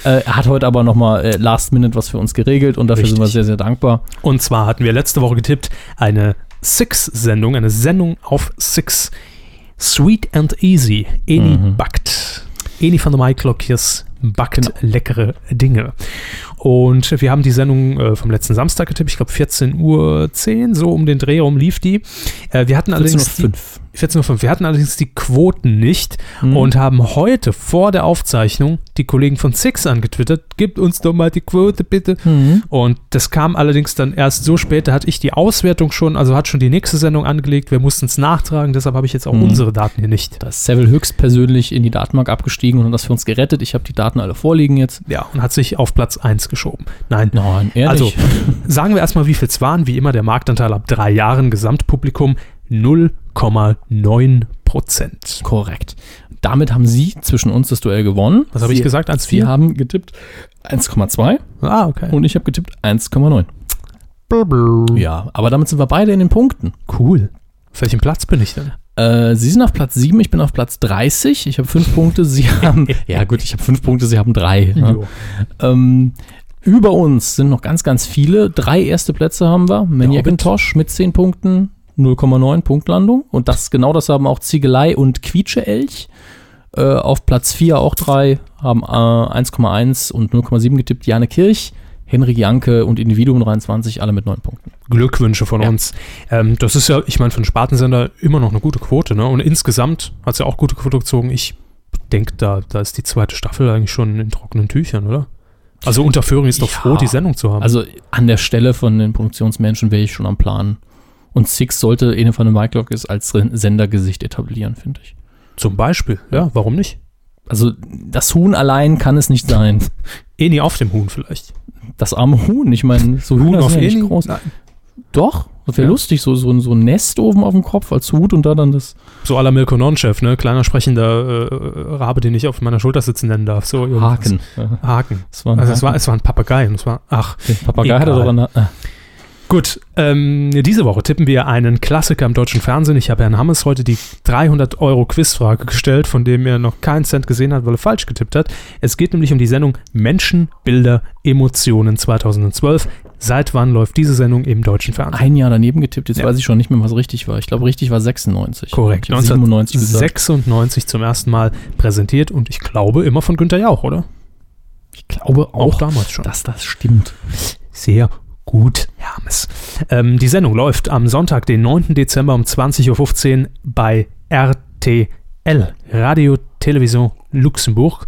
Äh, er hat heute aber nochmal äh, Last Minute was für uns geregelt und dafür sind wir
Richtig.
sehr, sehr dankbar.
Und zwar hatten wir letzte Woche getippt, eine Six-Sendung, eine Sendung auf Six. Sweet and Easy. Eni
Mhm. Genau.
backt. Eni von der Maiklokjes backt leckere Dinge. Und wir haben die Sendung äh, vom letzten Samstag getippt, ich glaube 14.10 Uhr, so um den Dreh rum lief die. Äh, wir hatten allerdings die-
14.05.
14.05 Uhr. Wir hatten allerdings die Quoten nicht
Mhm.
und haben heute vor der Aufzeichnung die Kollegen von Six angetwittert, gibt uns doch mal die Quote bitte.
Mhm.
Und das kam allerdings dann erst so spät, da hatte ich die Auswertung schon, also hat schon die nächste Sendung angelegt, wir mussten es nachtragen, deshalb habe ich jetzt auch
Mhm.
unsere Daten hier nicht.
Da ist Seville höchstpersönlich in die Datenbank abgestiegen und hat das für uns gerettet. Ich habe die Daten alle vorliegen jetzt.
Ja, und hat sich auf Platz 1 geschoben. Nein,
Nein, ehrlich.
Also, sagen wir erstmal, wie viel es waren. Wie immer, der Marktanteil ab drei Jahren Gesamtpublikum 0,9 Prozent.
korrekt. Damit haben Sie zwischen uns das Duell gewonnen.
Was habe ich
Sie-
gesagt?
Sie
1,4?
haben getippt 1,2
Ah, okay.
und ich habe getippt 1,9. Ja, aber damit sind wir beide in den Punkten.
Cool. Auf welchem Platz bin ich denn?
Äh, Sie sind auf Platz 7, ich bin auf Platz 30. Ich habe 5 Punkte, Sie haben. ja, gut, ich habe 5 Punkte, Sie haben 3. Ne?
Jo.
Ähm, über uns sind noch ganz, ganz viele. Drei erste Plätze haben wir. Maniacintosh mit 10 Punkten, 0,9 Punktlandung. Und das genau das haben auch Ziegelei und Quietscheelch. Äh, auf Platz 4 auch drei, haben äh, 1,1 und 0,7 getippt. Jane Kirch, Henrik Janke und Individuum 23, alle mit 9 Punkten.
Glückwünsche von
Ja.
uns. Ähm, das ist ja, ich meine, für einen Spartensender immer noch eine gute Quote. Ne? Und insgesamt hat es ja auch gute Quote gezogen. Ich denke, da, da ist die zweite Staffel eigentlich schon in trockenen Tüchern, oder? Also unter Föhring ist doch
Ja.
froh, die Sendung zu haben.
Also an der Stelle von den Produktionsmenschen wäre ich schon am Plan. Und Six sollte Ene von den Myclock ist als Ren- Sendergesicht etablieren, finde ich.
Zum Beispiel, ja, warum nicht?
Also das Huhn allein kann es nicht sein.
Eni auf dem Huhn vielleicht.
Das arme Huhn, ich meine, so Hühner sind ja nicht groß.
Nein.
Doch, das wäre
Ja.
lustig, so, so, ein- so ein Nest oben auf dem Kopf als Hut und da dann das.
So aller Mirko Nonchef, ne? Kleiner sprechender äh, Rabe, den ich auf meiner Schulter sitzen nennen darf. So irgendwas.
Haken. Ja,
Haken.
Das war ein
Also es war,
Haken.
es war ein Papagei und es war, ach.
Den Papagei hat er
egal.
doch an der, äh,
Gut, ähm, diese Woche tippen wir einen Klassiker im deutschen Fernsehen. Ich habe Herrn Hammes heute die 300 Euro Quizfrage gestellt, von dem er noch keinen Cent gesehen hat, weil er falsch getippt hat. Es geht nämlich um die Sendung Menschen, Bilder, Emotionen 2012. Seit wann läuft diese Sendung im deutschen Fernsehen?
ein Jahr daneben getippt. Jetzt
Ja.
weiß ich schon nicht mehr, was richtig war. Ich glaube, richtig war 96.
Korrekt.
Ich hab 97 gesagt.
1996 zum ersten Mal präsentiert und ich glaube immer von Günther Jauch, oder?
Ich glaube
Auch
auch,
damals schon.
dass das stimmt.
Sehr gut, Hermes. Ähm, die Sendung läuft am Sonntag, den 9. Dezember um 20.15 Uhr bei RTL. RTL, Radio Television Luxemburg.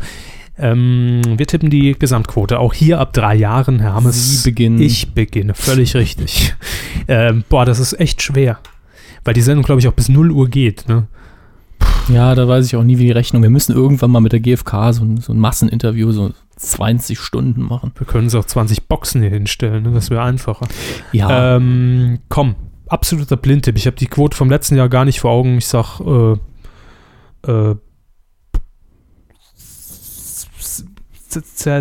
Ähm, wir tippen die Gesamtquote. Auch hier ab drei Jahren, Herr Hammes.
Sie beginnen.
Ich beginne, völlig richtig. Ähm, boah, das ist echt schwer. Weil die Sendung, glaube ich, auch bis 0 Uhr geht. Ne?
Ja, da weiß ich auch nie, wie die Rechnung. Wir müssen irgendwann mal mit der GfK so ein, so ein Masseninterview, so 20 Stunden machen.
Wir können uns auch 20 Boxen hier hinstellen, ne? das wäre einfacher.
Ja.
Ähm, komm, absoluter Blindtipp. Ich habe die Quote vom letzten Jahr gar nicht vor Augen. Ich sag äh, äh,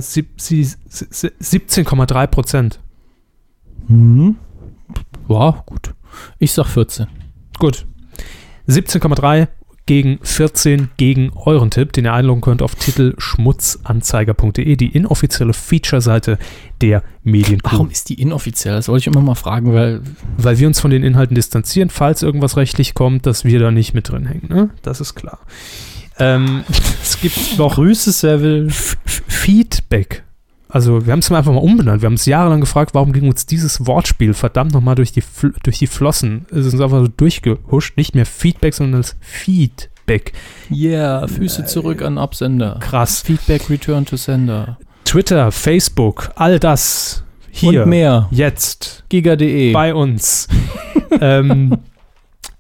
sieb- sieb- sieb- sieb- 17,3 Prozent.
Mhm. Ja, gut. Ich sag 14.
Gut. 17,3 gegen 14 gegen euren Tipp, den ihr einloggen könnt auf titelschmutzanzeiger.de, E, die inoffizielle Feature-Seite der Medienkuh.
Warum ist die inoffiziell? Das wollte ich immer mal fragen, weil
weil wir uns von den Inhalten distanzieren, falls irgendwas rechtlich kommt, dass wir da nicht mit drin hängen. Ne? Das ist klar. Ähm, es gibt noch
Grüße Seville.
F F Feedback. Also wir haben es mal einfach mal umbenannt. Wir haben es jahrelang gefragt, warum ging uns dieses Wortspiel verdammt nochmal durch die, Fl durch die Flossen. Es ist uns einfach so durchgehuscht. Nicht mehr Feedback, sondern das Feedback.
Yeah, Äh, Füße zurück an Absender.
Krass.
Feedback Return to Sender.
Twitter, Facebook, all das hier,
Und mehr.
jetzt,
Giga.de.
bei uns. ähm,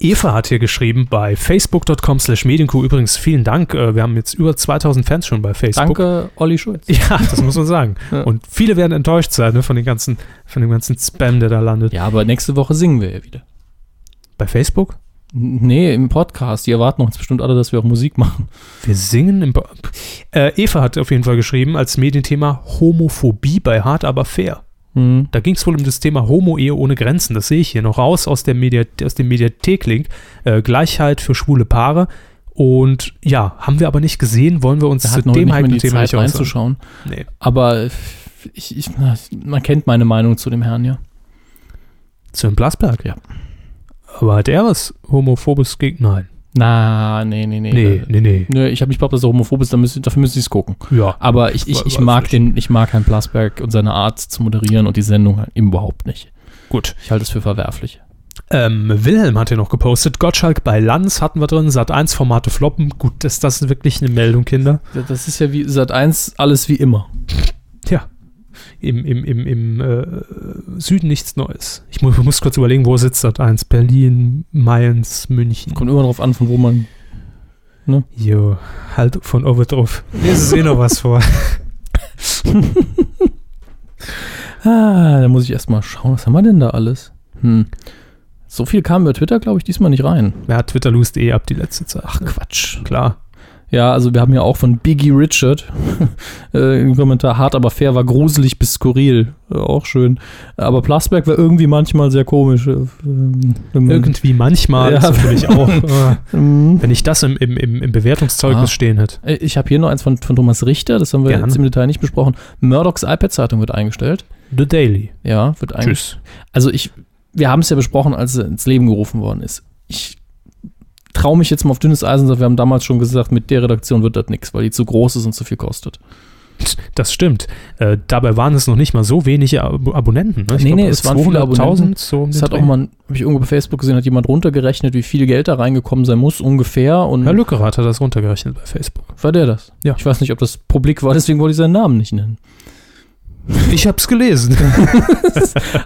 Eva hat hier geschrieben bei facebook.com slash medienkuh. Übrigens, vielen Dank. Äh, Wir haben jetzt über 2000 Fans schon bei Facebook.
Danke, Olli Schulz.
Ja, das muss man sagen.
Ja.
Und viele werden enttäuscht sein ne, von, den ganzen, von dem ganzen Spam, der da landet.
Ja, aber nächste Woche singen wir ja wieder.
Bei Facebook?
N- Nee, im Podcast. Die erwarten uns bestimmt alle, dass wir auch Musik machen.
Wir singen im... Bo äh, Eva hat auf jeden Fall geschrieben als Medienthema Homophobie bei Hart aber fair.
Hm.
Da ging es wohl um das Thema Homo-Ehe ohne Grenzen. Das sehe ich hier noch raus aus, der Media, aus dem Mediathek-Link. Äh, Gleichheit für schwule Paare. Und ja, haben wir aber nicht gesehen, wollen wir uns
Da
zu
hat noch nicht
dem
mal die
Heidentthema
Zeit
nicht äußern.
reinzuschauen.
Nee.
Aber ich, ich, na, man kennt meine Meinung zu dem Herrn, ja.
Zu dem Blasberg,
Ja.
Aber hat er was Homophobes gegen? Nein.
Na, nee, nee, äh, nee.
Nee, nee, nee.
Nö, ich habe nicht behauptet, dass er homophob ist, dann müsst, dafür müsst ihr es gucken.
Ja.
Aber ich, ich,
Weiß
ich
ich
mag
nicht.
den, ich mag Herrn Plasberg und seine Art zu moderieren und die Sendung halt eben überhaupt nicht.
Gut.
Ich halte es für verwerflich.
Ähm, Wilhelm hat hier noch gepostet. Gottschalk bei Lanz hatten wir drin. Sat1-Formate floppen. Gut, ist das wirklich eine Meldung, Kinder?
Das ist ja wie Sat 1 alles wie immer.
Im, im, im, im äh, Süden nichts Neues. Ich mu muss kurz überlegen, wo sitzt Sat1? Berlin, Mainz, München.
Kommt immer darauf an, von wo man.
Jo, halt von oben drauf. Lese es eh noch was vor.
Ah, da muss ich erstmal schauen, was haben wir denn da alles? Hm. So viel kam über Twitter, glaube ich, diesmal nicht rein.
Ja, Twitter lust eh ab die letzte Zeit. Ach,
Quatsch.
klar.
Ja, also wir haben ja auch von Biggie Richard äh, einen Kommentar, hart aber fair, war gruselig bis skurril. Äh, auch schön. Aber Plasberg war irgendwie manchmal sehr komisch. Äh, ähm,
Irgendwie manchmal
Ja.
ist natürlich auch. äh,
ähm,
wenn ich das im, im, im, im Bewertungszeugnis
Ah.
stehen hätte.
äh, ich habe hier noch eins von, von Thomas Richter, das haben wir
Gerne.
jetzt im Detail nicht besprochen. Murdochs iPad-Zeitung wird eingestellt.
The Daily.
Ja, wird eingestellt.
Tschüss.
Also ich, wir haben es ja besprochen, als sie ins Leben gerufen worden ist. Ich traue mich jetzt mal auf dünnes Eisen, wir haben damals schon gesagt, mit der Redaktion wird das nichts, weil die zu groß ist und zu viel kostet.
Das stimmt. Äh, dabei waren es noch nicht mal so wenige Ab Abonnenten. Ne?
Nee, nee, es waren viele
200.000,
Abonnenten.
So um
Es
den
hat auch
Dreh.
mal, habe ich irgendwo bei Facebook gesehen, hat jemand runtergerechnet, wie viel Geld da reingekommen sein muss, ungefähr. Und
Herr Lückerath hat das runtergerechnet bei Facebook.
war der das?
Ja.
Ich weiß nicht, ob das publik war, deswegen wollte ich seinen Namen nicht nennen.
Ich hab's gelesen.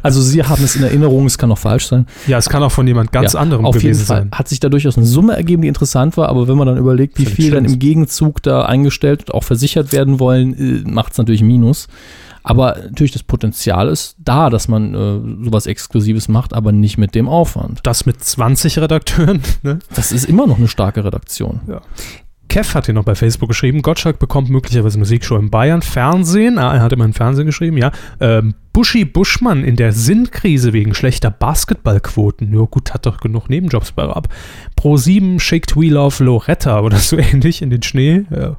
Also Sie haben es in Erinnerung, es kann auch falsch sein.
Ja, es kann auch von jemand ganz
Ja,
anderem
Auf jeden
gewesen
Fall
sein.
hat sich da durchaus eine Summe ergeben, die interessant war, aber wenn man dann überlegt, wie
Völlig
viel dann
stimmt.
im Gegenzug da eingestellt und auch versichert werden wollen, macht es natürlich Minus. Aber natürlich, das Potenzial ist da, dass man äh, sowas Exklusives macht, aber nicht mit dem Aufwand.
Das mit 20 Redakteuren. Ne?
Das ist immer noch eine starke Redaktion.
Kev hat hier noch bei Facebook geschrieben, Gottschalk bekommt möglicherweise Musikshow in Bayern, Fernsehen, ah, er hat immer im Fernsehen geschrieben, ja. Ähm, Buschi Buschmann in der Sinnkrise wegen schlechter Basketballquoten. Ja gut, hat doch genug Nebenjobs bei ab. Pro7 schickt We Love Loretta oder so ähnlich in den Schnee. Ja.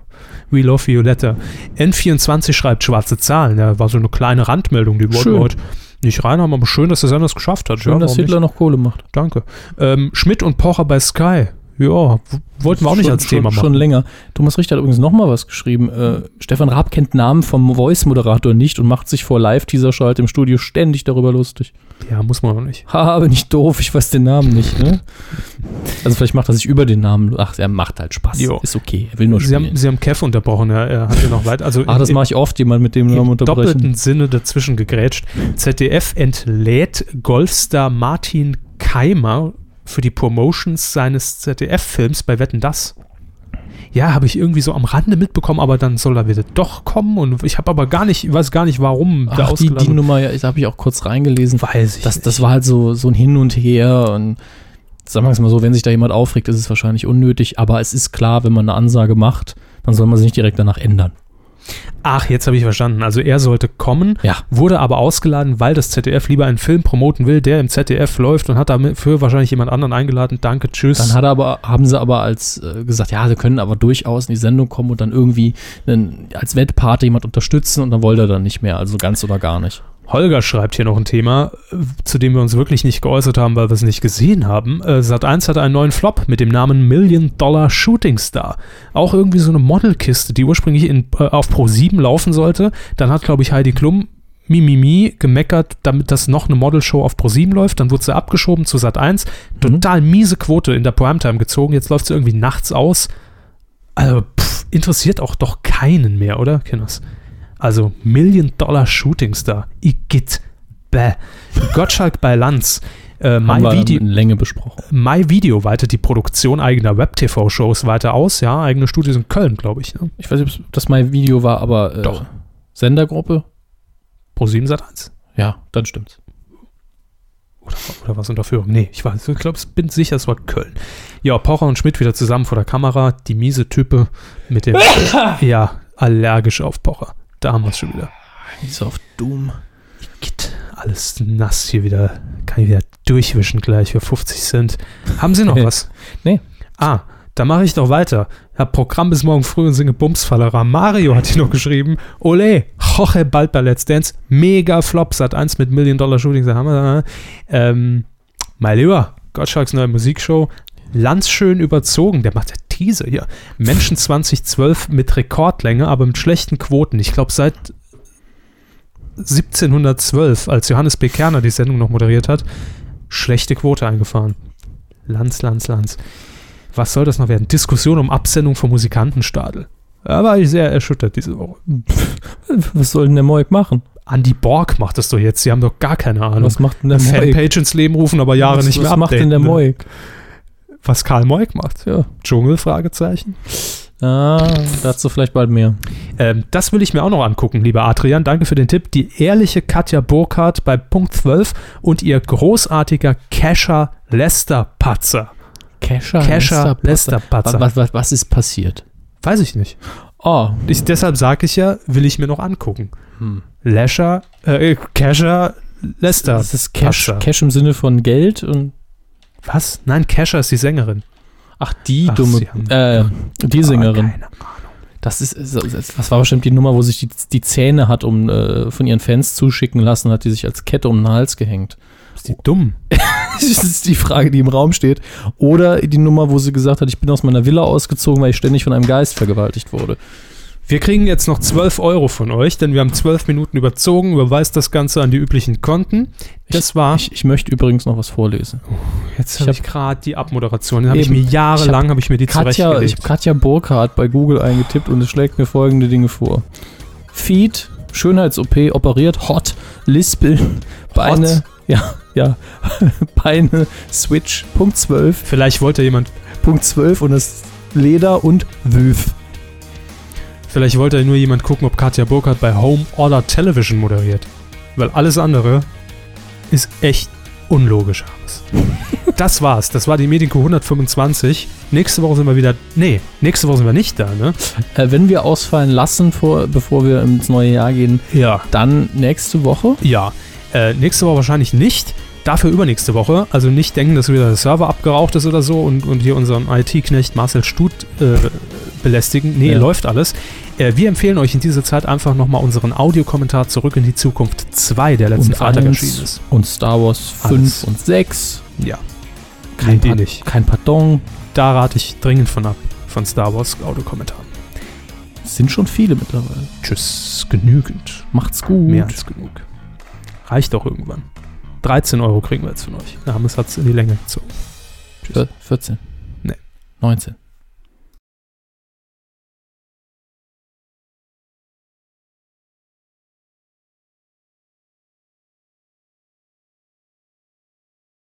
We Love Violetta. N24 schreibt schwarze Zahlen. Ja, war so eine kleine Randmeldung, die wollten wir
Schön.
heute nicht reinhaben, aber schön, dass der Sender es geschafft hat.
Schön,
ja,
dass
warum
Hitler noch Kohle macht.
Danke. Ähm, Schmidt und Pocher bei Sky. Ja, w- wollten wir auch nicht
schon,
als Thema
schon,
machen.
Schon länger. Thomas Richter hat übrigens nochmal was geschrieben. Äh, Stefan Raab kennt Namen vom Voice-Moderator nicht und macht sich vor Live-Teaser-Schalt im Studio ständig darüber lustig.
Ja, muss man auch nicht.
Haha, bin ich doof, ich weiß den Namen nicht, ne? Also vielleicht macht er sich über den Namen. Ach, er macht halt Spaß.
Jo.
Ist okay, er will nur
Sie haben,
spielen.
Sie haben Kev unterbrochen, er, er hat ja noch weit. Also
Ach, das mache ich oft, jemand mit dem Namen
im
unterbrechen.
doppelten Sinne dazwischen gegrätscht. ZDF entlädt Golfstar Martin Keimer für die Promotions seines ZDF-Films bei Wetten Das. Ja, habe ich irgendwie so am Rande mitbekommen, aber dann soll er wieder doch kommen und ich habe aber gar nicht, weiß gar nicht warum.
Ach, die, die
ausgelassen-
Nummer, ja, da habe ich auch kurz reingelesen.
weiß ich.
Das,
nicht.
das war halt so, so ein Hin und Her und sagen wir es mal so, wenn sich da jemand aufregt, ist es wahrscheinlich unnötig, aber es ist klar, wenn man eine Ansage macht, dann soll man sich nicht direkt danach ändern.
Ach, jetzt habe ich verstanden. Also er sollte kommen,
Ja.
wurde aber ausgeladen, weil das ZDF lieber einen Film promoten will, der im ZDF läuft und hat dafür wahrscheinlich jemand anderen eingeladen. Danke, tschüss.
Dann hat er aber, haben sie aber als äh, gesagt, ja, sie können aber durchaus in die Sendung kommen und dann irgendwie einen, als Wettpate jemand unterstützen und dann wollte er dann nicht mehr, also ganz oder gar nicht.
Holger schreibt hier noch ein Thema, äh, zu dem wir uns wirklich nicht geäußert haben, weil wir es nicht gesehen haben. Äh, Sat1 hat einen neuen Flop mit dem Namen Million Dollar Shooting Star. Auch irgendwie so eine Modelkiste, die ursprünglich in, äh, auf Pro 7 laufen sollte. Dann hat, glaube ich, Heidi Klum Mimimi gemeckert, damit das noch eine Modelshow auf Pro 7 läuft. Dann wurde sie abgeschoben zu Sat1.
Mhm.
Total miese Quote in der Primetime gezogen. Jetzt läuft sie irgendwie nachts aus. Also, pff, interessiert auch doch keinen mehr, oder, Kinders? Also Million Dollar Shooting Star. Igitt. Bäh. Gottschalk bei Lanz. Äh,
Haben
mein,
wir
Video,
in Länge besprochen.
My Video weitet die Produktion eigener Web-TV-Shows weiter aus. Ja, eigene Studios in Köln, glaube ich. Ne?
Ich weiß nicht, ob das mein Video war, aber äh,
Doch.
Sendergruppe?
Pro 7 Sat 1.
Ja, dann stimmt's.
Oder, oder was unter Führung? Nee, ich weiß. Ich glaube, ich bin sicher, es war Köln. Ja, Pocher und Schmidt wieder zusammen vor der Kamera. Die miese Type mit dem. ja, allergisch auf Pocher. Da haben wir es schon wieder.
Ist auf Doom.
Git, alles nass hier wieder. Kann ich wieder durchwischen gleich für 50 Cent. Haben Sie noch was?
Nee.
Ah, da mache ich doch weiter. Hab Programm bis morgen früh und singe Bumsfallera. Mario hat hier noch geschrieben. Ole, Jorge bald bei Let's Dance. Mega Flop. Sat 1 mit Million Dollar Shooting. Da haben wir da. Ähm, mein Lieber, Gottschalks neue Musikshow. Lanz schön überzogen, der macht ja Teaser hier. Menschen 2012 mit Rekordlänge, aber mit schlechten Quoten. Ich glaube, seit 1712, als Johannes B. Kerner die Sendung noch moderiert hat, schlechte Quote eingefahren. Lanz, Lanz, Lanz. Was soll das noch werden? Diskussion um Absendung von Musikantenstadel. Da war ich sehr erschüttert diese Woche.
Was soll denn der Moik machen?
Andi Borg macht das doch jetzt. Sie haben doch gar keine Ahnung.
Was macht denn der Moik?
Fanpage ins Leben rufen, aber Jahre
was,
nicht mehr
Was macht denn der
updaten, ne?
Moik?
Was Karl Moik macht.
Ja.
Dschungel? Fragezeichen.
Ah, dazu vielleicht bald mehr.
Ähm, das will ich mir auch noch angucken, lieber Adrian. Danke für den Tipp. Die ehrliche Katja Burkhardt bei Punkt 12 und ihr großartiger Kescher Lester Patzer.
Kescher,
Kescher Lester Patzer.
Was, was, was ist passiert?
Weiß ich nicht.
Oh,
Ich, deshalb sage ich ja, will ich mir noch angucken.
Hm.
Lesher, äh, Kescher Lester.
das ist Cash,
Patzer.
Cash im Sinne von Geld und
Was? Nein, Kescher ist die Sängerin.
ach die
Ach,
dumme
sie haben- Ah,
äh, die Sängerin.
Aber keine Ahnung.
Das ist ist- ist- was war bestimmt die Nummer, wo sich die, die Zähne hat um äh, von ihren Fans zuschicken lassen, hat die sich als Kette um den Hals gehängt.
Ist die dumm?
das ist die Frage, die im Raum steht. Oder die Nummer, wo sie gesagt hat, ich bin aus meiner Villa ausgezogen, weil ich ständig von einem Geist vergewaltigt wurde.
Wir kriegen jetzt noch 12 Euro von euch, denn wir haben 12 Minuten überzogen. Überweist das Ganze an die üblichen Konten. Das war.
Ich, ich möchte übrigens noch was vorlesen.
jetzt
ich
habe ich gerade die Abmoderation. Den habe ich
Eben.
mir
Ich
jahrelang habe ich mir die
Katja, ich
zurechtgelegt.
habe Katja Burkhardt bei Google eingetippt und es schlägt mir folgende Dinge vor. Feed, Schönheits-OP, operiert, hot, lispeln, Beine, ja, ja, Beine, Switch, Punkt 12,
Vielleicht wollte jemand,
Punkt 12 und das Leder und Wüf.
vielleicht wollte nur jemand gucken, ob Katja Burkhardt bei Home Order Television moderiert. Weil alles andere ist echt unlogisch alles. das war's. Das war die Medienco 125. Nächste Woche sind wir wieder. Nee, nächste Woche sind wir nicht da, ne?
Äh, wenn wir ausfallen lassen, vor, bevor wir ins neue Jahr gehen,
Ja.
dann nächste Woche.
Ja, äh, nächste Woche wahrscheinlich nicht. Dafür übernächste Woche. Also nicht denken, dass wieder der Server abgeraucht ist oder so und, und hier unseren IT-Knecht Marcel Stut äh, belästigen. Nee,
Ja.
läuft alles. Äh, wir empfehlen euch in dieser Zeit einfach nochmal unseren Audiokommentar zurück in die Zukunft 2, der letzten Freitag
eins
erschienen ist.
und Star Wars 5
Alles.
und 6.
Ja. Kein
Pa-
nicht.
Kein Pardon.
Da rate ich dringend von ab, von Star Wars Audiokommentaren.
Es sind schon viele mittlerweile.
Tschüss, genügend.
Macht's gut.
Mehr als genug. Reicht doch irgendwann. 13 Euro kriegen wir jetzt von euch. Hermes hat es in die Länge gezogen.
Vier- 14.
Nee.
19.